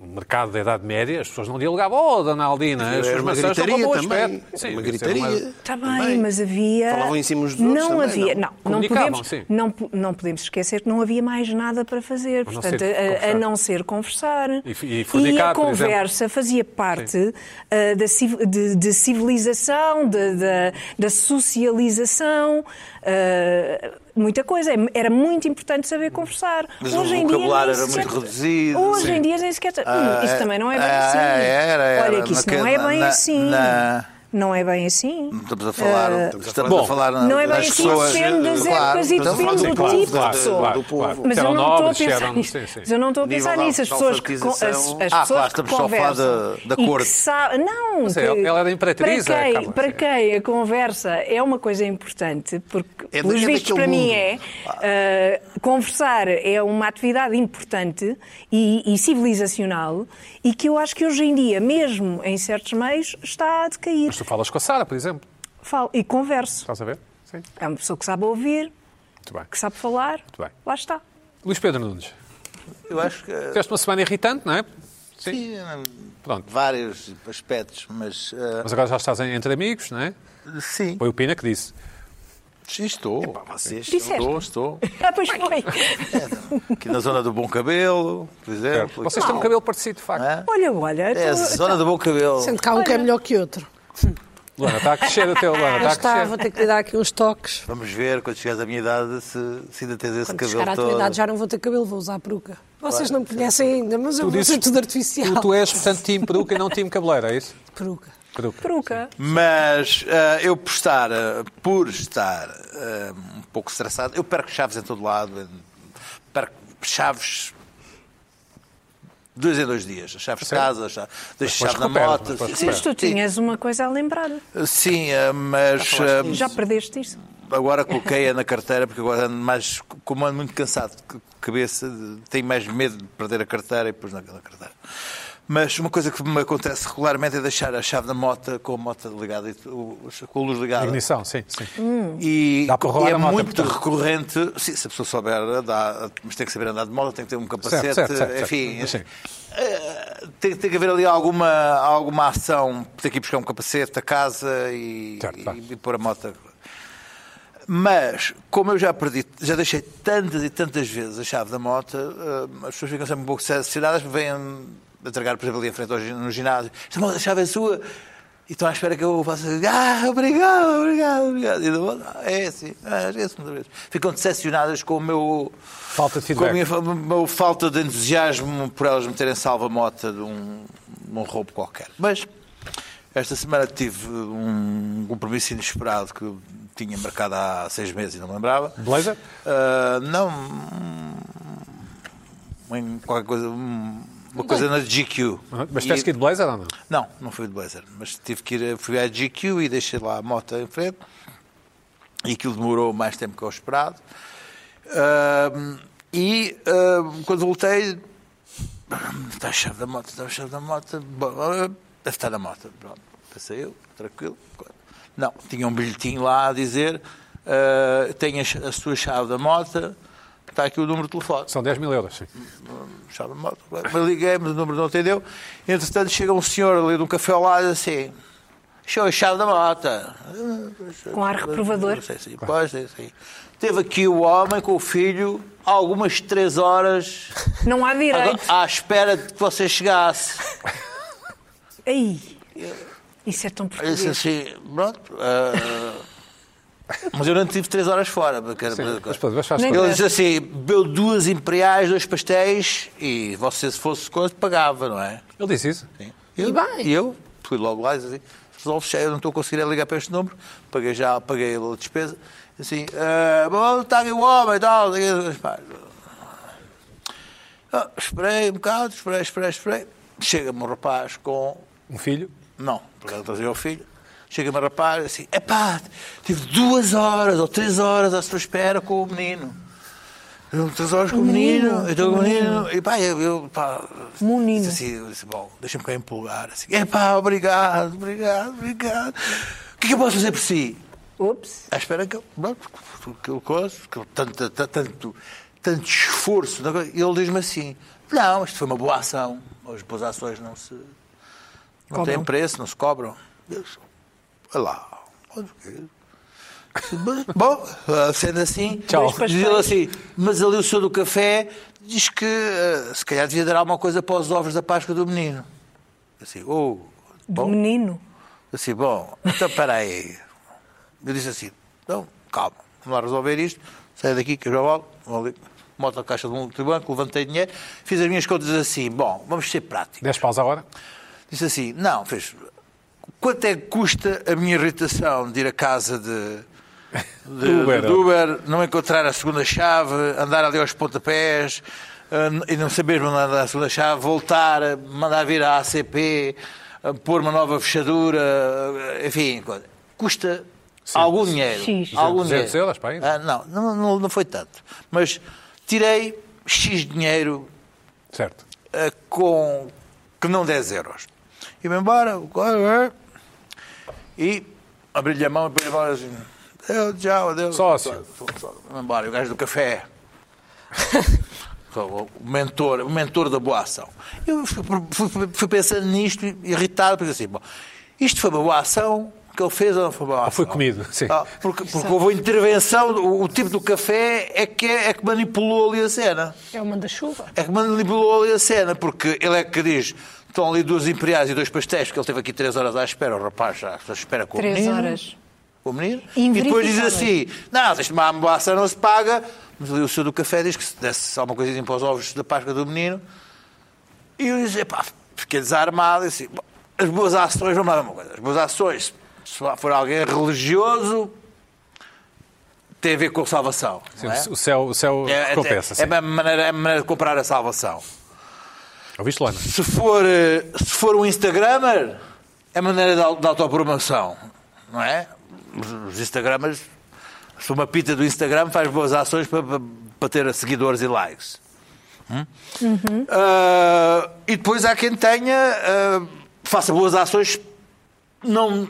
[SPEAKER 1] um mercado da Idade Média, as pessoas não dialogavam. Oh, Dona Aldina, as
[SPEAKER 2] Era
[SPEAKER 1] suas
[SPEAKER 2] É uma
[SPEAKER 1] maçãs estão com
[SPEAKER 2] gritaria
[SPEAKER 1] bom
[SPEAKER 2] também.
[SPEAKER 1] aspecto. Sim,
[SPEAKER 2] Uma
[SPEAKER 1] devia ser uma-
[SPEAKER 2] gritaria.
[SPEAKER 3] Está Tá bem, mas havia.
[SPEAKER 2] Falavam em cima uns dos outros
[SPEAKER 3] Não
[SPEAKER 2] também,
[SPEAKER 3] havia.
[SPEAKER 2] não?
[SPEAKER 3] Não, não,
[SPEAKER 1] Comunicavam,
[SPEAKER 3] podemos,
[SPEAKER 1] sim.
[SPEAKER 3] não, po- não podemos esquecer que não havia mais nada para fazer.
[SPEAKER 1] A não
[SPEAKER 3] portanto,
[SPEAKER 1] ser
[SPEAKER 3] a- a,
[SPEAKER 1] conversar.
[SPEAKER 3] não ser conversar.
[SPEAKER 1] f- e fornicar,
[SPEAKER 3] a
[SPEAKER 1] por exemplo.
[SPEAKER 3] conversa fazia parte ah, da civ- de, de civilização, de- da- da socialização. ah, muita coisa. Era muito importante saber conversar.
[SPEAKER 5] Mas o
[SPEAKER 3] Hoje em dia.
[SPEAKER 5] vocabulário
[SPEAKER 3] nem
[SPEAKER 5] era muito
[SPEAKER 3] sequer-
[SPEAKER 5] reduzido.
[SPEAKER 3] Hoje
[SPEAKER 5] Sim.
[SPEAKER 3] em dia nem sequer.
[SPEAKER 5] Ah,
[SPEAKER 3] Hum, isso
[SPEAKER 5] é-
[SPEAKER 3] também não é bem
[SPEAKER 5] ah,
[SPEAKER 3] assim.
[SPEAKER 5] era, era.
[SPEAKER 3] Olha, que isso não é
[SPEAKER 5] Naquela-
[SPEAKER 3] bem
[SPEAKER 5] na-
[SPEAKER 3] assim.
[SPEAKER 5] na-
[SPEAKER 3] Não é bem assim.
[SPEAKER 5] Não Estamos a falar, estamos a falar
[SPEAKER 3] não é bem
[SPEAKER 5] das
[SPEAKER 3] assim,
[SPEAKER 5] pessoas. eh, então
[SPEAKER 3] depende das épocas e
[SPEAKER 5] estamos a
[SPEAKER 3] depende
[SPEAKER 5] falar
[SPEAKER 3] do
[SPEAKER 5] do povo,
[SPEAKER 3] tipo de
[SPEAKER 1] claro,
[SPEAKER 3] pessoa.
[SPEAKER 1] claro,
[SPEAKER 2] Do povo.
[SPEAKER 1] claro.
[SPEAKER 3] Mas eu
[SPEAKER 1] Eram
[SPEAKER 3] não estou a
[SPEAKER 1] nobres,
[SPEAKER 3] pensar
[SPEAKER 1] eram-
[SPEAKER 3] nisso.
[SPEAKER 1] sim, sim.
[SPEAKER 3] Mas eu não estou a
[SPEAKER 2] Nível
[SPEAKER 3] pensar
[SPEAKER 2] de
[SPEAKER 3] nisso. As pessoas que con- as, as
[SPEAKER 2] alfabetização.
[SPEAKER 3] pessoas
[SPEAKER 5] Ah, claro,
[SPEAKER 3] que
[SPEAKER 5] estamos só a falar
[SPEAKER 3] conversam
[SPEAKER 5] da- da
[SPEAKER 3] e
[SPEAKER 5] corte.
[SPEAKER 3] que sa- Não,
[SPEAKER 1] Mas
[SPEAKER 3] que,
[SPEAKER 1] ela- ela era imperatriz,
[SPEAKER 3] Para
[SPEAKER 1] é,
[SPEAKER 3] quem,
[SPEAKER 1] Carla,
[SPEAKER 3] para
[SPEAKER 1] sim.
[SPEAKER 3] quem a conversa é uma coisa importante, porque
[SPEAKER 2] É da-
[SPEAKER 3] pelos
[SPEAKER 2] é
[SPEAKER 3] vistos
[SPEAKER 2] daquele
[SPEAKER 3] para mim
[SPEAKER 2] mundo.
[SPEAKER 3] é eh, conversar é uma atividade importante e, e civilizacional e que eu acho que hoje em dia, mesmo em certos meios, está a decair.
[SPEAKER 1] Mas tu falas com a Sara, por exemplo.
[SPEAKER 3] Falo e converso.
[SPEAKER 1] Estás a ver? Sim.
[SPEAKER 3] É uma pessoa que sabe ouvir,
[SPEAKER 1] Muito bem.
[SPEAKER 3] que sabe falar.
[SPEAKER 1] bem.
[SPEAKER 3] Lá está.
[SPEAKER 1] Luís Pedro Nunes,
[SPEAKER 5] Eu acho que
[SPEAKER 1] tiveste uma semana irritante, não é?
[SPEAKER 5] sim,
[SPEAKER 1] Pronto.
[SPEAKER 5] vários aspectos, mas ah,
[SPEAKER 1] Mas agora já estás em- entre amigos, não é?
[SPEAKER 5] sim.
[SPEAKER 1] Foi o Pina que disse.
[SPEAKER 5] Sim, Estou.
[SPEAKER 2] Vocês
[SPEAKER 3] Disseste.
[SPEAKER 5] Estou, estou.
[SPEAKER 3] Ah, pois foi.
[SPEAKER 5] Aqui na zona do bom cabelo, por exemplo.
[SPEAKER 1] Vocês têm um cabelo parecido, de facto.
[SPEAKER 5] É?
[SPEAKER 3] Olha, olha.
[SPEAKER 5] É a
[SPEAKER 3] então-
[SPEAKER 5] zona do bom cabelo.
[SPEAKER 4] Sendo que há um que é melhor que outro.
[SPEAKER 1] Luana, está a crescer o teu, Luana, está
[SPEAKER 4] Já
[SPEAKER 1] a
[SPEAKER 4] está, vou
[SPEAKER 1] crescer.
[SPEAKER 4] ter que lhe dar aqui uns toques.
[SPEAKER 5] Vamos ver quando chegares à minha idade se, se ainda tens esse
[SPEAKER 4] Quando chegar à
[SPEAKER 5] cabelo
[SPEAKER 4] tua idade
[SPEAKER 5] todo.
[SPEAKER 4] já não vou ter cabelo, vou usar peruca. Vocês não me conhecem ainda, mas eu vou
[SPEAKER 1] dizes-
[SPEAKER 4] ser tudo artificial.
[SPEAKER 1] Tu, tu és, portanto, time peruca e não time cabeleira, é isso?
[SPEAKER 4] Peruca.
[SPEAKER 1] Peruca.
[SPEAKER 3] Peruca.
[SPEAKER 5] Mas ah, eu por estar, ah, por estar ah, um pouco estressado, eu perco chaves em todo lado, em- perco chaves dois em dois dias. As chaves de
[SPEAKER 1] Sério?
[SPEAKER 5] casa, as chaves- deixo
[SPEAKER 1] depois
[SPEAKER 5] chave na
[SPEAKER 1] recuperas,
[SPEAKER 5] moto.
[SPEAKER 1] mas depois
[SPEAKER 5] Sim,
[SPEAKER 3] Mas tu
[SPEAKER 5] sim.
[SPEAKER 3] tinhas uma coisa a lembrar.
[SPEAKER 5] Sim, ah, mas ah,
[SPEAKER 3] Já perdeste isso.
[SPEAKER 5] Agora coloquei-a na carteira porque agora ando mais, como ando muito cansado de cabeça, de- tenho mais medo de perder a carteira e pus na, na carteira. Mas uma coisa que me acontece regularmente é deixar a chave da moto com a moto ligada, e tu- com a luz ligada.
[SPEAKER 1] Ignição, sim, sim.
[SPEAKER 5] Hum. E
[SPEAKER 1] Dá para roubar
[SPEAKER 5] é
[SPEAKER 1] a moto,
[SPEAKER 5] muito
[SPEAKER 1] portanto.
[SPEAKER 5] recorrente, sim, se a pessoa souber, andar, mas tem que saber andar de moto, tem que ter um capacete,
[SPEAKER 1] Certo, certo, certo,
[SPEAKER 5] enfim.
[SPEAKER 1] certo. Sim.
[SPEAKER 5] eh, Tem, tem que haver ali alguma, alguma ação, tem que ir buscar um capacete a casa e,
[SPEAKER 1] Certo,
[SPEAKER 5] e-
[SPEAKER 1] claro.
[SPEAKER 5] e pôr a moto. Mas, como eu já perdi, já deixei tantas e tantas vezes a chave da moto, eh, as pessoas ficam sempre um pouco decepcionadas, me vêm entregar, por exemplo, ali em frente ao gin- no ginásio, esta moto, a chave é sua, e estão à espera que eu faça, ah, obrigado, obrigado, obrigado, e eu, digo, "Ah, é assim, ah, esqueço muitas vezes. Ficam decepcionadas com o meu...
[SPEAKER 1] Falta de
[SPEAKER 5] Com a
[SPEAKER 1] feedback.
[SPEAKER 5] minha fa- meu falta de entusiasmo por elas me terem salvo a moto de um, de um roubo qualquer. Mas esta semana tive um compromisso inesperado que eu tinha marcado há seis meses e não me lembrava.
[SPEAKER 1] Blazer?
[SPEAKER 5] Ah, não. um, Qualquer coisa. um, Uma coisa na GQ.
[SPEAKER 1] Uhum. Mas
[SPEAKER 5] E-
[SPEAKER 1] tens que ir de blazer ou não?
[SPEAKER 5] não, não fui de blazer, mas tive que ir, eh, fui à GQ e deixei lá a moto em frente e aquilo demorou mais tempo que eu esperado. Ahm, e ahm, quando voltei, está a chave da moto, está a chave da moto, bom, ah, deve estar na moto. Pronto, pensei eu, tranquilo. Não, tinha um bilhetinho lá a dizer, ah, tem a, ch- a sua chave da moto, está aqui o número de telefone
[SPEAKER 1] São 10 mil euros, sim.
[SPEAKER 5] chave de moto. Mas liguei, mas o número não atendeu. Entretanto, chega um senhor ali de um café ao lado assim. Show a chave da moto.
[SPEAKER 3] Com ar reprovador.
[SPEAKER 5] Não sei se- Pois, sim, sim. Teve aqui o homem com o filho algumas três horas
[SPEAKER 3] Não há
[SPEAKER 5] agora-
[SPEAKER 3] direito.
[SPEAKER 5] à espera de que você chegasse.
[SPEAKER 3] Aí. Isso é tão
[SPEAKER 5] Eu disse
[SPEAKER 3] português.
[SPEAKER 5] assim, pronto. ah, mas eu não tive três horas fora. porque era-
[SPEAKER 1] Mas pronto, mas faz
[SPEAKER 3] Nem-
[SPEAKER 1] parte.
[SPEAKER 5] Ele diz assim: bebeu duas imperiais, dois pastéis e você, se fosse coisa, pagava, não é?
[SPEAKER 1] Ele disse isso.
[SPEAKER 5] Eu, e eu fui logo lá e disse assim, resolve cheio, eu não estou a conseguir é ligar para este número, paguei já, paguei a despesa, assim, "Ah, bom, está aqui o homem e tal, não sei o quê." Pá, ah, esperei um bocado, esperei, esperei, esperei, chega-me um rapaz com,
[SPEAKER 1] Um filho.
[SPEAKER 5] não, porque eu trazia o filho, chega-me um rapaz assim, epá, tive duas horas ou três horas à sua espera com o menino. Eu, três horas com o menino, eu estou com o menino, e pá, eu, eu pá,
[SPEAKER 3] Menino.
[SPEAKER 5] disse assim, eu disse, bom, deixa-me cá empolgar, assim, epá, obrigado, obrigado, obrigado, o que é que eu posso fazer por si?
[SPEAKER 3] Ups.
[SPEAKER 5] À espera que eu, pronto, que eu coisa, que eu- tanto, tanto, tanto, tanto esforço, na coisa. E ele diz-me assim, não, isto foi uma boa ação, as boas ações não se, não
[SPEAKER 3] Cobram.
[SPEAKER 5] têm preço, não se cobram. Eu disse, olha lá, olha o quê? Bom, ah, sendo assim,
[SPEAKER 1] Tchau.
[SPEAKER 5] diz ele assim, mas ali o senhor do café diz que ah, se calhar devia dar alguma coisa para os ovos da Páscoa do menino. Eu Assim, oh,
[SPEAKER 3] Do
[SPEAKER 5] bom,
[SPEAKER 3] menino.
[SPEAKER 5] eu disse, bom, então peraí. Eu disse assim, não, calma, vamos lá resolver isto, saio daqui que eu já volto, vou ali, moto a caixa de um banco, levantei dinheiro, fiz as minhas contas assim, bom, vamos ser práticos.
[SPEAKER 1] 10 paus a hora.
[SPEAKER 5] Disse assim, não, fez, quanto é que custa a minha irritação de ir à casa de... De,
[SPEAKER 1] Do Uber. é?
[SPEAKER 5] de Uber, não encontrar a segunda chave, andar ali aos pontapés ah, e não saber mandar a segunda chave, voltar, mandar vir a ACP, ah, pôr uma nova fechadura, ah, enfim, coisa. custa algum dinheiro.
[SPEAKER 3] X.
[SPEAKER 5] Algum
[SPEAKER 1] 200
[SPEAKER 5] dinheiro.
[SPEAKER 1] euros para aí? é?
[SPEAKER 5] Ah, não, não, não, não foi tanto. Mas tirei X dinheiro
[SPEAKER 1] Certo.
[SPEAKER 5] ah, com que não 10 euros. E-me embora, o cara, é, e abri-lhe a mão e pôr-lhe a mão assim. Eu, tchau, adeus.
[SPEAKER 1] Sócio.
[SPEAKER 5] Vamos embora, e o gajo do café. o mentor, o mentor da boa ação. Eu fui, fui- fui pensando nisto, irritado, porque assim, bom, isto foi uma boa ação que ele fez ou não foi uma boa ação?
[SPEAKER 1] foi comido, sim.
[SPEAKER 5] Ah, porque, porque houve intervenção, o, o tipo do café é que, é que manipulou ali a cena.
[SPEAKER 4] É o manda-chuva.
[SPEAKER 5] É que manipulou ali a cena, porque ele é que diz: estão ali duas imperiais e dois pastéis, porque ele esteve aqui três horas à espera, o rapaz já à espera com o
[SPEAKER 3] Três
[SPEAKER 5] menino.
[SPEAKER 3] horas.
[SPEAKER 5] Com o menino. E depois diz assim: não, isto uma ambaça não se paga. Mas ali o senhor do café diz que se desse alguma coisinha para os ovos da Páscoa do menino. E eu disse: pá, fiquei desarmado. E assim, "Bom, as boas ações, vamos lá, ver uma coisa. As boas ações, se for alguém religioso, tem a ver com salvação.
[SPEAKER 1] Sim,
[SPEAKER 5] não é?
[SPEAKER 1] O céu, o céu recompensa.
[SPEAKER 5] é, é,
[SPEAKER 1] sim.
[SPEAKER 5] é, a maneira, é a maneira de comprar a salvação.
[SPEAKER 1] Ouviste, Luana?
[SPEAKER 5] Se for, eh, se for um Instagrammer, é maneira de au- de autopromoção, não é? Os- Os Instagrammers, se uma pita do Instagram faz boas ações para, para, para ter seguidores e likes. Hum? Ah, e depois há quem tenha, ah, faça boas ações não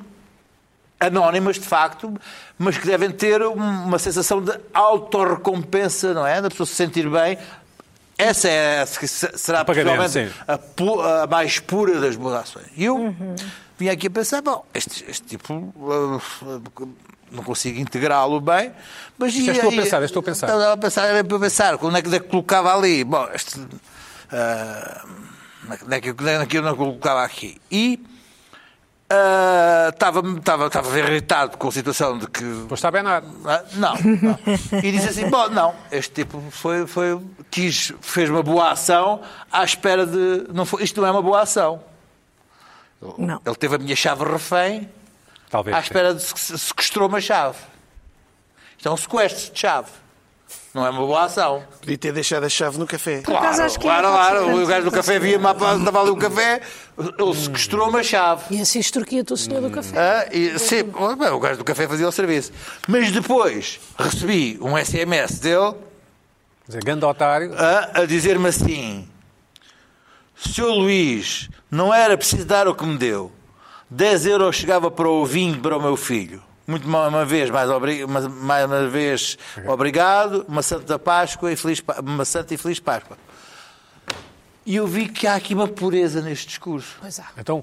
[SPEAKER 5] anónimas de facto, mas que devem ter uma sensação de autorrecompensa, não é? Da pessoa se sentir bem. Essa é, a- que se- será
[SPEAKER 1] pagamento,
[SPEAKER 5] possivelmente
[SPEAKER 1] sim.
[SPEAKER 5] a, pu- a mais pura das boas ações. E eu vim aqui a pensar, bom, este, este tipo uh, não consigo integrá-lo bem, mas
[SPEAKER 1] Isto
[SPEAKER 5] e
[SPEAKER 1] és tu a
[SPEAKER 5] aí?
[SPEAKER 1] pensar, és tu a pensar.
[SPEAKER 5] Estava a pensar, era para pensar, quando é que eu colocava ali? Bom, este, ah, onde é que eu- onde é que eu não colocava aqui? E ah, estava estava estava irritado com a situação de que
[SPEAKER 1] Pois está bem nada.
[SPEAKER 5] ah, Não, não. E disse assim: bom, não, este tipo foi, foi, quis, fez uma boa ação à espera de. Não foi, isto não é uma boa ação.
[SPEAKER 3] Não.
[SPEAKER 5] Ele teve a minha chave refém
[SPEAKER 1] Talvez.
[SPEAKER 5] à
[SPEAKER 1] sim.
[SPEAKER 5] espera de se- sequestrou uma chave. Isto é um sequestro de chave. Não é uma boa ação.
[SPEAKER 2] Podia ter deixado a chave no café.
[SPEAKER 3] acaso,
[SPEAKER 5] Claro,
[SPEAKER 3] acho que
[SPEAKER 5] claro,
[SPEAKER 3] ainda pode ser
[SPEAKER 5] claro. O
[SPEAKER 3] grande
[SPEAKER 5] gajo do café via mapa, estava ali o café, ele sequestrou uma chave.
[SPEAKER 4] E assim extorquia-te o
[SPEAKER 2] Hum.
[SPEAKER 4] senhor do café.
[SPEAKER 5] Ah, e- sim, bom, bem, o gajo do café fazia o serviço. Mas depois recebi um SMS dele
[SPEAKER 1] Quer dizer, Ganda otário.
[SPEAKER 5] a, a dizer-me assim: Seu Luís, não era preciso dar o que me deu. 10 euros chegava para o vinho para o meu filho. Muito mais uma vez, mais, obri- mais- mais uma vez, obrigado. Uma Santa Páscoa e feliz, Pá- uma Santa e feliz Páscoa. E eu vi que há aqui uma pureza neste discurso.
[SPEAKER 4] Pois há.
[SPEAKER 1] Então,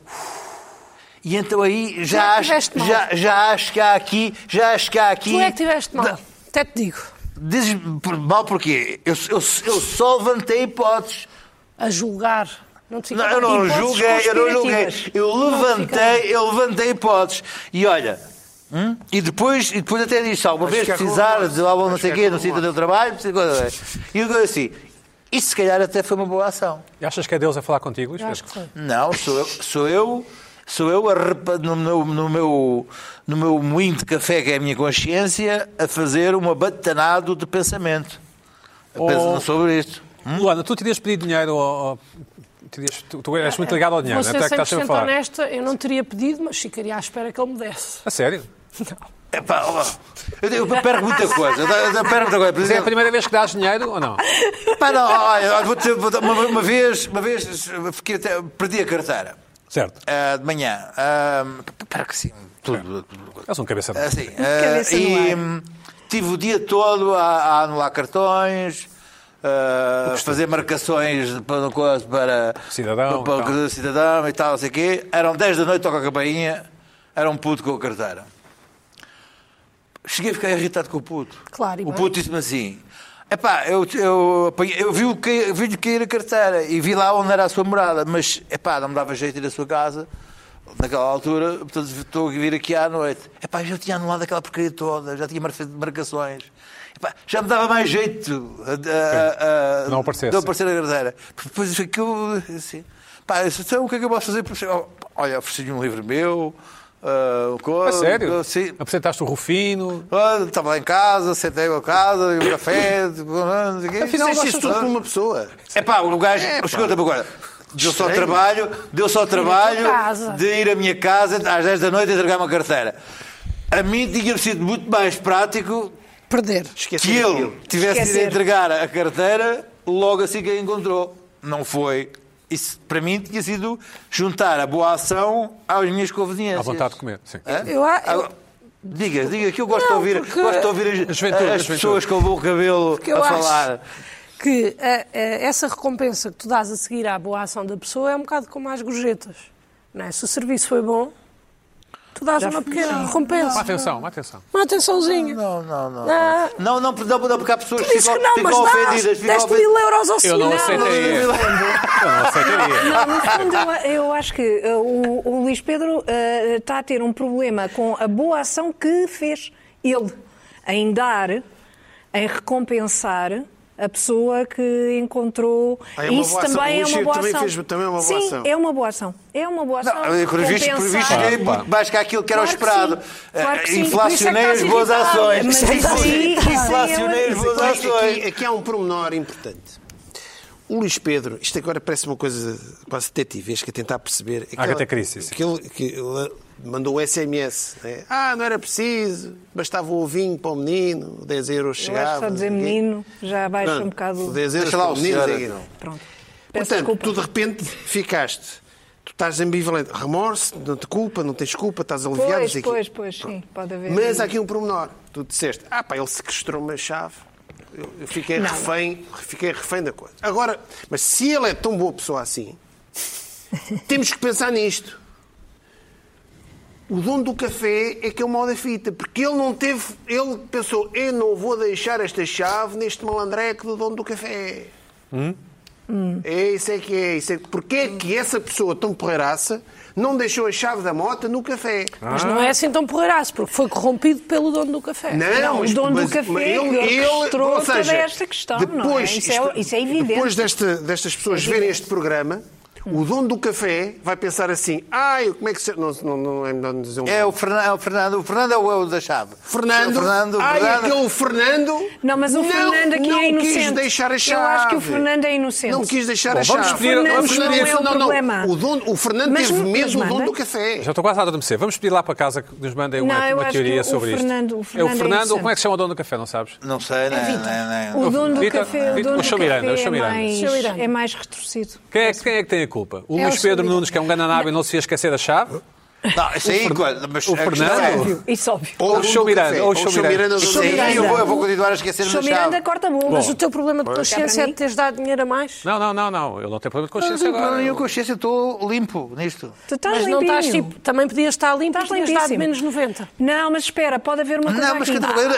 [SPEAKER 5] E então aí
[SPEAKER 4] é
[SPEAKER 5] já,
[SPEAKER 4] que
[SPEAKER 5] acho,
[SPEAKER 4] tiveste mal.
[SPEAKER 5] já, já acho que há aqui, já acho que há aqui.
[SPEAKER 4] Tu é que tiveste mal.
[SPEAKER 5] Da-
[SPEAKER 2] Hum.
[SPEAKER 4] Até te digo.
[SPEAKER 5] Dizes por- mal porquê? Eu, eu, eu só levantei hipóteses.
[SPEAKER 4] A julgar. Não te fica
[SPEAKER 5] Não, eu não
[SPEAKER 4] Hipóteses
[SPEAKER 5] julguei, eu não julguei.
[SPEAKER 4] conspirativas. Não
[SPEAKER 5] Eu
[SPEAKER 4] te fica-
[SPEAKER 5] levantei, eu levantei hipóteses. E olha, hum, e, depois, e depois até disse alguma
[SPEAKER 2] Acho
[SPEAKER 5] vez
[SPEAKER 2] que é
[SPEAKER 5] precisar
[SPEAKER 2] rumor.
[SPEAKER 5] de algo não
[SPEAKER 2] Acho
[SPEAKER 5] sei
[SPEAKER 2] que é
[SPEAKER 5] quê, no
[SPEAKER 2] rumor.
[SPEAKER 5] sítio do trabalho, não sei quê. e eu digo assim, isso se calhar até foi uma boa ação.
[SPEAKER 1] e achas que é Deus a falar contigo, Luís?
[SPEAKER 4] Eu acho que foi.
[SPEAKER 5] Não, sou eu, sou eu, sou eu a repa- no, meu, no, meu, no meu moinho de café, que é a minha consciência, a fazer um abatanado de pensamento.
[SPEAKER 1] Oh.
[SPEAKER 5] Pensando sobre isto.
[SPEAKER 1] Luana, tu terias pedido dinheiro ao. ao- terias- tu, tu eras muito ligado ao dinheiro,
[SPEAKER 4] Vou
[SPEAKER 1] até
[SPEAKER 4] ser
[SPEAKER 1] que estás sempre a
[SPEAKER 4] 100%
[SPEAKER 1] falar.
[SPEAKER 4] honesta, eu não teria pedido, mas ficaria à espera que ele me desse.
[SPEAKER 1] A sério?
[SPEAKER 5] Epá, ó, eu, eu perco muita coisa. Eu, eu perco muita coisa. Por
[SPEAKER 1] Mas é a
[SPEAKER 5] exemplo,
[SPEAKER 1] primeira vez que dás dinheiro ou não?
[SPEAKER 5] pá, não, olha, olha, vou dizer, vou dar- uma, uma vez, uma vez fiquei até, perdi a carteira
[SPEAKER 1] Certo.
[SPEAKER 5] ah, de manhã. Uh, perco sim, tudo. tudo.
[SPEAKER 1] És um cabeça de.
[SPEAKER 5] Ah, sim, ah,
[SPEAKER 3] Cabeça no
[SPEAKER 5] e
[SPEAKER 3] ar.
[SPEAKER 5] hum, tive o dia todo a, a anular cartões. a fazer marcações de- para, para,
[SPEAKER 1] Cidadão,
[SPEAKER 5] para,
[SPEAKER 1] então.
[SPEAKER 5] cidadão e tal, não sei o quê. Eram 10 da noite, toca a campainha, era um puto com a carteira. Cheguei a ficar irritado com o puto.
[SPEAKER 4] Claro, e
[SPEAKER 5] O
[SPEAKER 4] bem.
[SPEAKER 5] puto disse-me assim: epá, eu, eu, apanhei- eu vi-lhe cair, vi cair a carteira e vi lá onde era a sua morada, mas epá, não me dava jeito de ir à sua casa naquela altura, portanto estou a vir aqui à noite. Epá, já tinha anulado aquela porcaria toda, já tinha mar- feito marcações. Epá, já me dava mais jeito a, a, a,
[SPEAKER 1] Não aparecesse.
[SPEAKER 5] de aparecer a carteira. Depois ficou assim. Pá, eu disse, então o que é que eu posso fazer? para chegar?" Olha, ofereci-lhe um livro meu. ah, o
[SPEAKER 1] A
[SPEAKER 5] coisa,
[SPEAKER 1] sério?
[SPEAKER 5] Sim,
[SPEAKER 1] Apresentaste o Rufino.
[SPEAKER 5] Olha, Estava lá em casa, sentei a casa, e um café, tipo, não sei o quê.
[SPEAKER 1] Afinal,
[SPEAKER 2] Fizeste
[SPEAKER 1] gostas
[SPEAKER 2] isso
[SPEAKER 1] de-
[SPEAKER 2] tudo por uma pessoa.
[SPEAKER 5] É pá, o gajo. Escuta-me agora. Deu só trabalho, deu só trabalho
[SPEAKER 4] casa.
[SPEAKER 5] de ir à minha casa às 10 da noite e entregar uma carteira. A mim tinha sido muito mais prático
[SPEAKER 4] Perder.
[SPEAKER 2] Esqueci
[SPEAKER 5] que
[SPEAKER 2] daquilo.
[SPEAKER 5] ele tivesse ido
[SPEAKER 3] Esquecer.
[SPEAKER 5] entregar a carteira logo assim que a encontrou. Não foi. Isso para mim tinha sido juntar a boa ação às minhas conveniências.
[SPEAKER 1] À vontade de comer, sim.
[SPEAKER 5] Hã?
[SPEAKER 4] Eu- eu-
[SPEAKER 5] Ah, Diga, diga que eu gosto de
[SPEAKER 4] Não,
[SPEAKER 5] ouvir,
[SPEAKER 4] porque-
[SPEAKER 5] gosto de ouvir
[SPEAKER 1] A
[SPEAKER 5] as,
[SPEAKER 1] juventude,
[SPEAKER 5] as
[SPEAKER 1] a juventude.
[SPEAKER 5] pessoas com o bom cabelo
[SPEAKER 4] Porque eu
[SPEAKER 5] a
[SPEAKER 4] acho
[SPEAKER 5] falar.
[SPEAKER 4] que eh, eh, essa recompensa que tu dás a seguir à boa ação da pessoa é um bocado como às gorjetas. Não é? Se o serviço foi bom, tu dás uma pequena
[SPEAKER 1] Uma
[SPEAKER 4] recompensa.
[SPEAKER 1] atenção, uma atenção.
[SPEAKER 4] Uma atençãozinha.
[SPEAKER 5] Não, não, não.
[SPEAKER 4] Ah,
[SPEAKER 5] Não, não, não, não, porque há pessoas
[SPEAKER 4] tu
[SPEAKER 5] que
[SPEAKER 4] dizes
[SPEAKER 5] ficam,
[SPEAKER 4] que não,
[SPEAKER 5] ficam
[SPEAKER 4] mas
[SPEAKER 5] ofendidas.
[SPEAKER 4] dás.
[SPEAKER 5] Ficam
[SPEAKER 4] Deste mil euros ao
[SPEAKER 1] Eu
[SPEAKER 4] senhor.
[SPEAKER 1] não aceitaria. Eu não aceitaria.
[SPEAKER 3] Não, no fundo, eu, eu acho que uh, o, o Luís Pedro uh, está a ter um problema com a boa ação que fez ele em dar, em recompensar a pessoa que encontrou.
[SPEAKER 2] Ah, é uma
[SPEAKER 3] Isso
[SPEAKER 2] boa ação.
[SPEAKER 3] também
[SPEAKER 2] O
[SPEAKER 3] é
[SPEAKER 2] Luís
[SPEAKER 3] uma boa
[SPEAKER 2] também
[SPEAKER 3] ação.
[SPEAKER 2] fez- também é uma boa
[SPEAKER 3] Sim,
[SPEAKER 2] ação.
[SPEAKER 3] é uma boa ação. É uma boa ação.
[SPEAKER 5] Não, eu, por visto, por visto,
[SPEAKER 3] compensar.
[SPEAKER 2] é
[SPEAKER 5] cheguei
[SPEAKER 1] Pá, pá.
[SPEAKER 5] muito mais que aquilo que era
[SPEAKER 3] Claro
[SPEAKER 5] o
[SPEAKER 3] que
[SPEAKER 5] esperado.
[SPEAKER 3] sim, claro que
[SPEAKER 5] Eh,
[SPEAKER 3] sim,
[SPEAKER 5] Inflacionei
[SPEAKER 3] por isso
[SPEAKER 5] as
[SPEAKER 3] é que
[SPEAKER 5] boas
[SPEAKER 3] estás
[SPEAKER 5] ações.
[SPEAKER 3] irritado, mas isso aí- isso aí é
[SPEAKER 5] Inflacionei as
[SPEAKER 3] uma-
[SPEAKER 5] boas
[SPEAKER 2] Mas aqui,
[SPEAKER 5] ações.
[SPEAKER 2] aqui há um pormenor importante. O Luís Pedro, isto agora parece uma coisa quase detetivesca, tentar perceber.
[SPEAKER 1] Agatha Christie, sim.
[SPEAKER 2] aquele- que ele mandou o SMS. né? Ah, não era preciso, bastava o ovinho para o menino, 10
[SPEAKER 3] Eu
[SPEAKER 2] euros
[SPEAKER 3] acho que
[SPEAKER 2] chegava.
[SPEAKER 3] só dizer
[SPEAKER 2] não sei o quê.
[SPEAKER 3] menino já baixa
[SPEAKER 2] Pronto,
[SPEAKER 3] um bocado.
[SPEAKER 2] 10 euros
[SPEAKER 5] Deixa lá
[SPEAKER 2] para o
[SPEAKER 5] o
[SPEAKER 2] menino,
[SPEAKER 5] senhor,
[SPEAKER 2] não sei o quê.
[SPEAKER 5] então.
[SPEAKER 3] Pronto. Peço
[SPEAKER 2] Portanto,
[SPEAKER 3] desculpa.
[SPEAKER 2] tu de repente ficaste. Tu estás ambivalente. Remorso, não te culpa, não tens culpa, estás aliviado. não
[SPEAKER 3] Pois,
[SPEAKER 2] sei o quê.
[SPEAKER 3] pois, pois, sim, pode haver.
[SPEAKER 2] Mas há
[SPEAKER 3] aí.
[SPEAKER 2] aqui um pormenor. Tu disseste, ah pá, ele sequestrou-me a chave. Eu, eu fiquei
[SPEAKER 3] Não.
[SPEAKER 2] refém, fiquei refém da coisa. Agora, mas se ele é tão boa pessoa assim, temos que pensar nisto. O dono do café é que é o mal da fita, porque ele não teve. Ele pensou, eu não vou deixar esta chave neste malandreco do dono do café.
[SPEAKER 3] Hum.
[SPEAKER 2] É isso é que é. Isso é que... Porquê é que essa pessoa tão porreiraça não deixou a chave da moto no café?
[SPEAKER 4] Mas não é assim tão porreiraço, porque foi corrompido pelo dono do café.
[SPEAKER 3] Não, o dono do
[SPEAKER 2] mas-
[SPEAKER 3] café
[SPEAKER 2] mas
[SPEAKER 3] que orquestrou
[SPEAKER 2] ou
[SPEAKER 3] toda esta questão, não é? Isso é-
[SPEAKER 2] isto-
[SPEAKER 3] isso é evidente. é
[SPEAKER 2] Depois desta- destas pessoas verem este programa, o dono do café vai pensar assim: ai, como é que se. Não, não, não é melhor dizer um. É
[SPEAKER 5] É o Fernando, é o Fernando, o Fernando é o, é o da chave.
[SPEAKER 2] Fernando,
[SPEAKER 5] O Fernando, o
[SPEAKER 2] ai,
[SPEAKER 5] Fernando.
[SPEAKER 2] aquele Fernando.
[SPEAKER 3] Não, mas o Fernando aqui
[SPEAKER 2] não
[SPEAKER 3] é inocente.
[SPEAKER 2] quis deixar a chave.
[SPEAKER 3] Eu acho que o Fernando é inocente.
[SPEAKER 2] Não quis deixar a
[SPEAKER 1] Bom,
[SPEAKER 2] chave.
[SPEAKER 1] vamos pedir-
[SPEAKER 2] O
[SPEAKER 1] vamos
[SPEAKER 2] Fernando
[SPEAKER 1] pedir-
[SPEAKER 2] disse,
[SPEAKER 3] não é o problema.
[SPEAKER 2] O, dono, o Fernando
[SPEAKER 3] Mas-
[SPEAKER 2] teve
[SPEAKER 3] mas
[SPEAKER 2] medo do dono
[SPEAKER 3] manda.
[SPEAKER 2] do café.
[SPEAKER 1] Já estou quase a adormecer. Vamos pedir lá para casa que nos mandem uma,
[SPEAKER 3] Não, eu
[SPEAKER 1] uma
[SPEAKER 3] acho que
[SPEAKER 1] teoria
[SPEAKER 3] o
[SPEAKER 1] sobre
[SPEAKER 3] Fernando- o
[SPEAKER 1] isto.
[SPEAKER 3] Fernando
[SPEAKER 1] é
[SPEAKER 3] é
[SPEAKER 1] o Fernando, ou como é
[SPEAKER 3] inocente.
[SPEAKER 1] que se chama o dono do café, não sabes?
[SPEAKER 5] Não sei, não, é, não, não,
[SPEAKER 3] O
[SPEAKER 5] não.
[SPEAKER 3] dono do
[SPEAKER 1] Vitor,
[SPEAKER 3] café, o
[SPEAKER 1] Vitor,
[SPEAKER 3] dono
[SPEAKER 1] o
[SPEAKER 3] do
[SPEAKER 1] Sr. Miranda, o
[SPEAKER 3] café
[SPEAKER 1] Sr.
[SPEAKER 3] é
[SPEAKER 1] Miranda.
[SPEAKER 3] mais,
[SPEAKER 4] Sr. Miranda.
[SPEAKER 3] é mais retorcido.
[SPEAKER 1] Quem é, que- quem é que tem a culpa? O
[SPEAKER 4] É
[SPEAKER 1] Luís
[SPEAKER 4] o
[SPEAKER 1] Pedro
[SPEAKER 4] Sr.
[SPEAKER 1] Nunes, que é um gananábio e não se fez esquecer da chave?
[SPEAKER 5] Não, isso aí, quando- mas
[SPEAKER 1] o
[SPEAKER 5] a questão
[SPEAKER 1] Fernando-
[SPEAKER 5] é-
[SPEAKER 3] Óbvio, isso óbvio.
[SPEAKER 2] Ou
[SPEAKER 1] o Sr. Miranda, ou o Sr. Miranda.
[SPEAKER 2] do
[SPEAKER 5] Isso aí,
[SPEAKER 3] Miranda.
[SPEAKER 5] eu vou, eu vou continuar a esquecer
[SPEAKER 3] O
[SPEAKER 5] da
[SPEAKER 3] Sr. Miranda
[SPEAKER 5] chave.
[SPEAKER 3] corta bom.
[SPEAKER 4] um, Mas o teu problema de consciência
[SPEAKER 3] Cá para
[SPEAKER 4] é
[SPEAKER 3] mim.
[SPEAKER 4] de teres dado dinheiro a mais?
[SPEAKER 1] Não, não, não, não. Eu não tenho problema de
[SPEAKER 5] Não
[SPEAKER 1] consciência
[SPEAKER 5] tenho problema
[SPEAKER 1] agora.
[SPEAKER 5] nenhum com consciência, estou limpo nisto.
[SPEAKER 3] Tu estás
[SPEAKER 4] mas não
[SPEAKER 3] limpinho.
[SPEAKER 4] estás tipo. Também podias estar limpo,
[SPEAKER 3] Estás
[SPEAKER 4] mas podias dado
[SPEAKER 3] limpíssimo.
[SPEAKER 4] menos 90.
[SPEAKER 3] Não, mas espera, pode haver uma coisa
[SPEAKER 5] Não, mas
[SPEAKER 3] aqui. Ah,
[SPEAKER 5] que eu, eu, eu- eu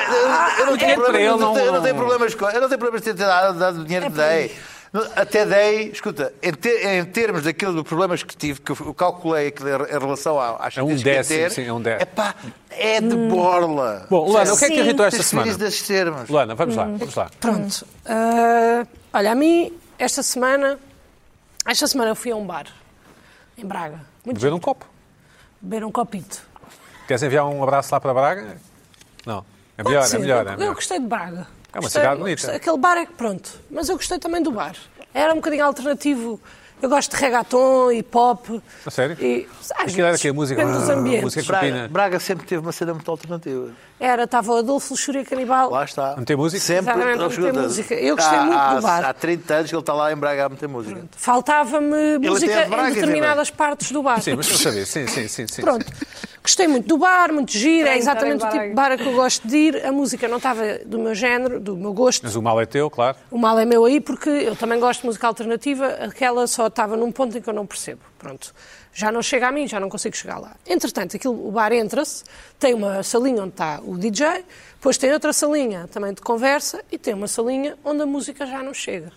[SPEAKER 5] não
[SPEAKER 1] é
[SPEAKER 5] tenho
[SPEAKER 1] para ele,
[SPEAKER 5] problemas, eu não tenho- eu não tenho
[SPEAKER 1] não- É
[SPEAKER 5] problemas com. Eu não tenho problemas de ter dado, dado o dinheiro que dei. No- Até dei, escuta, em, ter- em termos daquilo dos problemas que tive, que eu calculei aquilo em em relação à- às
[SPEAKER 1] É um
[SPEAKER 5] certezas que ia
[SPEAKER 1] décimo,
[SPEAKER 5] ter,
[SPEAKER 1] sim, é um décimo. Hum.
[SPEAKER 5] epá, é de borla.
[SPEAKER 1] Bom, Luana, o que é que te
[SPEAKER 3] Sim.
[SPEAKER 1] irritou esta
[SPEAKER 5] Tens
[SPEAKER 1] semana?
[SPEAKER 5] feliz desses termos.
[SPEAKER 1] Luana, vamos lá, vamos lá.
[SPEAKER 4] Pronto. Ah, olha, a mim, esta semana. Esta semana eu fui a um bar. Em Braga. Muito
[SPEAKER 1] Beber um copo.
[SPEAKER 4] beber um copito.
[SPEAKER 1] Queres enviar um abraço lá para Braga? Não. É melhor,
[SPEAKER 4] Pode ser.
[SPEAKER 1] é melhor.
[SPEAKER 4] Eu-
[SPEAKER 1] É
[SPEAKER 4] eu,
[SPEAKER 1] melhor.
[SPEAKER 4] gostei de Braga.
[SPEAKER 1] É uma
[SPEAKER 4] Gostei-
[SPEAKER 1] cidade bonita.
[SPEAKER 4] gostei- aquele bar é que pronto. Mas eu gostei também do bar. Era um bocadinho alternativo. Eu gosto de reggaeton e pop.
[SPEAKER 1] A sério?
[SPEAKER 4] E, às
[SPEAKER 1] Aquilo era
[SPEAKER 4] vezes,
[SPEAKER 1] que é a música. Ah,
[SPEAKER 4] Depende dos ambientes.
[SPEAKER 1] Música é
[SPEAKER 5] Braga,
[SPEAKER 1] campina.
[SPEAKER 5] Braga sempre teve uma cena muito alternativa.
[SPEAKER 4] Era, estava o Adolfo Luxúria Canibal.
[SPEAKER 5] Lá está.
[SPEAKER 1] Não tem música?
[SPEAKER 5] Sempre.
[SPEAKER 4] Exatamente, não tem
[SPEAKER 5] escuta,
[SPEAKER 4] música. Eu gostei
[SPEAKER 5] há-
[SPEAKER 4] muito do
[SPEAKER 5] há-
[SPEAKER 4] bar.
[SPEAKER 5] Há 30 anos que ele está lá em Braga a meter música.
[SPEAKER 4] Faltava-me
[SPEAKER 2] até é
[SPEAKER 4] música
[SPEAKER 2] de Braga,
[SPEAKER 4] em determinadas partes do bar.
[SPEAKER 1] Sim, mas não sabia. Sim, sim, sim. sim.
[SPEAKER 4] Pronto. Gostei muito do bar, muito giro, é
[SPEAKER 3] Tem,
[SPEAKER 4] exatamente
[SPEAKER 3] tem
[SPEAKER 4] o tipo de
[SPEAKER 3] bar.
[SPEAKER 4] bar que eu gosto de ir. A música não estava do meu género, do meu gosto.
[SPEAKER 1] Mas o mal é teu, claro.
[SPEAKER 4] O mal é meu aí porque eu também gosto de música alternativa, aquela só estava num ponto em que eu não percebo. Pronto. Já não chega a mim, já não consigo chegar lá. Entretanto, aquilo, o bar entra-se, tem uma salinha onde está o DJ, depois tem outra salinha também de conversa e tem uma salinha onde a música já não chega.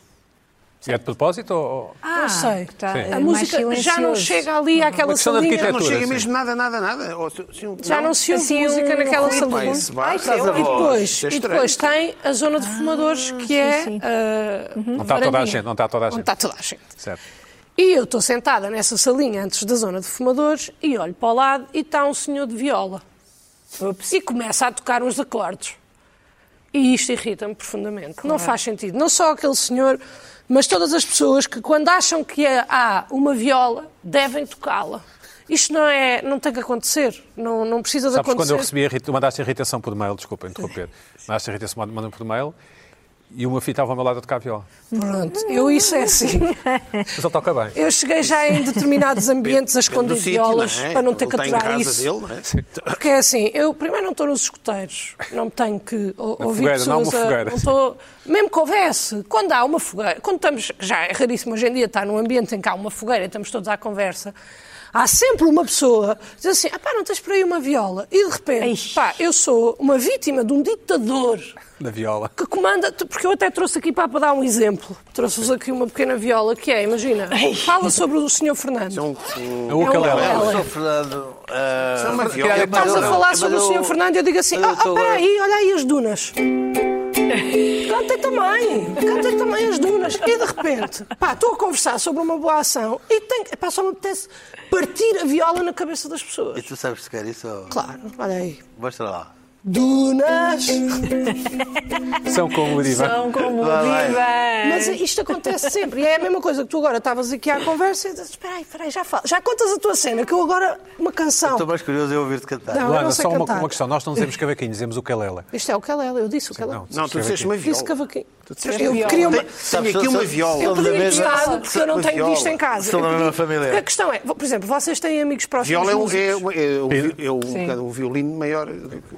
[SPEAKER 1] E é de propósito ou. ou-
[SPEAKER 3] Ah,
[SPEAKER 4] não sei.
[SPEAKER 3] que tá,
[SPEAKER 1] Sim.
[SPEAKER 3] é
[SPEAKER 4] a
[SPEAKER 3] mais
[SPEAKER 4] música já não
[SPEAKER 3] silencioso.
[SPEAKER 4] chega ali àquela
[SPEAKER 1] questão de
[SPEAKER 4] salinha.
[SPEAKER 1] arquitetura.
[SPEAKER 2] Não chega
[SPEAKER 1] Sim.
[SPEAKER 2] mesmo nada, nada, nada. Ou se- se-
[SPEAKER 4] Já não se ouve
[SPEAKER 3] Assim,
[SPEAKER 4] música
[SPEAKER 3] um
[SPEAKER 4] naquela
[SPEAKER 3] ruído.
[SPEAKER 4] salinha.
[SPEAKER 2] Pá, esse bar,
[SPEAKER 5] Ai, estás a
[SPEAKER 4] E depois,
[SPEAKER 5] voz.
[SPEAKER 4] e depois tem a zona de fumadores, que é.
[SPEAKER 3] é Ah, sim.
[SPEAKER 4] ah,
[SPEAKER 1] Não está toda a
[SPEAKER 4] varandinha.
[SPEAKER 1] gente, não está toda a
[SPEAKER 4] Onde
[SPEAKER 1] gente.
[SPEAKER 4] está toda a gente.
[SPEAKER 1] Certo.
[SPEAKER 4] E eu estou sentada nessa salinha antes da zona de fumadores e olho para o lado e está um senhor de viola. E começa a tocar uns acordes. E isto irrita-me profundamente. Não faz sentido. Não só aquele senhor, mas todas as pessoas que, quando acham que é, há uma viola, devem tocá-la. Isto não, é, não tem que acontecer. Não, não precisa de
[SPEAKER 1] Sabes
[SPEAKER 4] acontecer.
[SPEAKER 1] quando eu recebi a irrita- tu mandaste a irritação por mail, desculpa interromper. Mandaste a irritação mandando por mail e o meu filho estava ao meu lado a tocar viola.
[SPEAKER 4] Pronto, eu isso é assim.
[SPEAKER 1] Mas ele toca bem.
[SPEAKER 4] Eu cheguei já em determinados ambientes a
[SPEAKER 2] Depende do
[SPEAKER 4] esconder
[SPEAKER 2] sítio,
[SPEAKER 4] violas
[SPEAKER 2] não é?
[SPEAKER 4] para não ter
[SPEAKER 2] Ele
[SPEAKER 4] que
[SPEAKER 2] está em
[SPEAKER 4] aturar
[SPEAKER 2] casa
[SPEAKER 4] isso.
[SPEAKER 2] dele, não é?
[SPEAKER 4] Porque é assim, eu primeiro não estou nos escuteiros, não tenho que ou-
[SPEAKER 1] Na
[SPEAKER 4] ouvir
[SPEAKER 1] fogueira, não há uma
[SPEAKER 4] pessoas. a-
[SPEAKER 1] fogueira.
[SPEAKER 4] não estou- mesmo que houvesse, quando há uma fogueira, quando estamos, que já é raríssimo hoje em dia estar num ambiente em que há uma fogueira e estamos todos à conversa, há sempre uma pessoa que diz assim, ah pá, não tens por aí uma viola? E de repente, pá, eu sou uma vítima de um ditador
[SPEAKER 1] Na viola.
[SPEAKER 4] que comanda, porque eu até trouxe aqui para, para dar um exemplo, trouxe-vos aqui uma pequena viola que é, imagina, fala sobre o Sr. Fernando.
[SPEAKER 5] um
[SPEAKER 2] Então, hum,
[SPEAKER 1] É o ukulele.
[SPEAKER 4] ukulele.
[SPEAKER 5] Eu sou Fernando. ah,
[SPEAKER 2] é uma viola.
[SPEAKER 5] Tiago, mas
[SPEAKER 4] Estás a
[SPEAKER 5] eu-
[SPEAKER 4] falar
[SPEAKER 5] mas
[SPEAKER 4] sobre o
[SPEAKER 5] eu-
[SPEAKER 4] Sr. Fernando e eu digo assim:
[SPEAKER 5] mas eu
[SPEAKER 4] ah, ah,
[SPEAKER 5] estou
[SPEAKER 4] pera
[SPEAKER 5] agora-
[SPEAKER 4] aí, olha aí as dunas. Cantem também, cantem também as dunas. E de repente, pá, estou a conversar sobre uma boa ação e tenho, pá, só me apetece partir a viola na cabeça das
[SPEAKER 5] E
[SPEAKER 4] pessoas.
[SPEAKER 5] tu sabes tocar isso? ou-
[SPEAKER 4] Claro, olha aí.
[SPEAKER 5] Mostra lá.
[SPEAKER 4] Dunas!
[SPEAKER 1] São como o divã.
[SPEAKER 3] São como
[SPEAKER 5] Vai, vai.
[SPEAKER 3] viva.
[SPEAKER 4] Mas é- isto acontece sempre. E é a mesma coisa que tu agora estavas aqui à conversa e dizes, espera aí, espera aí, já falo. Já contas a tua cena, que eu agora... Uma canção.
[SPEAKER 5] Estou mais curioso em ouvir-te cantar.
[SPEAKER 4] Não, eu
[SPEAKER 1] Luana,
[SPEAKER 4] não sei
[SPEAKER 1] só uma,
[SPEAKER 4] cantar.
[SPEAKER 1] uma questão. Nós não dizemos cavaquinho, dizemos o Calela.
[SPEAKER 4] Isto é o Calela, eu disse o Calela.
[SPEAKER 1] Não,
[SPEAKER 2] Não, tu disseste uma viola.
[SPEAKER 4] Disse cavaquinho.
[SPEAKER 2] disseste
[SPEAKER 4] Eu
[SPEAKER 2] viola.
[SPEAKER 4] queria uma...
[SPEAKER 2] Tem- Tenho aqui uma viola.
[SPEAKER 4] Eu pedi
[SPEAKER 5] da mesma-
[SPEAKER 4] emprestado porque eu não
[SPEAKER 2] Uma
[SPEAKER 4] tenho
[SPEAKER 2] viola.
[SPEAKER 4] disto em casa.
[SPEAKER 5] São da
[SPEAKER 4] Eu pedi-
[SPEAKER 5] mesma família.
[SPEAKER 4] Porque a questão é, por exemplo, vocês têm amigos próximos
[SPEAKER 2] Viola é o, é,
[SPEAKER 4] músicos?
[SPEAKER 2] o- é, o-
[SPEAKER 1] Pedro.
[SPEAKER 2] é, o- é um- o violino maior.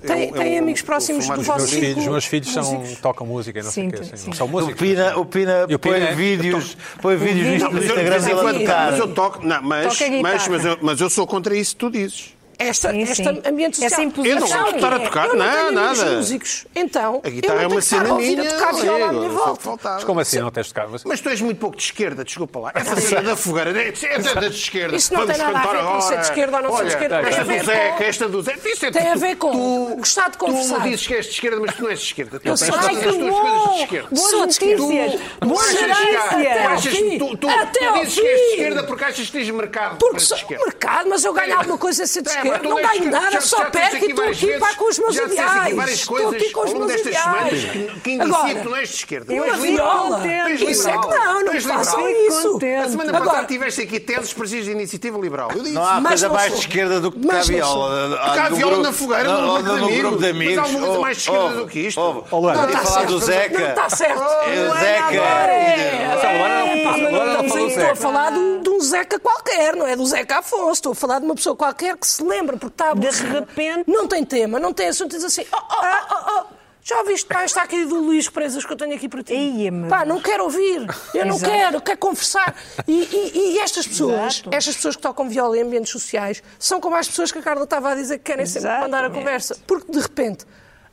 [SPEAKER 4] Tem- tem
[SPEAKER 2] é
[SPEAKER 4] amigos próximos do vosso
[SPEAKER 1] Meus
[SPEAKER 4] Cinco
[SPEAKER 1] filhos, meus filhos são,
[SPEAKER 4] músicos.
[SPEAKER 1] tocam música e não sei o
[SPEAKER 3] Sim,
[SPEAKER 1] quê.
[SPEAKER 3] sim.
[SPEAKER 1] assim, São
[SPEAKER 5] O
[SPEAKER 1] músicos.
[SPEAKER 5] Pina, o Pina
[SPEAKER 1] E o Pina
[SPEAKER 5] põe
[SPEAKER 1] é-
[SPEAKER 5] vídeos, põe vídeos
[SPEAKER 3] vídeo-
[SPEAKER 5] no
[SPEAKER 3] Mas eu-
[SPEAKER 5] Instagram
[SPEAKER 3] mas eu-
[SPEAKER 5] dele a tocar.
[SPEAKER 2] Mas eu toco. Não, mas,
[SPEAKER 3] Toca a guitarra.
[SPEAKER 2] mas, mas, eu, mas eu sou contra isso que tu dizes.
[SPEAKER 4] Esta,
[SPEAKER 3] Sim,
[SPEAKER 4] esta
[SPEAKER 3] sim.
[SPEAKER 4] ambiente social.
[SPEAKER 3] Essa imposição. é
[SPEAKER 2] Eu não gosto de estar a tocar,
[SPEAKER 4] eu não tenho
[SPEAKER 2] não,
[SPEAKER 4] amigos
[SPEAKER 2] nada.
[SPEAKER 4] músicos. Então,
[SPEAKER 2] A guitarra é
[SPEAKER 4] eu não
[SPEAKER 2] uma
[SPEAKER 4] tenho que estar
[SPEAKER 2] cena
[SPEAKER 4] a ouvir
[SPEAKER 2] minha.
[SPEAKER 4] a tocar viola à
[SPEAKER 2] eu-
[SPEAKER 4] minha
[SPEAKER 2] só
[SPEAKER 4] volta.
[SPEAKER 2] faltava.
[SPEAKER 1] Mas como assim não tens tocado? Mas-
[SPEAKER 2] Mas tu és muito pouco de esquerda, desculpa lá. Essa cena da fogueira é é da esquerda.
[SPEAKER 4] Isso não
[SPEAKER 2] Vamos
[SPEAKER 4] tem nada a
[SPEAKER 2] cantar
[SPEAKER 4] ver com
[SPEAKER 2] agora.
[SPEAKER 4] ser de esquerda ou não ser de
[SPEAKER 2] Olha,
[SPEAKER 4] esquerda.
[SPEAKER 2] Esta
[SPEAKER 4] Tem a
[SPEAKER 2] do
[SPEAKER 4] ver
[SPEAKER 2] Zeca,
[SPEAKER 4] com-
[SPEAKER 2] esta do Zeca. Isso é
[SPEAKER 4] Tem a
[SPEAKER 2] tu-
[SPEAKER 4] ver com
[SPEAKER 2] tu-
[SPEAKER 4] gostar de conversar.
[SPEAKER 2] Tu dizes que és de esquerda, mas tu não és de esquerda. Tu
[SPEAKER 4] Eu
[SPEAKER 2] pensas
[SPEAKER 4] sei. Ai,
[SPEAKER 2] que
[SPEAKER 4] que
[SPEAKER 2] as tuas coisas de
[SPEAKER 3] bom!
[SPEAKER 2] esquerda.
[SPEAKER 3] Boas
[SPEAKER 4] Sou de esquerda.
[SPEAKER 3] notícias!
[SPEAKER 2] Tu
[SPEAKER 3] Boas
[SPEAKER 2] achas que há-
[SPEAKER 3] notícias!
[SPEAKER 2] tu achas-
[SPEAKER 4] fim!
[SPEAKER 2] tu- tu-
[SPEAKER 4] Até
[SPEAKER 2] tu
[SPEAKER 4] ao
[SPEAKER 2] dizes que és de
[SPEAKER 4] fim!
[SPEAKER 2] esquerda porque achas que tens mercado para
[SPEAKER 4] Porque
[SPEAKER 2] de
[SPEAKER 4] sou
[SPEAKER 2] esquerda.
[SPEAKER 4] mercado, mas eu ganho alguma coisa a ser de
[SPEAKER 2] Tá, mas tu
[SPEAKER 4] esquerda.
[SPEAKER 2] és
[SPEAKER 4] Não
[SPEAKER 2] de
[SPEAKER 4] ganho
[SPEAKER 2] esquerda.
[SPEAKER 4] nada,
[SPEAKER 2] Já- já
[SPEAKER 4] só
[SPEAKER 2] disseste
[SPEAKER 4] perco e
[SPEAKER 2] aqui
[SPEAKER 4] estou
[SPEAKER 2] várias
[SPEAKER 4] aqui pá
[SPEAKER 2] vezes-
[SPEAKER 4] com os meus
[SPEAKER 2] já disseste aqui
[SPEAKER 4] ideais.
[SPEAKER 2] várias
[SPEAKER 4] Estou
[SPEAKER 2] coisas
[SPEAKER 4] aqui com os
[SPEAKER 2] ao longo
[SPEAKER 4] meus
[SPEAKER 2] destas
[SPEAKER 4] ideais.
[SPEAKER 2] semanas que- que indicam que tu não és de esquerda.
[SPEAKER 4] Eu
[SPEAKER 2] Tu
[SPEAKER 4] a
[SPEAKER 2] és liberal.
[SPEAKER 4] viola.
[SPEAKER 2] Tu és
[SPEAKER 4] Isso é que
[SPEAKER 2] liberal.
[SPEAKER 4] não,
[SPEAKER 2] Tu
[SPEAKER 4] não
[SPEAKER 2] és
[SPEAKER 4] façam
[SPEAKER 2] liberal.
[SPEAKER 4] isso.
[SPEAKER 2] A semana
[SPEAKER 4] Agora,
[SPEAKER 2] passada tiveste aqui teses precisas de iniciativa liberal. Eu disse.
[SPEAKER 5] Não há
[SPEAKER 4] Mas
[SPEAKER 5] coisa
[SPEAKER 4] não
[SPEAKER 5] mais
[SPEAKER 4] sou.
[SPEAKER 5] de esquerda do que tocar
[SPEAKER 4] Mas não
[SPEAKER 5] viola.
[SPEAKER 2] Tocar
[SPEAKER 5] no
[SPEAKER 2] viola
[SPEAKER 5] grupo-
[SPEAKER 2] na fogueira, num
[SPEAKER 5] ou
[SPEAKER 2] grupo de
[SPEAKER 5] grupo de
[SPEAKER 2] amigos.
[SPEAKER 5] amigos.
[SPEAKER 2] Mas há uma
[SPEAKER 5] Oh,
[SPEAKER 2] coisa
[SPEAKER 5] Ou-
[SPEAKER 2] mais de esquerda
[SPEAKER 5] ou-
[SPEAKER 2] do que isto.
[SPEAKER 5] ou-
[SPEAKER 1] Ó, Luana,
[SPEAKER 5] Não,
[SPEAKER 1] não
[SPEAKER 5] tem
[SPEAKER 1] tá
[SPEAKER 5] falar do
[SPEAKER 4] certo, Não
[SPEAKER 5] Zeca.
[SPEAKER 4] está certo.
[SPEAKER 5] É o
[SPEAKER 4] Não é
[SPEAKER 5] Zeca.
[SPEAKER 4] agora.
[SPEAKER 1] Mas a Luana não-
[SPEAKER 4] Pá,
[SPEAKER 1] a
[SPEAKER 4] mas não
[SPEAKER 1] Luana não
[SPEAKER 4] estamos aí-
[SPEAKER 1] falou
[SPEAKER 4] Estou a
[SPEAKER 1] certo.
[SPEAKER 4] falar de um, de um Zeca qualquer, não é do Zeca Afonso. Estou a falar de uma pessoa qualquer que se lembra, porque está aborrecida.
[SPEAKER 3] repente-
[SPEAKER 4] Não tem tema, não tem assunto. Diz assim: oh, oh, oh, oh, oh, Já ouviste pá, está aqui do Luís Presas que eu tenho aqui para ti?
[SPEAKER 3] Ia, meu
[SPEAKER 4] pá, não quero ouvir, eu não
[SPEAKER 3] Exato.
[SPEAKER 4] quero, quero conversar. E, e- e estas pessoas,
[SPEAKER 3] Exato.
[SPEAKER 4] estas pessoas que tocam viola em ambientes sociais, são como as pessoas que a Carla estava a dizer que querem sempre
[SPEAKER 3] Exatamente.
[SPEAKER 4] mandar a conversa. Porque de repente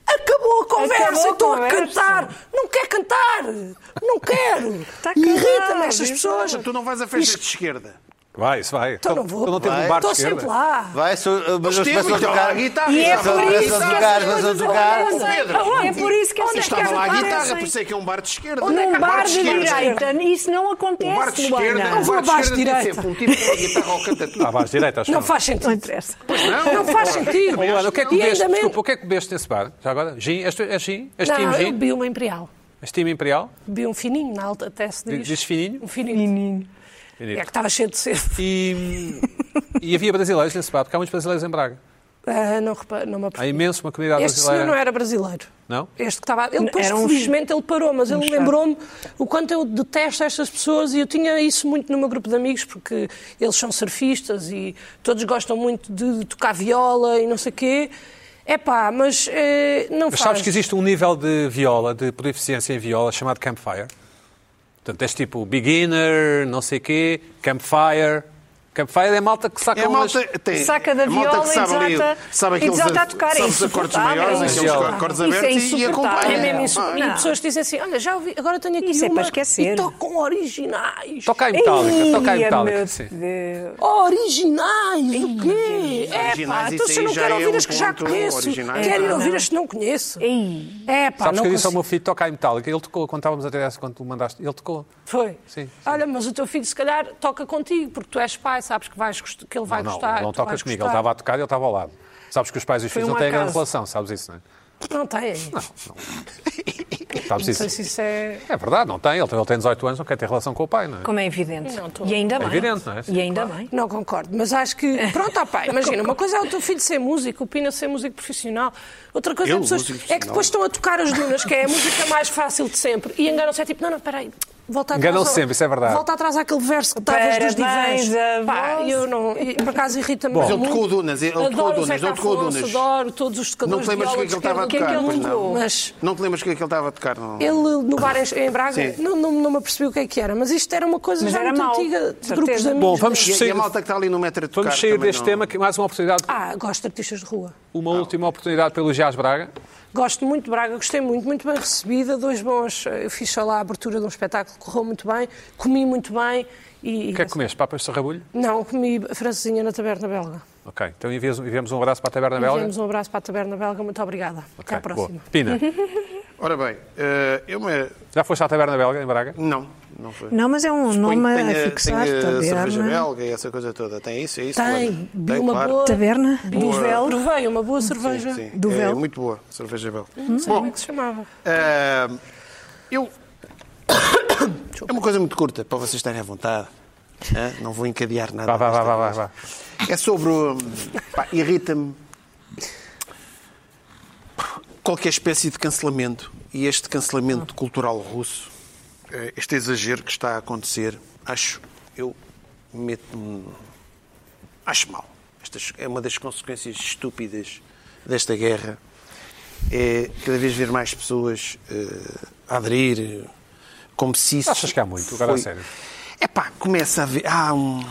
[SPEAKER 4] acabou a conversa,
[SPEAKER 3] Acabou a
[SPEAKER 4] estou a
[SPEAKER 3] conversa.
[SPEAKER 4] cantar, não quer cantar, não quero.
[SPEAKER 3] Tá calado,
[SPEAKER 4] Irrita-me estas
[SPEAKER 3] exato.
[SPEAKER 4] pessoas.
[SPEAKER 2] Tu não vais a festas de esquerda.
[SPEAKER 1] Vai, isso vai.
[SPEAKER 4] Então não vou.
[SPEAKER 1] Tu não tens um bar de
[SPEAKER 4] Estou
[SPEAKER 1] esquerda.
[SPEAKER 4] sempre lá.
[SPEAKER 5] Vai, sou- mas eles
[SPEAKER 2] temos,
[SPEAKER 5] começam a
[SPEAKER 2] então,
[SPEAKER 5] tocar.
[SPEAKER 2] a guitarra.
[SPEAKER 3] E é
[SPEAKER 2] Mas
[SPEAKER 3] por
[SPEAKER 2] a-
[SPEAKER 3] isso que
[SPEAKER 2] mas a-
[SPEAKER 5] tocar,
[SPEAKER 3] essas
[SPEAKER 5] mas a
[SPEAKER 3] coisas
[SPEAKER 5] tocar.
[SPEAKER 3] aparecem. Aonde? É por isso que
[SPEAKER 2] Onde
[SPEAKER 3] essas
[SPEAKER 2] estava lá a
[SPEAKER 3] coisas
[SPEAKER 2] guitarra, por
[SPEAKER 3] aparecem.
[SPEAKER 2] isso é que é um bar de esquerda.
[SPEAKER 4] Onde é que
[SPEAKER 3] Num
[SPEAKER 4] há bar
[SPEAKER 3] bar
[SPEAKER 4] de
[SPEAKER 3] de direita, isso não
[SPEAKER 2] O bar de
[SPEAKER 3] acontece,
[SPEAKER 2] esquerda é
[SPEAKER 3] Luana.
[SPEAKER 2] um bar de
[SPEAKER 4] Vou abaixo
[SPEAKER 2] esquerda
[SPEAKER 4] direita.
[SPEAKER 2] tem sempre um tipo com a guitarra ao
[SPEAKER 1] Ah,
[SPEAKER 2] cantatudo.
[SPEAKER 1] vais direito, acho
[SPEAKER 4] Não
[SPEAKER 1] que
[SPEAKER 4] faz
[SPEAKER 3] Não
[SPEAKER 4] sentido.
[SPEAKER 3] interessa.
[SPEAKER 2] Não,
[SPEAKER 4] Não faz sentido.
[SPEAKER 1] Ô, Luana, o que é que
[SPEAKER 4] E
[SPEAKER 1] bebeste?
[SPEAKER 4] ainda menos.
[SPEAKER 1] Desculpa, o que é que bebeste nesse bar? Já agora? Gin? És, tu- és gin? És time
[SPEAKER 4] Não, eu
[SPEAKER 1] gin?
[SPEAKER 4] bebi uma imperial.
[SPEAKER 1] És time imperial?
[SPEAKER 4] Bebi um fininho, na alta até se diz.
[SPEAKER 1] Diz fininho?
[SPEAKER 4] Um fininho.
[SPEAKER 1] Fininho.
[SPEAKER 4] É que estava cheio de sede.
[SPEAKER 1] E, e havia brasileiros nesse bar, porque há muitos brasileiros em Braga.
[SPEAKER 4] Ah, não, repa- não me
[SPEAKER 1] Há
[SPEAKER 4] apercebi.
[SPEAKER 1] imenso uma comunidade
[SPEAKER 4] Este senhor é-
[SPEAKER 1] brasileira.
[SPEAKER 4] não era brasileiro.
[SPEAKER 1] Não?
[SPEAKER 4] Este que estava. Ele depois,
[SPEAKER 3] Era um-
[SPEAKER 4] felizmente, ele parou, mas ele
[SPEAKER 3] chato.
[SPEAKER 4] lembrou-me o quanto eu detesto estas pessoas e eu tinha isso muito no meu grupo de amigos, porque eles são surfistas e todos gostam muito de tocar viola e não sei quê. É pá, mas eh, não
[SPEAKER 1] Mas
[SPEAKER 4] faz.
[SPEAKER 1] sabes que existe um nível de viola, de proficiência em viola, chamado campfire? Portanto, és tipo beginner, não sei quê, campfire. Campfire é malta que saca
[SPEAKER 2] É a
[SPEAKER 1] umas...
[SPEAKER 2] malta, tem,
[SPEAKER 3] Saca da
[SPEAKER 2] a malta
[SPEAKER 3] viola
[SPEAKER 2] que
[SPEAKER 3] e
[SPEAKER 2] sabe ali,
[SPEAKER 3] desata-
[SPEAKER 2] sabe
[SPEAKER 3] e
[SPEAKER 2] aqueles
[SPEAKER 3] desata
[SPEAKER 2] a-
[SPEAKER 3] a tocar. É
[SPEAKER 2] sabe os acordes
[SPEAKER 3] insuportável,
[SPEAKER 2] maiores,
[SPEAKER 3] é
[SPEAKER 2] aqueles
[SPEAKER 1] insuportável.
[SPEAKER 2] acordes
[SPEAKER 3] Isso é
[SPEAKER 2] abertos e- e
[SPEAKER 3] insuportável.
[SPEAKER 2] acompanha.
[SPEAKER 4] É mesmo
[SPEAKER 3] Não,
[SPEAKER 4] isso.
[SPEAKER 2] Pá,
[SPEAKER 4] E
[SPEAKER 3] não.
[SPEAKER 4] pessoas dizem assim: olha, já ouvi, agora tenho aqui
[SPEAKER 3] Isso é
[SPEAKER 4] uma
[SPEAKER 3] para esquecer.
[SPEAKER 4] e tocam originais.
[SPEAKER 1] Toca aí metálica, toca aí
[SPEAKER 4] é
[SPEAKER 3] Ia,
[SPEAKER 1] metálica.
[SPEAKER 3] meu
[SPEAKER 1] Sim.
[SPEAKER 3] Deus.
[SPEAKER 4] Originais, o quê? É pá,
[SPEAKER 2] Originais,
[SPEAKER 4] então
[SPEAKER 2] isso
[SPEAKER 4] se eu
[SPEAKER 2] aí
[SPEAKER 4] não
[SPEAKER 2] já
[SPEAKER 4] quero
[SPEAKER 2] é
[SPEAKER 4] ouvir
[SPEAKER 2] um
[SPEAKER 4] as que já
[SPEAKER 2] ponto.
[SPEAKER 4] conheço,
[SPEAKER 2] Originais,
[SPEAKER 4] quero ir
[SPEAKER 3] não.
[SPEAKER 4] ouvir as que não conheço.
[SPEAKER 3] Ei,
[SPEAKER 4] É pá,
[SPEAKER 1] Sabes
[SPEAKER 4] não
[SPEAKER 1] que eu disse ao
[SPEAKER 4] consigo.
[SPEAKER 1] meu filho, toca aí metálica. Ele tocou, quando estávamos a ter essa, quando tu mandaste, ele tocou.
[SPEAKER 4] Foi.
[SPEAKER 1] Sim, sim.
[SPEAKER 4] Olha, mas o teu filho se calhar toca contigo, porque tu és pai, sabes que, vais, gost- que ele vai
[SPEAKER 1] não,
[SPEAKER 4] gostar.
[SPEAKER 1] não, não
[SPEAKER 4] tu
[SPEAKER 1] tocas
[SPEAKER 4] vais
[SPEAKER 1] comigo. Ele
[SPEAKER 4] gostar.
[SPEAKER 1] estava a tocar e eu estava ao lado. Sabes que os pais e os filhos
[SPEAKER 4] um
[SPEAKER 1] não têm grande
[SPEAKER 4] acaso.
[SPEAKER 1] relação, sabes isso, não é?
[SPEAKER 4] Não tem. Não
[SPEAKER 1] Sabes
[SPEAKER 4] sei
[SPEAKER 1] isso?
[SPEAKER 4] se isso é.
[SPEAKER 1] É verdade, não tem. Ele tem, ele tem 18 anos, não quer ter relação com o pai, não é?
[SPEAKER 3] como é evidente.
[SPEAKER 4] Não, tô-
[SPEAKER 3] E ainda bem.
[SPEAKER 1] evidente, não é?
[SPEAKER 3] E ainda bem.
[SPEAKER 4] Não concordo, mas acho que. Pronto, ó pai, imagina, uma coisa é o teu filho ser músico, o Pina ser músico profissional, outra coisa é,
[SPEAKER 2] Eu,
[SPEAKER 4] pessoas...
[SPEAKER 2] músico
[SPEAKER 4] é que depois estão a tocar as dunas, que é a música mais fácil de sempre, e enganam-se, é tipo, não, não, peraí, volta atrás.
[SPEAKER 1] Enganam-se
[SPEAKER 4] ao-
[SPEAKER 1] sempre, isso é verdade.
[SPEAKER 4] Volta atrás àquele verso que estavas dos
[SPEAKER 3] Parabéns
[SPEAKER 4] divãs.
[SPEAKER 3] a
[SPEAKER 4] Pá,
[SPEAKER 3] vós.
[SPEAKER 4] eu não. e Por acaso irrita-me.
[SPEAKER 2] Mas ele
[SPEAKER 4] muito.
[SPEAKER 2] tocou o Dunas, ele tocou o
[SPEAKER 4] Adoro
[SPEAKER 2] Dunas,
[SPEAKER 4] Zeca
[SPEAKER 2] ele tocou o
[SPEAKER 4] Afonso,
[SPEAKER 2] Dunas.
[SPEAKER 4] Adoro todos os
[SPEAKER 2] Não
[SPEAKER 4] tocadores
[SPEAKER 2] te lembras
[SPEAKER 4] de
[SPEAKER 2] o que é
[SPEAKER 4] viola
[SPEAKER 2] que ele estava a
[SPEAKER 4] de esquerda,
[SPEAKER 2] tocar?
[SPEAKER 4] o que é
[SPEAKER 2] pois
[SPEAKER 4] que ele tocou?
[SPEAKER 2] não.
[SPEAKER 4] Mas
[SPEAKER 2] Não te lembras o que é que ele estava a tocar? Não.
[SPEAKER 4] ele no bar em, em Braga,
[SPEAKER 2] Sim.
[SPEAKER 4] não, não, não me apercebi o que é que era, mas isto era uma coisa
[SPEAKER 3] Mas
[SPEAKER 4] já
[SPEAKER 3] era
[SPEAKER 4] muito
[SPEAKER 3] mau,
[SPEAKER 4] antiga de
[SPEAKER 3] certeza.
[SPEAKER 4] grupos de amigos.
[SPEAKER 1] Bom, vamos
[SPEAKER 2] E, e
[SPEAKER 1] sair,
[SPEAKER 2] a malta que está ali no metro a tocar.
[SPEAKER 1] vamos sair
[SPEAKER 2] também
[SPEAKER 1] deste
[SPEAKER 2] não-
[SPEAKER 1] tema, que é mais uma oportunidade,
[SPEAKER 4] Ah, gosto de artistas de rua.
[SPEAKER 1] uma última oportunidade pelo Jazz Braga.
[SPEAKER 4] Gosto muito de Braga, gostei muito, muito bem recebida, dois bons. eh, Eu fiz só lá a abertura de um espetáculo, correu muito bem, comi muito bem e. assim.
[SPEAKER 1] O que é que comeste? Papas de sarrabulho?
[SPEAKER 4] Não, comi francesinha na Taberna Belga.
[SPEAKER 1] Ok, então enviamos, enviamos um abraço para a Taberna Belga.
[SPEAKER 4] Enviamos um abraço para a Taberna Belga, muito obrigada. Até
[SPEAKER 1] Ok,
[SPEAKER 4] à próxima.
[SPEAKER 1] boa. Pina,
[SPEAKER 2] Ora bem, eh, eu me...
[SPEAKER 1] já foste à Taberna Belga em Braga?
[SPEAKER 2] Não, não foi.
[SPEAKER 3] Não, mas é um nome
[SPEAKER 2] Tem
[SPEAKER 3] a é?
[SPEAKER 2] a-
[SPEAKER 3] fixar.
[SPEAKER 2] tem a cerveja
[SPEAKER 3] Taberna.
[SPEAKER 2] belga e essa coisa toda. Tem isso? É isso?
[SPEAKER 4] Tem,
[SPEAKER 2] Luana?
[SPEAKER 4] uma
[SPEAKER 2] claro.
[SPEAKER 4] boa.
[SPEAKER 3] Taberna? Do
[SPEAKER 2] Boa.
[SPEAKER 3] Vel.
[SPEAKER 4] Provei uma boa cerveja.
[SPEAKER 2] Sim,
[SPEAKER 3] Do Hum,
[SPEAKER 2] é
[SPEAKER 3] Vel.
[SPEAKER 2] muito
[SPEAKER 4] é
[SPEAKER 2] boa, cerveja belga.
[SPEAKER 4] Não sei como é que se chamava.
[SPEAKER 2] Ah, eu É uma coisa muito curta, para vocês estarem à vontade. Hã? Não vou encadear
[SPEAKER 1] Vá,
[SPEAKER 2] nada.
[SPEAKER 1] vá, vá,
[SPEAKER 2] desta
[SPEAKER 1] vá, vá,
[SPEAKER 2] vez.
[SPEAKER 1] vá.
[SPEAKER 2] É sobre. hum, pá, Irrita-me qualquer espécie de cancelamento. E este cancelamento cultural russo, eh, este exagero que está a acontecer, acho. Eu meto-me. Acho mal. Esta é uma das consequências estúpidas desta guerra. É cada vez ver mais pessoas eh, a aderir. eh, Como se isso.
[SPEAKER 1] Achas que há muito? Agora a sério.
[SPEAKER 2] É pá, começa a ver. Há um-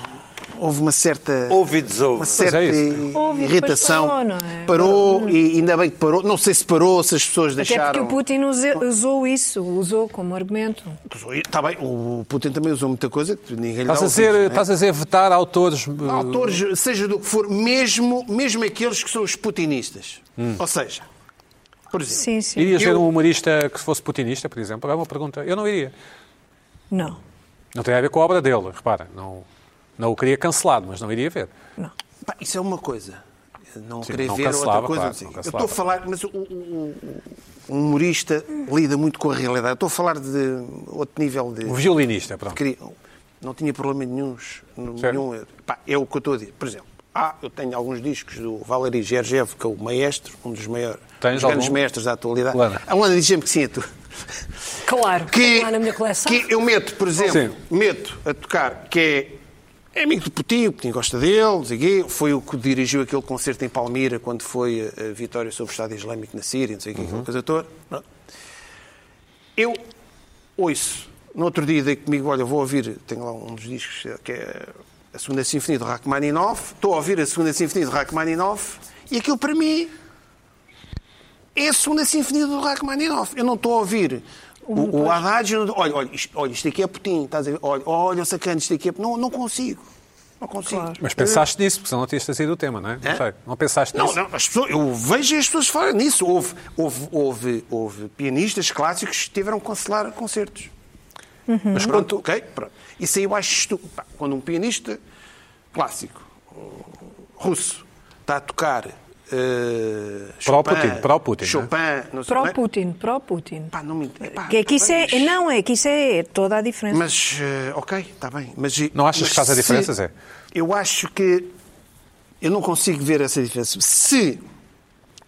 [SPEAKER 2] Houve uma certa.
[SPEAKER 5] Ouve e desouve.
[SPEAKER 2] Uma
[SPEAKER 5] Pois
[SPEAKER 2] certa
[SPEAKER 1] é isso.
[SPEAKER 3] Houve e depois
[SPEAKER 2] irritação.
[SPEAKER 3] parou, não é?
[SPEAKER 2] Parou, e ainda bem que parou. Não sei se parou, se as pessoas
[SPEAKER 3] Até porque
[SPEAKER 2] deixaram.
[SPEAKER 3] o Putin use- usou isso, usou como argumento.
[SPEAKER 2] Está tá bem, o Putin também usou muita coisa que ninguém lhe dá
[SPEAKER 1] Estás a, dizer,
[SPEAKER 2] ouvidos, não é?
[SPEAKER 1] estás a dizer vetar autores. eh,
[SPEAKER 2] Autores, seja do que for, mesmo, mesmo aqueles que são os putinistas.
[SPEAKER 1] Hum.
[SPEAKER 2] Ou seja, por exemplo,
[SPEAKER 3] Sim, sim.
[SPEAKER 1] Irias ver
[SPEAKER 2] Eu-
[SPEAKER 1] um humorista que fosse putinista, por exemplo? Agora uma pergunta. Eu não iria.
[SPEAKER 3] Não,
[SPEAKER 1] Não tem a ver com a obra dele, repara. Não, não o queria cancelado, mas não iria ver.
[SPEAKER 3] não.
[SPEAKER 2] pá, isso é uma coisa. Não
[SPEAKER 1] Sim,
[SPEAKER 2] querer
[SPEAKER 1] não
[SPEAKER 2] ver
[SPEAKER 1] cancelava,
[SPEAKER 2] outra coisa.
[SPEAKER 1] claro,
[SPEAKER 2] sim.
[SPEAKER 1] não
[SPEAKER 2] Eu
[SPEAKER 1] cancelava.
[SPEAKER 2] estou a falar, mas o, o- o- o humorista lida muito com a realidade. Eu Estou a falar de outro nível de.
[SPEAKER 1] O violinista, pronto.
[SPEAKER 2] queria- não tinha problema nenhum. nenhum
[SPEAKER 1] Sério?
[SPEAKER 2] Pá, é o que eu estou a dizer. Por exemplo, ah, eu tenho alguns discos do Valery Gergiev, que é o maestro, um dos maiores,
[SPEAKER 1] Tens
[SPEAKER 2] dos grandes
[SPEAKER 1] algum?
[SPEAKER 2] mestres da atualidade.
[SPEAKER 1] Lana.
[SPEAKER 2] A Lana diz-me que sim, é tu.
[SPEAKER 4] Claro,
[SPEAKER 2] Que,
[SPEAKER 4] lá na minha coleção.
[SPEAKER 2] que eu meto, por exemplo,
[SPEAKER 1] Sim.
[SPEAKER 2] meto a tocar, que é, é amigo do Putin, o Putin gosta dele, não sei o quê, foi o que dirigiu aquele concerto em Palmira quando foi a, a vitória sobre o Estado Islâmico na Síria, não sei o quê,
[SPEAKER 1] Uhum.
[SPEAKER 2] aquela coisa toda. Pronto. Eu ouço, no outro dia dei comigo, olha, vou ouvir, tenho lá um dos discos que é a Segunda Sinfonia de Rachmaninoff, estou a ouvir a Segunda Sinfonia de Rachmaninoff e aquilo para mim é a Segunda Sinfonia do Rachmaninoff. Eu não estou a ouvir o, o Haddad, eu não- olha, olha, isto, olha, isto aqui é Putin, estás a ver? Olha, olha o sacano, isto aqui é Não, não consigo. Não consigo.
[SPEAKER 1] Mas pensaste nisso, porque senão não tinhas trazido o tema, não é? Não,
[SPEAKER 2] Hã?
[SPEAKER 1] sei. Não pensaste
[SPEAKER 2] Não,
[SPEAKER 1] nisso.
[SPEAKER 2] não, as pessoas, eu vejo as pessoas falarem nisso. Houve, houve, houve, houve pianistas clássicos que tiveram que cancelar concertos.
[SPEAKER 3] Uhum.
[SPEAKER 2] Mas pronto, ok? Pronto. Isso aí eu acho estúpido. Pá, Quando um pianista clássico, uh, russo, está a tocar. Uh,
[SPEAKER 1] Para o
[SPEAKER 2] Chopin,
[SPEAKER 1] Putin, para o Putin,
[SPEAKER 2] Chopin, não sei não é?
[SPEAKER 3] Pró-Putin, pró-Putin.
[SPEAKER 2] Pá, não me inter- Epá,
[SPEAKER 3] Que é que isso é,
[SPEAKER 2] mas-
[SPEAKER 3] não, é que isso é toda a diferença.
[SPEAKER 2] Mas, eh, ok, está bem. Mas,
[SPEAKER 1] Não achas
[SPEAKER 2] mas
[SPEAKER 1] que faz a
[SPEAKER 2] se-
[SPEAKER 1] diferença, Zé?
[SPEAKER 2] Eu acho que. Eu não consigo ver essa diferença. Se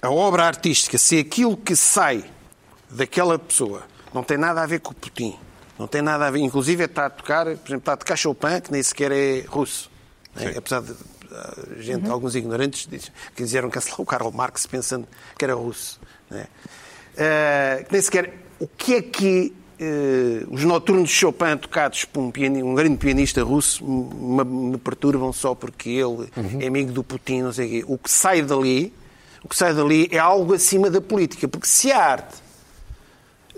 [SPEAKER 2] a obra artística, se aquilo que sai daquela pessoa não tem nada a ver com o Putin, não tem nada a ver. Inclusive, está a tocar, por exemplo, está a tocar Chopin, que nem sequer é russo. né? Apesar de ah, gente, alguns ignorantes diz- que quiseram cancelar o Karl Marx pensando que era russo. né? Ah, que nem sequer. O que é que eh, os noturnos de Chopin tocados por um, piani- um grande pianista russo me, me perturbam só porque ele é amigo do Putin, não sei o quê. O que sai dali, o que sai dali é algo acima da política, porque se a arte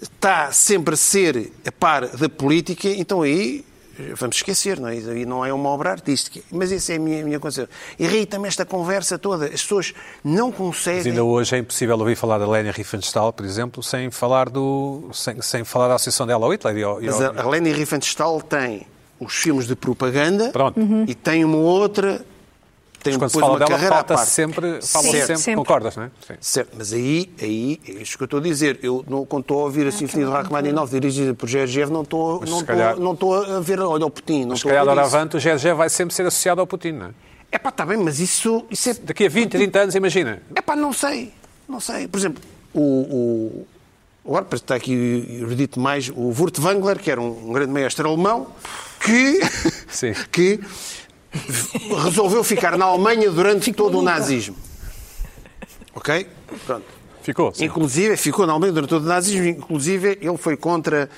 [SPEAKER 2] está sempre a ser a par da política, então aí eh, vamos esquecer, não é? Aí não é uma obra artística. Mas essa é a minha, a minha concepção. Irrita-me esta conversa toda. As pessoas não
[SPEAKER 1] Mas
[SPEAKER 2] conseguem.
[SPEAKER 1] ainda hoje é impossível ouvir falar da Lenia Riefenstahl, por exemplo, sem falar, do, sem, sem falar da associação dela ao Hitler. E ao, e
[SPEAKER 2] Mas
[SPEAKER 1] ao-
[SPEAKER 2] a Leni Riefenstahl tem os filmes de propaganda
[SPEAKER 1] Pronto.
[SPEAKER 2] e tem uma outra. Tem
[SPEAKER 1] Mas quando
[SPEAKER 2] depois
[SPEAKER 1] se
[SPEAKER 2] uma
[SPEAKER 1] fala dela,
[SPEAKER 2] carreira à
[SPEAKER 1] falta
[SPEAKER 2] parte.
[SPEAKER 1] sempre, fala
[SPEAKER 3] Sim,
[SPEAKER 1] sempre,
[SPEAKER 3] sempre.
[SPEAKER 1] Concordas, não é? Sim.
[SPEAKER 2] Certo, mas aí, aí é isto que eu estou a dizer. Eu, não, quando estou a ouvir a Sinfonia de Rachmaninoff dirigida por Gergiev, não estou,
[SPEAKER 1] Mas
[SPEAKER 2] não,
[SPEAKER 1] se
[SPEAKER 2] estou,
[SPEAKER 1] calhar-
[SPEAKER 2] não estou a ver, olha, o Putin.
[SPEAKER 1] Mas
[SPEAKER 2] Não
[SPEAKER 1] se
[SPEAKER 2] estou
[SPEAKER 1] calhar,
[SPEAKER 2] a ouvir isso.
[SPEAKER 1] doravante, o GSG vai sempre ser associado ao Putin, não é?
[SPEAKER 2] É pá, está bem, mas isso, isso é.
[SPEAKER 1] Daqui a 20, 30 anos, imagina.
[SPEAKER 2] É pá, não sei. Não sei. Por exemplo, o. o agora parece que está aqui, eu dito mais, o Wurtwängler, que era um, um grande maestro alemão, que.
[SPEAKER 1] Sim.
[SPEAKER 2] que resolveu ficar na Alemanha durante todo o nazismo. Ok? Pronto.
[SPEAKER 1] Ficou. sim.
[SPEAKER 2] Inclusive, ficou na Alemanha durante todo o nazismo, inclusive ele foi contra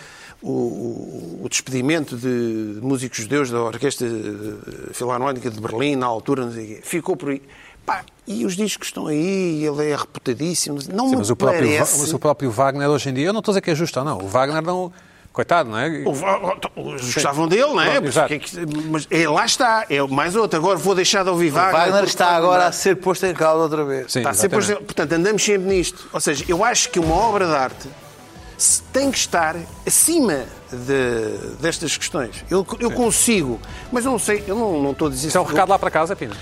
[SPEAKER 2] o, o- o despedimento de músicos judeus da Orquestra eh, Filarmónica de Berlim, na altura, não sei o quê. Ficou por aí. Pá, e os discos estão aí, ele é reputadíssimo. Não
[SPEAKER 1] Sim,
[SPEAKER 2] me
[SPEAKER 1] mas, o próprio, Va-
[SPEAKER 2] parece...
[SPEAKER 1] mas o próprio Wagner hoje em dia, eu não estou a dizer que é justo ou não. O Wagner não. Coitado, não é?
[SPEAKER 2] O oh, Va- o- Eles gostavam dele, não é?
[SPEAKER 1] Pronto, exato.
[SPEAKER 2] Porque é que- Mas é, lá está, é mais outro. Agora vou deixar de ouvir Wagner.
[SPEAKER 5] Wagner
[SPEAKER 2] porque
[SPEAKER 5] está agora a ser posto em causa outra vez.
[SPEAKER 1] Sim,
[SPEAKER 2] Está Tá, sempre,
[SPEAKER 1] exatamente.
[SPEAKER 2] portanto, andamos sempre nisto. Ou seja, eu acho que uma obra de arte se- tem que estar acima de- destas questões. Eu, eu consigo, mas eu não sei, eu não, não estou a dizer
[SPEAKER 1] Isso é um
[SPEAKER 2] se-
[SPEAKER 1] recado lá para casa, Pina.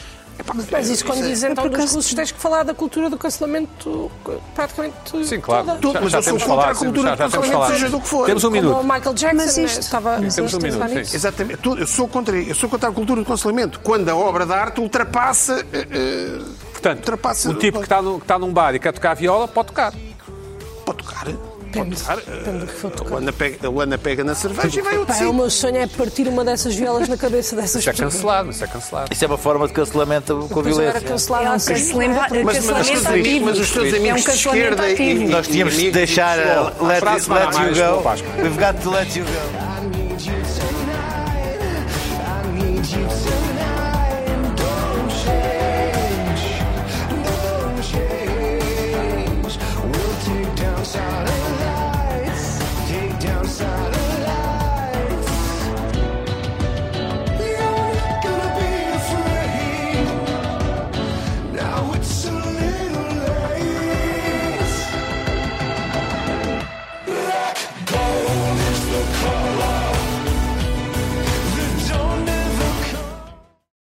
[SPEAKER 4] Mas isso
[SPEAKER 1] é-
[SPEAKER 4] quando dizem então
[SPEAKER 3] por
[SPEAKER 4] dos
[SPEAKER 3] acaso-
[SPEAKER 4] russos, tens que falar da cultura do cancelamento praticamente
[SPEAKER 1] Sim, claro.
[SPEAKER 4] toda.
[SPEAKER 1] Já-
[SPEAKER 2] Mas
[SPEAKER 1] já
[SPEAKER 2] eu sou um
[SPEAKER 1] temos
[SPEAKER 2] contra
[SPEAKER 1] falado,
[SPEAKER 2] a cultura
[SPEAKER 1] já- já
[SPEAKER 2] do
[SPEAKER 1] temos
[SPEAKER 2] cancelamento,
[SPEAKER 1] falado.
[SPEAKER 2] seja do que for.
[SPEAKER 1] Temos um
[SPEAKER 4] Como o
[SPEAKER 1] minuto.
[SPEAKER 4] Michael Jackson,
[SPEAKER 3] Mas
[SPEAKER 4] né?
[SPEAKER 3] isto-
[SPEAKER 4] estava
[SPEAKER 1] Sim, temos um
[SPEAKER 4] a pensar
[SPEAKER 1] minuto,
[SPEAKER 4] nisso.
[SPEAKER 1] sim.
[SPEAKER 2] Exatamente. Tudo- Eu sou, contra, eu sou contra a cultura do cancelamento. Quando a obra de arte ultrapassa. eh, eh,
[SPEAKER 1] Portanto,
[SPEAKER 2] ultrapassa
[SPEAKER 1] o tipo que está, no- que está num bar e quer tocar viola, pode tocar.
[SPEAKER 2] Pode tocar.
[SPEAKER 4] Depende, depende do que for
[SPEAKER 2] A
[SPEAKER 4] tocar.
[SPEAKER 2] Luana pega, a Luana pega na cerveja e vai ao
[SPEAKER 4] Pá,
[SPEAKER 3] um
[SPEAKER 4] o
[SPEAKER 2] tecido.
[SPEAKER 4] meu sonho é partir uma dessas violas na cabeça dessas
[SPEAKER 1] Isso é
[SPEAKER 4] pessoas.
[SPEAKER 1] cancelado, isso é cancelado.
[SPEAKER 5] Isso é uma forma de cancelamento com
[SPEAKER 4] Mas agora
[SPEAKER 5] violência.
[SPEAKER 4] cancelar
[SPEAKER 3] É um
[SPEAKER 4] não sei.
[SPEAKER 3] cancelamento-
[SPEAKER 4] Porque
[SPEAKER 2] Mas, mas, os
[SPEAKER 3] cancelamento
[SPEAKER 2] teus amigos,
[SPEAKER 3] ativo.
[SPEAKER 2] mas os teus
[SPEAKER 3] É um
[SPEAKER 2] amigos de
[SPEAKER 3] cancelamento
[SPEAKER 2] esquerda e-
[SPEAKER 3] ativo.
[SPEAKER 2] e.
[SPEAKER 5] Nós tínhamos
[SPEAKER 2] e amigos
[SPEAKER 5] que
[SPEAKER 2] de
[SPEAKER 5] deixar a
[SPEAKER 2] pessoal.
[SPEAKER 5] let,
[SPEAKER 1] Para a semana
[SPEAKER 5] let
[SPEAKER 1] há
[SPEAKER 5] you
[SPEAKER 1] mais,
[SPEAKER 5] go.
[SPEAKER 1] desculpa, Oscar.
[SPEAKER 5] We've got to let you go.
[SPEAKER 8] I need you tonight. I need you tonight.